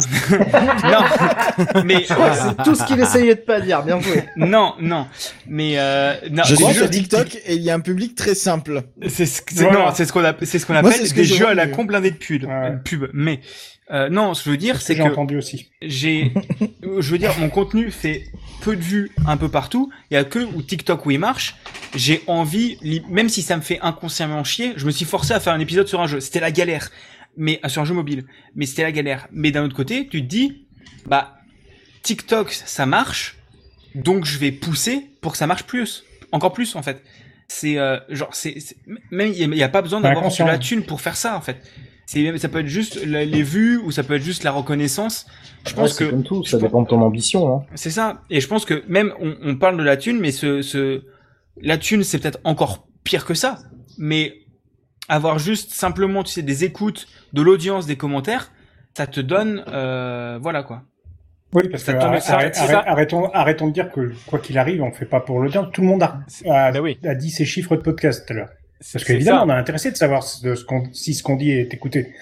Speaker 12: non, mais
Speaker 4: C'est tout ce qu'il essayait de pas dire, bien joué.
Speaker 12: Non, non, mais euh, non,
Speaker 3: je
Speaker 12: des
Speaker 3: suis
Speaker 12: jeux-
Speaker 3: sur TikTok et il y a un public très simple.
Speaker 12: C'est ce C'est- Non, c'est ce qu'on appelle, c'est ce qu'on
Speaker 3: Moi,
Speaker 12: appelle
Speaker 3: c'est ce que
Speaker 12: des
Speaker 3: j'ai
Speaker 12: jeux à la
Speaker 3: entendu.
Speaker 12: con blindée de pub. euh, pub. Mais euh, non, ce que je veux dire,
Speaker 5: que
Speaker 12: c'est que
Speaker 5: j'ai entendu aussi.
Speaker 12: J'ai, je veux dire, mon contenu fait peu de vues un peu partout. Il y a que où TikTok où il marche. J'ai envie, li- même si ça me fait inconsciemment chier, je me suis forcé à faire un épisode sur un jeu. C'était la galère, mais euh, sur un jeu mobile. Mais c'était la galère. Mais d'un autre côté, tu te dis, bah TikTok, ça marche. Donc je vais pousser pour que ça marche plus, encore plus en fait. C'est euh, genre c'est c'est- même il n'y a pas besoin
Speaker 5: Pas
Speaker 12: d'avoir de
Speaker 5: inconscient.
Speaker 12: la thune pour faire ça en fait. C'est ça peut être juste la- les vues ou ça peut être juste la reconnaissance. Je pense que
Speaker 4: comme tout, ça dépend de ton ambition. Hein.
Speaker 12: c'est ça. Et je pense que même on, on parle de la thune, mais ce, ce la thune c'est peut-être encore pire que ça. Mais avoir juste simplement tu sais des écoutes, de l'audience, des commentaires, ça te donne euh, voilà quoi.
Speaker 5: Oui, parce
Speaker 12: Ça
Speaker 5: que
Speaker 12: tombe-
Speaker 5: arrête-
Speaker 12: ça-
Speaker 5: arrête-
Speaker 12: c'est ça.
Speaker 5: arrêtons, arrêtons de dire que quoi qu'il arrive, on fait pas pour l'audience. Tout le monde a, a- a dit ses chiffres de podcast tout à l'heure. Parce qu'évidemment,
Speaker 12: ça.
Speaker 5: on a intéressé de savoir ce- de ce qu'on- si ce qu'on dit est écouté.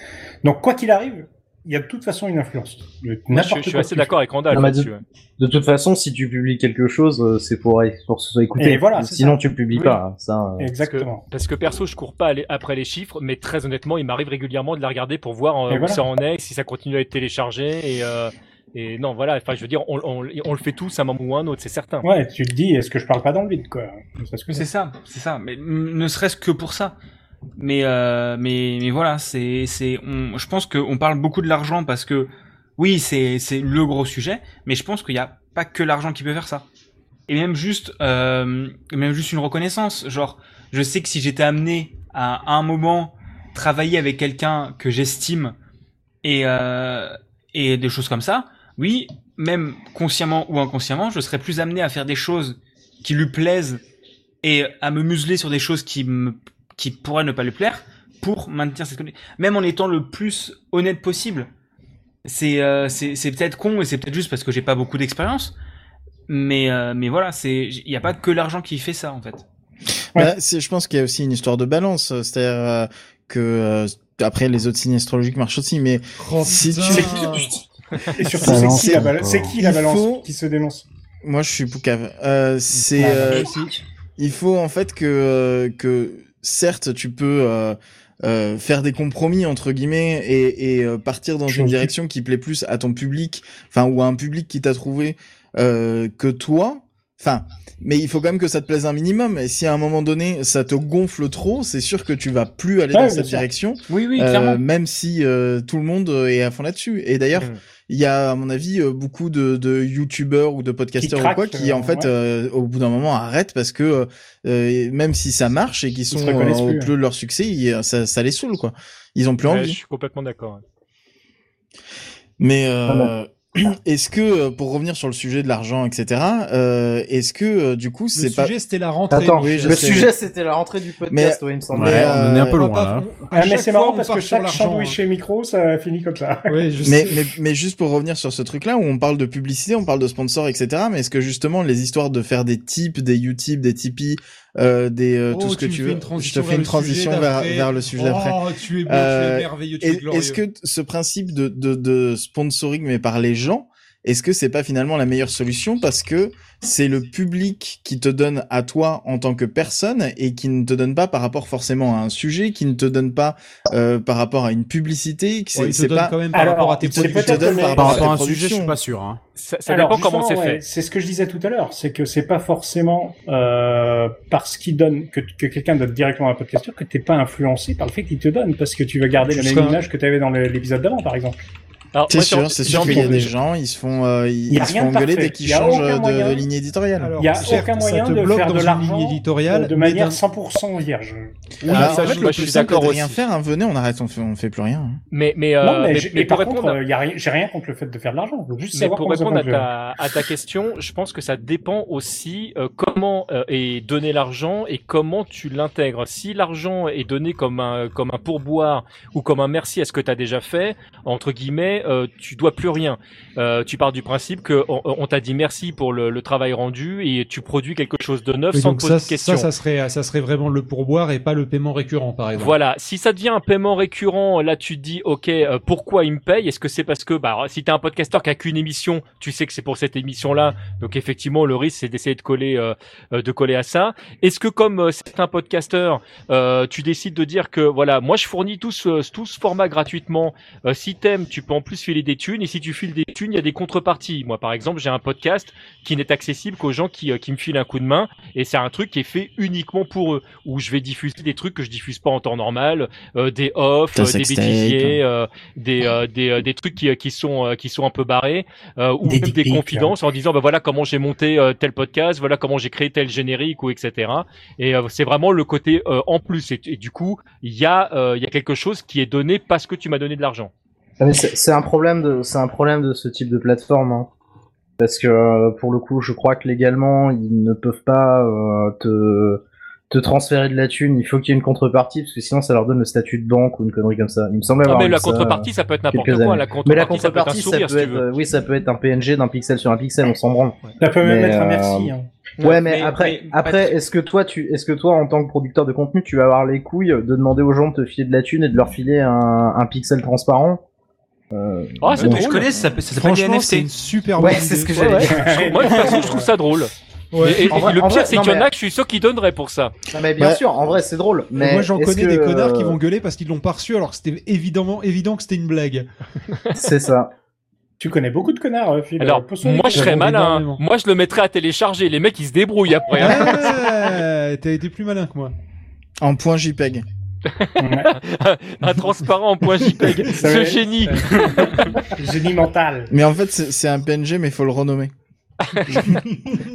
Speaker 5: Donc quoi qu'il arrive, il y a de toute façon une influence. De
Speaker 8: Moi, je-
Speaker 5: n'importe
Speaker 8: je suis
Speaker 5: quoi
Speaker 8: assez
Speaker 5: que tu
Speaker 8: d'accord avec Randall
Speaker 5: Non, mais
Speaker 8: là-dessus,
Speaker 5: de-
Speaker 8: ouais.
Speaker 4: De toute façon, si tu publies quelque chose, euh, c'est pour, pour que ce soit écouté.
Speaker 5: Et voilà, c'est
Speaker 4: Sinon,
Speaker 5: ça.
Speaker 4: tu publies
Speaker 8: Oui.
Speaker 4: pas. hein, Ça, euh,
Speaker 5: Exactement.
Speaker 8: Parce que perso, je cours pas à les- après les chiffres, mais très honnêtement, il m'arrive régulièrement de la regarder pour voir euh,
Speaker 5: Et
Speaker 8: où
Speaker 5: voilà.
Speaker 8: ça en est, si ça continue à être téléchargé. Et, euh, et non, voilà, enfin, je veux dire, on, on- on le fait tous à un moment ou à un autre, c'est certain.
Speaker 5: Ouais, tu te dis, est-ce que je parle pas dans le vide, quoi Parce que
Speaker 12: C'est ça, c'est ça. Mais mm, ne serait-ce que pour ça. Mais euh, mais mais voilà, c'est c'est on. Je pense qu'on parle beaucoup de l'argent parce que oui, c'est c'est le gros sujet. Mais je pense qu'il n'y a pas que l'argent qui peut faire ça. Et même juste euh, même juste une reconnaissance. Genre, je sais que si j'étais amené à, à un moment travailler avec quelqu'un que j'estime et euh, et des choses comme ça, oui, même consciemment ou inconsciemment, je serais plus amené à faire des choses qui lui plaisent et à me museler sur des choses qui me, qui pourraient ne pas lui plaire pour maintenir cette connexion. Même en étant le plus honnête possible. C'est euh, c'est c'est peut-être con et c'est peut-être juste parce que j'ai pas beaucoup d'expérience. Mais euh, mais voilà, c'est il n'y a pas que l'argent qui fait ça en fait.
Speaker 3: Bah, c'est- je pense qu'il y a aussi une histoire de balance, euh, c'est-à-dire euh, que euh, après les autres signes astrologiques marchent aussi, mais
Speaker 4: Oh,
Speaker 3: si tu
Speaker 5: Et surtout, c'est qui, la bala- c'est qui la
Speaker 3: Il
Speaker 5: balance
Speaker 3: faut-
Speaker 5: qui se dénonce
Speaker 3: Moi, je suis poucave. Euh, c'est
Speaker 5: Ah,
Speaker 3: euh,
Speaker 5: bah,
Speaker 3: il faut en fait que euh, que certes tu peux euh, euh, faire des compromis entre guillemets et, et euh, partir dans une direction qui plaît plus à ton public, enfin ou à un public qui t'a trouvé euh, que toi. Enfin, mais il faut quand même que ça te plaise un minimum. Et si à un moment donné ça te gonfle trop, c'est sûr que tu vas plus
Speaker 12: Ouais,
Speaker 3: aller dans
Speaker 12: bien
Speaker 3: cette
Speaker 12: sûr.
Speaker 3: direction.
Speaker 12: Oui, oui,
Speaker 3: Euh,
Speaker 12: clairement.
Speaker 3: même si euh, tout le monde euh, est à fond là-dessus. Et d'ailleurs,
Speaker 12: Mm.
Speaker 3: il y a à mon avis euh, beaucoup de, de youtubeurs ou de podcasteurs ou
Speaker 5: craquent,
Speaker 3: quoi qui
Speaker 5: euh,
Speaker 3: en fait
Speaker 5: ouais.
Speaker 3: euh, au bout d'un moment arrêtent parce que euh, euh, même si ça marche et qu'ils
Speaker 8: se
Speaker 3: sont euh,
Speaker 8: reconnaissent
Speaker 3: au
Speaker 8: plus, hein.
Speaker 3: plus de leur succès, ils- ça, ça les saoule quoi. Ils ont plus
Speaker 8: Ouais,
Speaker 3: envie.
Speaker 8: Je suis complètement d'accord.
Speaker 3: Mais euh,
Speaker 8: Voilà.
Speaker 3: est-ce que euh, pour revenir sur le sujet de l'argent, etc. euh, est-ce que euh, du coup c'est pas
Speaker 2: sujet, c'était la rentrée.
Speaker 3: Attends,
Speaker 2: Oui, je
Speaker 4: le
Speaker 3: sais.
Speaker 4: sujet, c'était la rentrée du podcast,
Speaker 3: Mais-
Speaker 4: ouais, il me semble.
Speaker 3: mais, euh,
Speaker 5: Ah, mais c'est marrant
Speaker 2: on
Speaker 5: parce
Speaker 2: part
Speaker 5: que
Speaker 2: sur
Speaker 5: chaque
Speaker 2: l'argent,
Speaker 5: sandwich
Speaker 2: hein.
Speaker 5: chez Micro, ça finit comme ça.
Speaker 3: mais, mais, mais juste pour revenir sur ce truc-là, où on parle de publicité, on parle de sponsors, etc. Mais est-ce que justement les histoires de faire des types, des Utip, des Tipeee, euh, des euh,
Speaker 2: Oh,
Speaker 3: tout ce que
Speaker 2: tu me
Speaker 3: tu
Speaker 2: fais
Speaker 3: veux,
Speaker 2: une
Speaker 3: je
Speaker 2: transition
Speaker 3: te fais
Speaker 2: vers
Speaker 3: une
Speaker 2: le sujet
Speaker 3: transition vers,
Speaker 2: d'après.
Speaker 3: vers le sujet
Speaker 2: Oh,
Speaker 3: d'après.
Speaker 2: tu es beau, tu es merveilleux, tu es
Speaker 3: est-
Speaker 2: glorieux.
Speaker 3: Est-ce que t- ce principe de, de, de sponsoring mais par les gens, est-ce que c'est pas finalement la meilleure solution parce que c'est le public qui te donne à toi en tant que personne et qui ne te donne pas par rapport forcément à un sujet, qui ne te donne pas euh, par rapport à une publicité, qui
Speaker 2: Ouais, il te donne quand même par Alors, rapport à tes c'est productions.
Speaker 3: Il te
Speaker 2: peut-être
Speaker 3: donne
Speaker 2: que
Speaker 3: par
Speaker 2: les-
Speaker 3: rapport à
Speaker 2: Par rapport
Speaker 3: tes
Speaker 2: à un sujet, je suis
Speaker 3: productions.
Speaker 2: pas sûr, hein.
Speaker 8: Ça,
Speaker 5: Alors, justement, ouais, C'est ce que je disais tout à l'heure, c'est que c'est pas forcément euh, parce qu'il donne que, que quelqu'un donne directement à un podcasteur que t'es pas influencé par le fait qu'il te donne, parce que tu vas garder la même
Speaker 3: Jusqu'à-
Speaker 5: image que tu avais dans le- l'épisode d'avant, par exemple.
Speaker 3: C'est sûr, c'est sûr qu'il y a des gens, ils se font, euh, ils,
Speaker 5: Y a
Speaker 3: ils se
Speaker 5: rien
Speaker 3: font
Speaker 5: de
Speaker 3: engueuler
Speaker 5: parfait.
Speaker 3: dès qu'ils
Speaker 5: Y a
Speaker 3: changent
Speaker 5: aucun
Speaker 3: de,
Speaker 5: moyen.
Speaker 3: de ligne éditoriale.
Speaker 5: Il y a aucun moyen de faire de l'argent euh, de manière 100% vierge.
Speaker 3: Bah,
Speaker 8: Ah,
Speaker 3: en
Speaker 8: ça,
Speaker 3: fait,
Speaker 8: je-
Speaker 3: le
Speaker 8: moi, je
Speaker 3: plus
Speaker 8: suis
Speaker 3: simple,
Speaker 8: d'accord
Speaker 3: de rien
Speaker 8: aussi.
Speaker 3: faire, hein, venez, on arrête, on fait, on fait plus rien. hein.
Speaker 8: Mais, mais, euh,
Speaker 5: Non, mais,
Speaker 8: mais-
Speaker 5: j'ai-
Speaker 8: mais
Speaker 5: mais
Speaker 8: pour
Speaker 5: par
Speaker 8: répondre,
Speaker 5: contre, euh, y a rien- j'ai rien contre le fait de faire de l'argent. Je veux juste
Speaker 8: Mais
Speaker 5: savoir
Speaker 8: pour
Speaker 5: comment ça
Speaker 8: répondre à
Speaker 5: fonctionne.
Speaker 8: ta, à ta question, je pense que ça dépend aussi euh, comment euh, est donné l'argent et comment tu l'intègres. Si l'argent est donné comme un, comme un pourboire ou comme un merci à ce que tu as déjà fait, entre guillemets, après, euh, tu dois plus rien. Euh, tu pars du principe que on, on t'a dit merci pour le, le travail rendu et tu produis quelque chose de neuf
Speaker 1: Oui,
Speaker 8: sans
Speaker 1: donc
Speaker 8: te poser
Speaker 1: ça,
Speaker 8: de questions.
Speaker 1: ça, ça serait, ça serait vraiment le pourboire et pas le paiement récurrent, par exemple.
Speaker 8: Voilà, si ça devient un paiement récurrent, là tu te dis ok, euh, pourquoi il me paye Est-ce que c'est parce que bah si t'es un podcasteur qui a qu'une émission, tu sais que c'est pour cette émission-là, donc effectivement le risque c'est d'essayer de coller euh, euh, de coller à ça. Est-ce que comme euh, certains podcasteurs, euh, tu décides de dire que voilà, moi je fournis tout ce, tout ce format gratuitement. Euh, si t'aimes, tu peux en plus filer des thunes et si tu files des thunes, il y a des contreparties. Moi par exemple, j'ai un podcast qui n'est accessible qu'aux gens qui, euh, qui me filent un coup de main et c'est un truc qui est fait uniquement pour eux où je vais diffuser des trucs que je diffuse pas en temps normal, euh, des off,
Speaker 9: Des
Speaker 8: euh, des
Speaker 9: sextapes.
Speaker 8: bêtisiers, euh, des, euh, des, euh, des trucs qui, qui sont euh, qui sont un peu barrés euh, ou
Speaker 9: Des
Speaker 8: même
Speaker 9: dick
Speaker 8: des
Speaker 9: pics,
Speaker 8: confidences en disant bah voilà comment j'ai monté euh, tel podcast, voilà comment j'ai créé tel générique ou etc. Et euh, c'est vraiment le côté euh, en plus et, et du coup il y a euh, il y a quelque chose qui est donné parce que tu m'as donné de l'argent.
Speaker 4: Ah, mais C'est c'est un problème de, c'est un problème de ce type de plateforme, hein. parce que euh, pour le coup, je crois que légalement, ils ne peuvent pas euh, te te transférer de la thune. Il faut qu'il y ait une contrepartie, parce que sinon, ça leur donne le statut de banque ou une connerie comme ça. Il me semble
Speaker 8: Ah,
Speaker 4: avoir
Speaker 8: mais
Speaker 4: vu
Speaker 8: la
Speaker 4: ça, euh,
Speaker 8: contrepartie, ça peut être n'importe
Speaker 4: quelques
Speaker 8: quoi.
Speaker 4: années.
Speaker 8: La
Speaker 4: mais la
Speaker 8: contrepartie, ça peut être un
Speaker 4: contrepartie, ça peut
Speaker 8: sourire,
Speaker 4: être,
Speaker 8: si tu veux.
Speaker 4: euh, oui, ça peut être un PNG d'un pixel sur un pixel, on s'en branle.
Speaker 5: Ça peut même
Speaker 4: Mais,
Speaker 5: être un
Speaker 4: euh,
Speaker 5: merci, hein.
Speaker 4: Ouais,
Speaker 5: Ouais,
Speaker 4: mais,
Speaker 5: mais-
Speaker 4: après,
Speaker 5: mais-
Speaker 4: après, est-ce que toi, tu, est-ce que toi, en tant que producteur de contenu, tu vas avoir les couilles de demander aux gens de te filer de la thune et de leur filer un, un pixel transparent euh,
Speaker 8: Ah,
Speaker 4: bon.
Speaker 8: c'est drôle.
Speaker 4: Franchement, c'est une
Speaker 1: super
Speaker 4: Ouais, bonne c'est idée. ce que j'allais dire.
Speaker 8: Je trouve- Moi, de toute façon, je trouve ça drôle.
Speaker 4: Ouais.
Speaker 8: Et, et-
Speaker 4: En
Speaker 8: et
Speaker 4: vrai-
Speaker 8: le
Speaker 4: en
Speaker 8: pire,
Speaker 4: vrai-
Speaker 8: c'est
Speaker 4: non,
Speaker 8: qu'il y en
Speaker 4: mais-
Speaker 8: a que je suis sûr qui donneraient pour ça.
Speaker 4: Non, mais bien
Speaker 1: Bah,
Speaker 4: sûr, en vrai, c'est drôle. Mais
Speaker 1: moi j'en
Speaker 4: est-ce
Speaker 1: connais des
Speaker 4: que- euh,
Speaker 1: connards qui vont gueuler parce qu'ils l'ont pas reçu alors que c'était évidemment évident que c'était une blague.
Speaker 4: C'est ça.
Speaker 5: Tu connais beaucoup de connards, euh, Phil.
Speaker 8: Alors,
Speaker 5: Pose-toi des
Speaker 8: moi, je
Speaker 5: questions.
Speaker 8: serais malin. hein. Moi, je le mettrais à télécharger. Les mecs, ils se débrouillent après. hein.
Speaker 1: Ouais, T'as été plus malin que moi.
Speaker 3: En point E JPEG.
Speaker 8: un transparent en point JPEG.
Speaker 3: Ça
Speaker 8: Ce
Speaker 3: va-
Speaker 8: génie.
Speaker 5: Génie mental.
Speaker 3: Mais en fait, c'est c'est un PNG, mais il faut le renommer.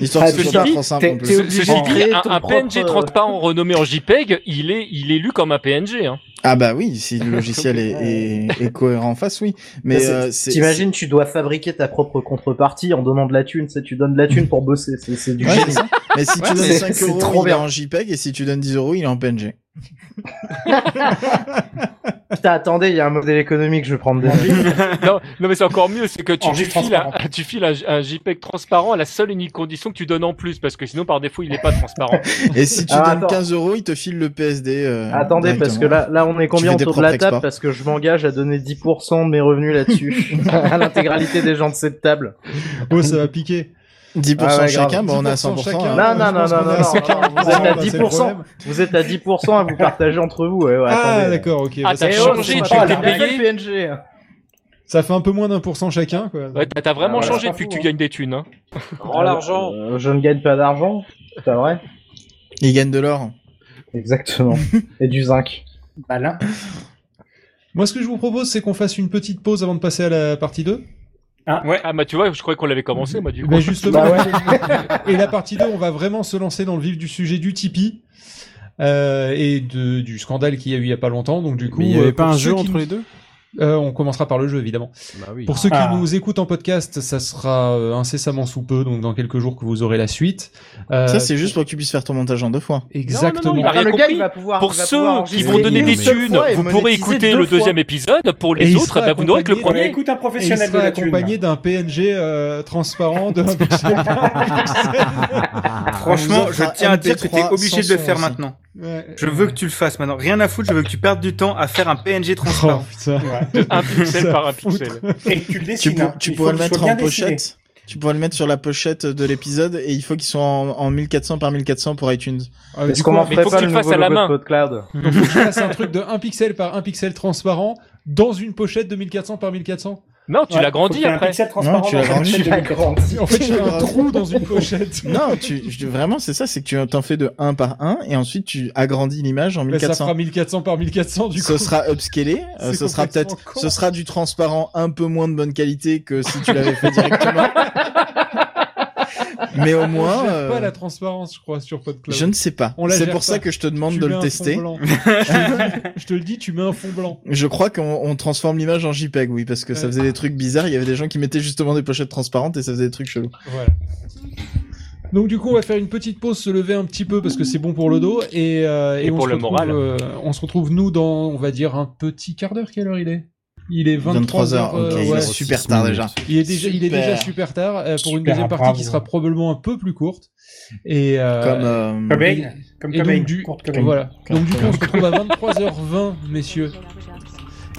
Speaker 3: Histoire
Speaker 8: Ah,
Speaker 3: que ce
Speaker 8: ceci
Speaker 3: soit
Speaker 8: dit,
Speaker 3: trop simple. en plus.
Speaker 8: ce- ceci dit, E un, un PNG
Speaker 3: euh,
Speaker 8: transparent renommé en JPEG, il est, il est lu comme un PNG. Hein.
Speaker 3: Ah bah oui, si le logiciel est, est- est cohérent en face, oui. Mais
Speaker 4: C'est-
Speaker 3: euh, c'est-
Speaker 4: T'imagines, tu dois fabriquer ta propre contrepartie en donnant de la thune, tu sais, tu donnes de la thune pour bosser, c'est c'est du
Speaker 3: Ouais,
Speaker 4: génie.
Speaker 3: c'est ça. Mais si
Speaker 4: Ouais,
Speaker 3: tu donnes
Speaker 4: c'est-
Speaker 3: 5
Speaker 4: c'est
Speaker 3: euros,
Speaker 4: trop
Speaker 3: il est
Speaker 4: bien.
Speaker 3: en JPEG et si tu donnes 10 euros, il est en PNG.
Speaker 4: Putain, attendez, il y a un modèle économique, je vais prendre des
Speaker 8: non, non, mais c'est encore mieux, c'est que tu,
Speaker 4: En
Speaker 8: tu
Speaker 4: juste
Speaker 8: files, un,
Speaker 4: transparent.
Speaker 8: tu files un, un JPEG transparent à la seule unique condition que tu donnes en plus, parce que sinon, par défaut, il n'est pas transparent.
Speaker 3: Et si tu
Speaker 8: Ah,
Speaker 3: donnes 15 euros, il te file le PSD. euh,
Speaker 4: Attendez, parce
Speaker 3: directement.
Speaker 4: que là, là, on est
Speaker 3: Tu
Speaker 4: combien
Speaker 3: fais des
Speaker 4: autour de la
Speaker 3: propres
Speaker 4: table
Speaker 3: exports.
Speaker 4: Parce que je m'engage à donner 10% de mes revenus là-dessus, à l'intégralité des gens de cette table.
Speaker 1: Oh, ça va piquer.
Speaker 3: 10%
Speaker 4: Ah ouais,
Speaker 3: chacun,
Speaker 4: grave.
Speaker 3: bah, on est à 100%.
Speaker 4: Non,
Speaker 3: hein.
Speaker 4: non, non, non, non, non, non,
Speaker 1: bah,
Speaker 4: vous êtes à 10%, vous êtes à 10% à vous partager entre vous. ouais, ouais,
Speaker 1: Ah,
Speaker 4: attendez. Euh,
Speaker 1: d'accord, ok.
Speaker 8: Ah,
Speaker 1: bah,
Speaker 8: t'as
Speaker 1: ça-
Speaker 8: changé,
Speaker 1: ça-
Speaker 8: tu
Speaker 1: ça-
Speaker 8: t'es
Speaker 1: ça-
Speaker 8: payé.
Speaker 4: PNG.
Speaker 1: Ça fait un peu moins d'un pour cent chacun. Quoi.
Speaker 8: Ouais, t'as t'as vraiment
Speaker 4: Ah, ouais.
Speaker 8: changé depuis que tu gagnes des thunes. Hein.
Speaker 4: Euh, euh, Je ne gagne pas d'argent, c'est pas vrai
Speaker 3: Il gagne de l'or.
Speaker 4: Exactement. Et du zinc.
Speaker 5: Malin.
Speaker 1: Moi, ce que je vous propose, c'est qu'on fasse une petite pause avant de passer à la partie 2.
Speaker 5: Ah,
Speaker 8: ouais. ah bah tu vois, je croyais qu'on l'avait commencé, moi, du coup.
Speaker 1: Bah, justement, et la partie 2, on va vraiment se lancer dans le vif du sujet du Tipeee. euh, et de, du scandale qu'il y a eu il y a pas longtemps, donc du coup.
Speaker 2: Mais il y avait
Speaker 1: euh,
Speaker 2: pas
Speaker 1: pour
Speaker 2: un
Speaker 1: ceux
Speaker 2: jeu
Speaker 1: qui
Speaker 2: entre
Speaker 1: nous-
Speaker 2: les deux
Speaker 1: Euh, On commencera par le jeu évidemment.
Speaker 2: Bah oui.
Speaker 1: Pour ceux qui
Speaker 2: Ah.
Speaker 1: nous écoutent en podcast, ça sera euh, incessamment sous peu, donc dans quelques jours que vous aurez la suite. Euh,
Speaker 3: Ça, c'est juste pour que tu puisses faire ton montage en deux fois.
Speaker 1: Exactement.
Speaker 8: Il a rien
Speaker 4: le gars,
Speaker 8: compris.
Speaker 4: il va pouvoir-
Speaker 8: pour
Speaker 4: il va
Speaker 8: ceux
Speaker 4: pouvoir
Speaker 8: qui
Speaker 4: enregistrer
Speaker 8: vont donner
Speaker 4: une
Speaker 8: des
Speaker 4: seule
Speaker 8: thunes,
Speaker 4: fois et
Speaker 8: vous pourrez
Speaker 4: monétiser
Speaker 8: écouter
Speaker 4: deux
Speaker 8: le
Speaker 4: fois.
Speaker 8: deuxième épisode. Pour
Speaker 1: Et
Speaker 8: les
Speaker 1: il
Speaker 8: autres,
Speaker 1: sera
Speaker 8: bah, vous n'aurez que le
Speaker 1: accompagné
Speaker 8: premier.
Speaker 1: d'un- et il sera accompagné d'un PNG euh, transparent de
Speaker 3: On
Speaker 12: Franchement,
Speaker 3: nous
Speaker 12: je
Speaker 3: offre
Speaker 12: tiens
Speaker 3: un
Speaker 12: à dire que
Speaker 3: MP3
Speaker 12: t'es obligé de le
Speaker 3: sans
Speaker 12: faire
Speaker 3: son aussi.
Speaker 12: maintenant.
Speaker 1: Ouais.
Speaker 12: Je veux que tu le fasses maintenant. Rien à foutre, je veux que tu perdes du temps à faire un PNG transparent.
Speaker 1: Oh,
Speaker 8: un pixel par un pixel.
Speaker 5: Et tu le
Speaker 3: Tu,
Speaker 5: dessines.
Speaker 3: pour-
Speaker 5: hein.
Speaker 3: tu
Speaker 5: Il faut
Speaker 3: pourrais le
Speaker 5: qu'il soit
Speaker 3: mettre
Speaker 5: bien
Speaker 3: en
Speaker 5: dessiné.
Speaker 3: pochette. Tu pourrais le mettre sur la pochette de l'épisode et il faut qu'il soit en, en 1400 par 1400 pour iTunes.
Speaker 1: Ah, mais Est-ce du qu'on coup, en mais ferait faut pas que tu le le fasses nouveau à la logo de main. PodCloud Donc, faut que je fasse un truc de 1 pixel par 1 pixel transparent dans une pochette de 1400 par 1400
Speaker 8: Non, tu
Speaker 1: Ouais,
Speaker 8: l'as grandi
Speaker 1: faut qu'il y ait un
Speaker 8: après.
Speaker 1: pixel transparent Non, tu dans l'as la grandi. pochette de 1400. En fait, je fais un trou dans une pochette.
Speaker 3: Non, tu, je- vraiment, c'est ça, c'est que tu t'en fais de 1 par 1 et ensuite tu agrandis l'image en
Speaker 1: Mais Bah, ça
Speaker 3: 1400.
Speaker 1: fera 1400 par 1400 du coup.
Speaker 3: ce sera upscalé, euh,
Speaker 1: C'est
Speaker 3: ce sera
Speaker 1: complètement
Speaker 3: peut-être, ce sera du transparent un peu moins de bonne qualité que si tu l'avais fait directement. Mais au moins,
Speaker 1: On gère
Speaker 3: euh,
Speaker 1: pas la transparence, je crois, sur PodCloud.
Speaker 3: je ne sais pas.
Speaker 1: On la
Speaker 3: C'est
Speaker 1: gère
Speaker 3: pour ça
Speaker 1: pas.
Speaker 3: que je te demande
Speaker 1: Tu
Speaker 3: de
Speaker 1: mets
Speaker 3: le
Speaker 1: un
Speaker 3: tester.
Speaker 1: fond blanc. je, te le dis, je te le dis, tu mets un fond blanc.
Speaker 3: Je crois qu'on on transforme l'image en JPEG, oui, parce que ça faisait des trucs bizarres. Il y avait des gens qui mettaient justement des pochettes transparentes et ça faisait des trucs chelous.
Speaker 1: Voilà. Donc du coup, on va faire une petite pause, se lever un petit peu parce que c'est bon pour le dos et, euh,
Speaker 8: Et
Speaker 1: on
Speaker 8: pour
Speaker 1: se
Speaker 8: le
Speaker 1: retrouve,
Speaker 8: moral.
Speaker 1: euh, on se retrouve nous dans, on va dire un petit quart d'heure. Quelle heure il est Il est 23
Speaker 3: 23h,
Speaker 1: heures. euh,
Speaker 3: ok, il est
Speaker 1: ouais.
Speaker 3: super tard déjà.
Speaker 1: Il est déjà, il est
Speaker 3: Super.
Speaker 1: déjà super tard euh, pour une
Speaker 3: Super,
Speaker 1: deuxième partie
Speaker 3: bravo.
Speaker 1: qui sera probablement un peu plus courte. Et euh,
Speaker 3: Comme, euh, Cobain.
Speaker 1: et-
Speaker 7: Comme
Speaker 1: et
Speaker 7: Cobain.
Speaker 1: donc du,
Speaker 7: Courte Cobain.
Speaker 1: voilà.
Speaker 7: Courte
Speaker 1: Donc du coup, on se
Speaker 7: Cobain.
Speaker 1: retrouve à 23h20, messieurs.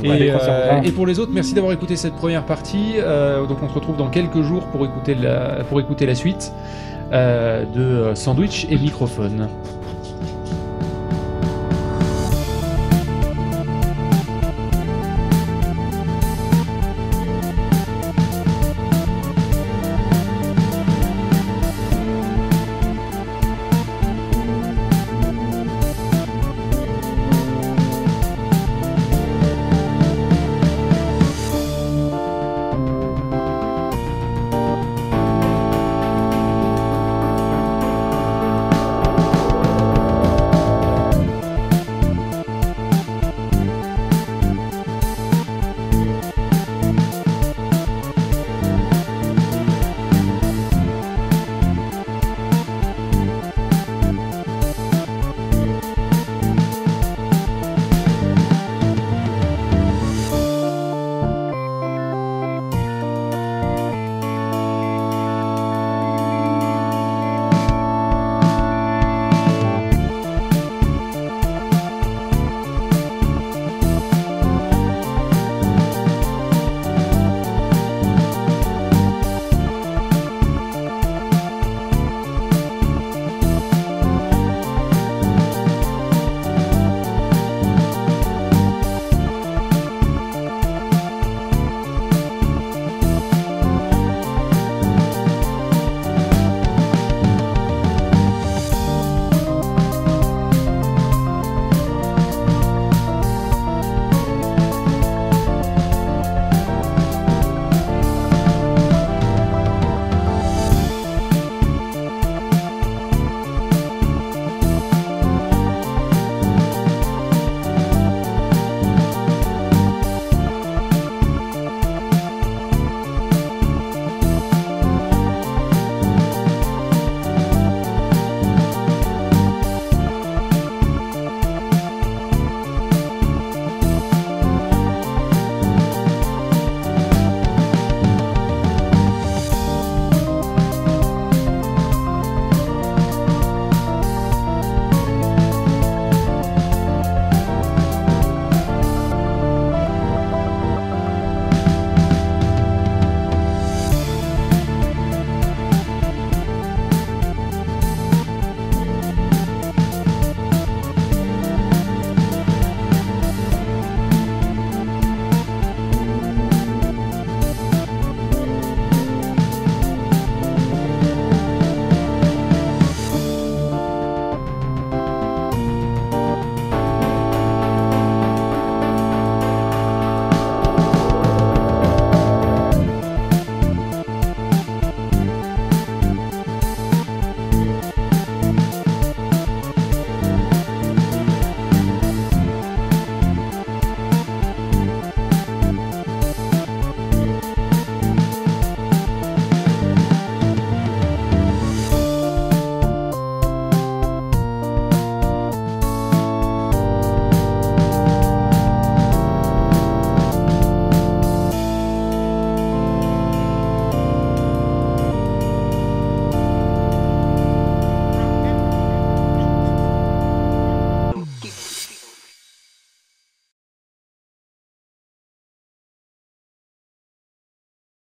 Speaker 1: Et,
Speaker 7: Ouais,
Speaker 1: euh,
Speaker 7: 23h20.
Speaker 1: et pour les autres, merci d'avoir écouté cette première partie. Euh, donc on se retrouve dans quelques jours pour écouter la, pour écouter la suite euh, de euh, Sandwich et Microphone.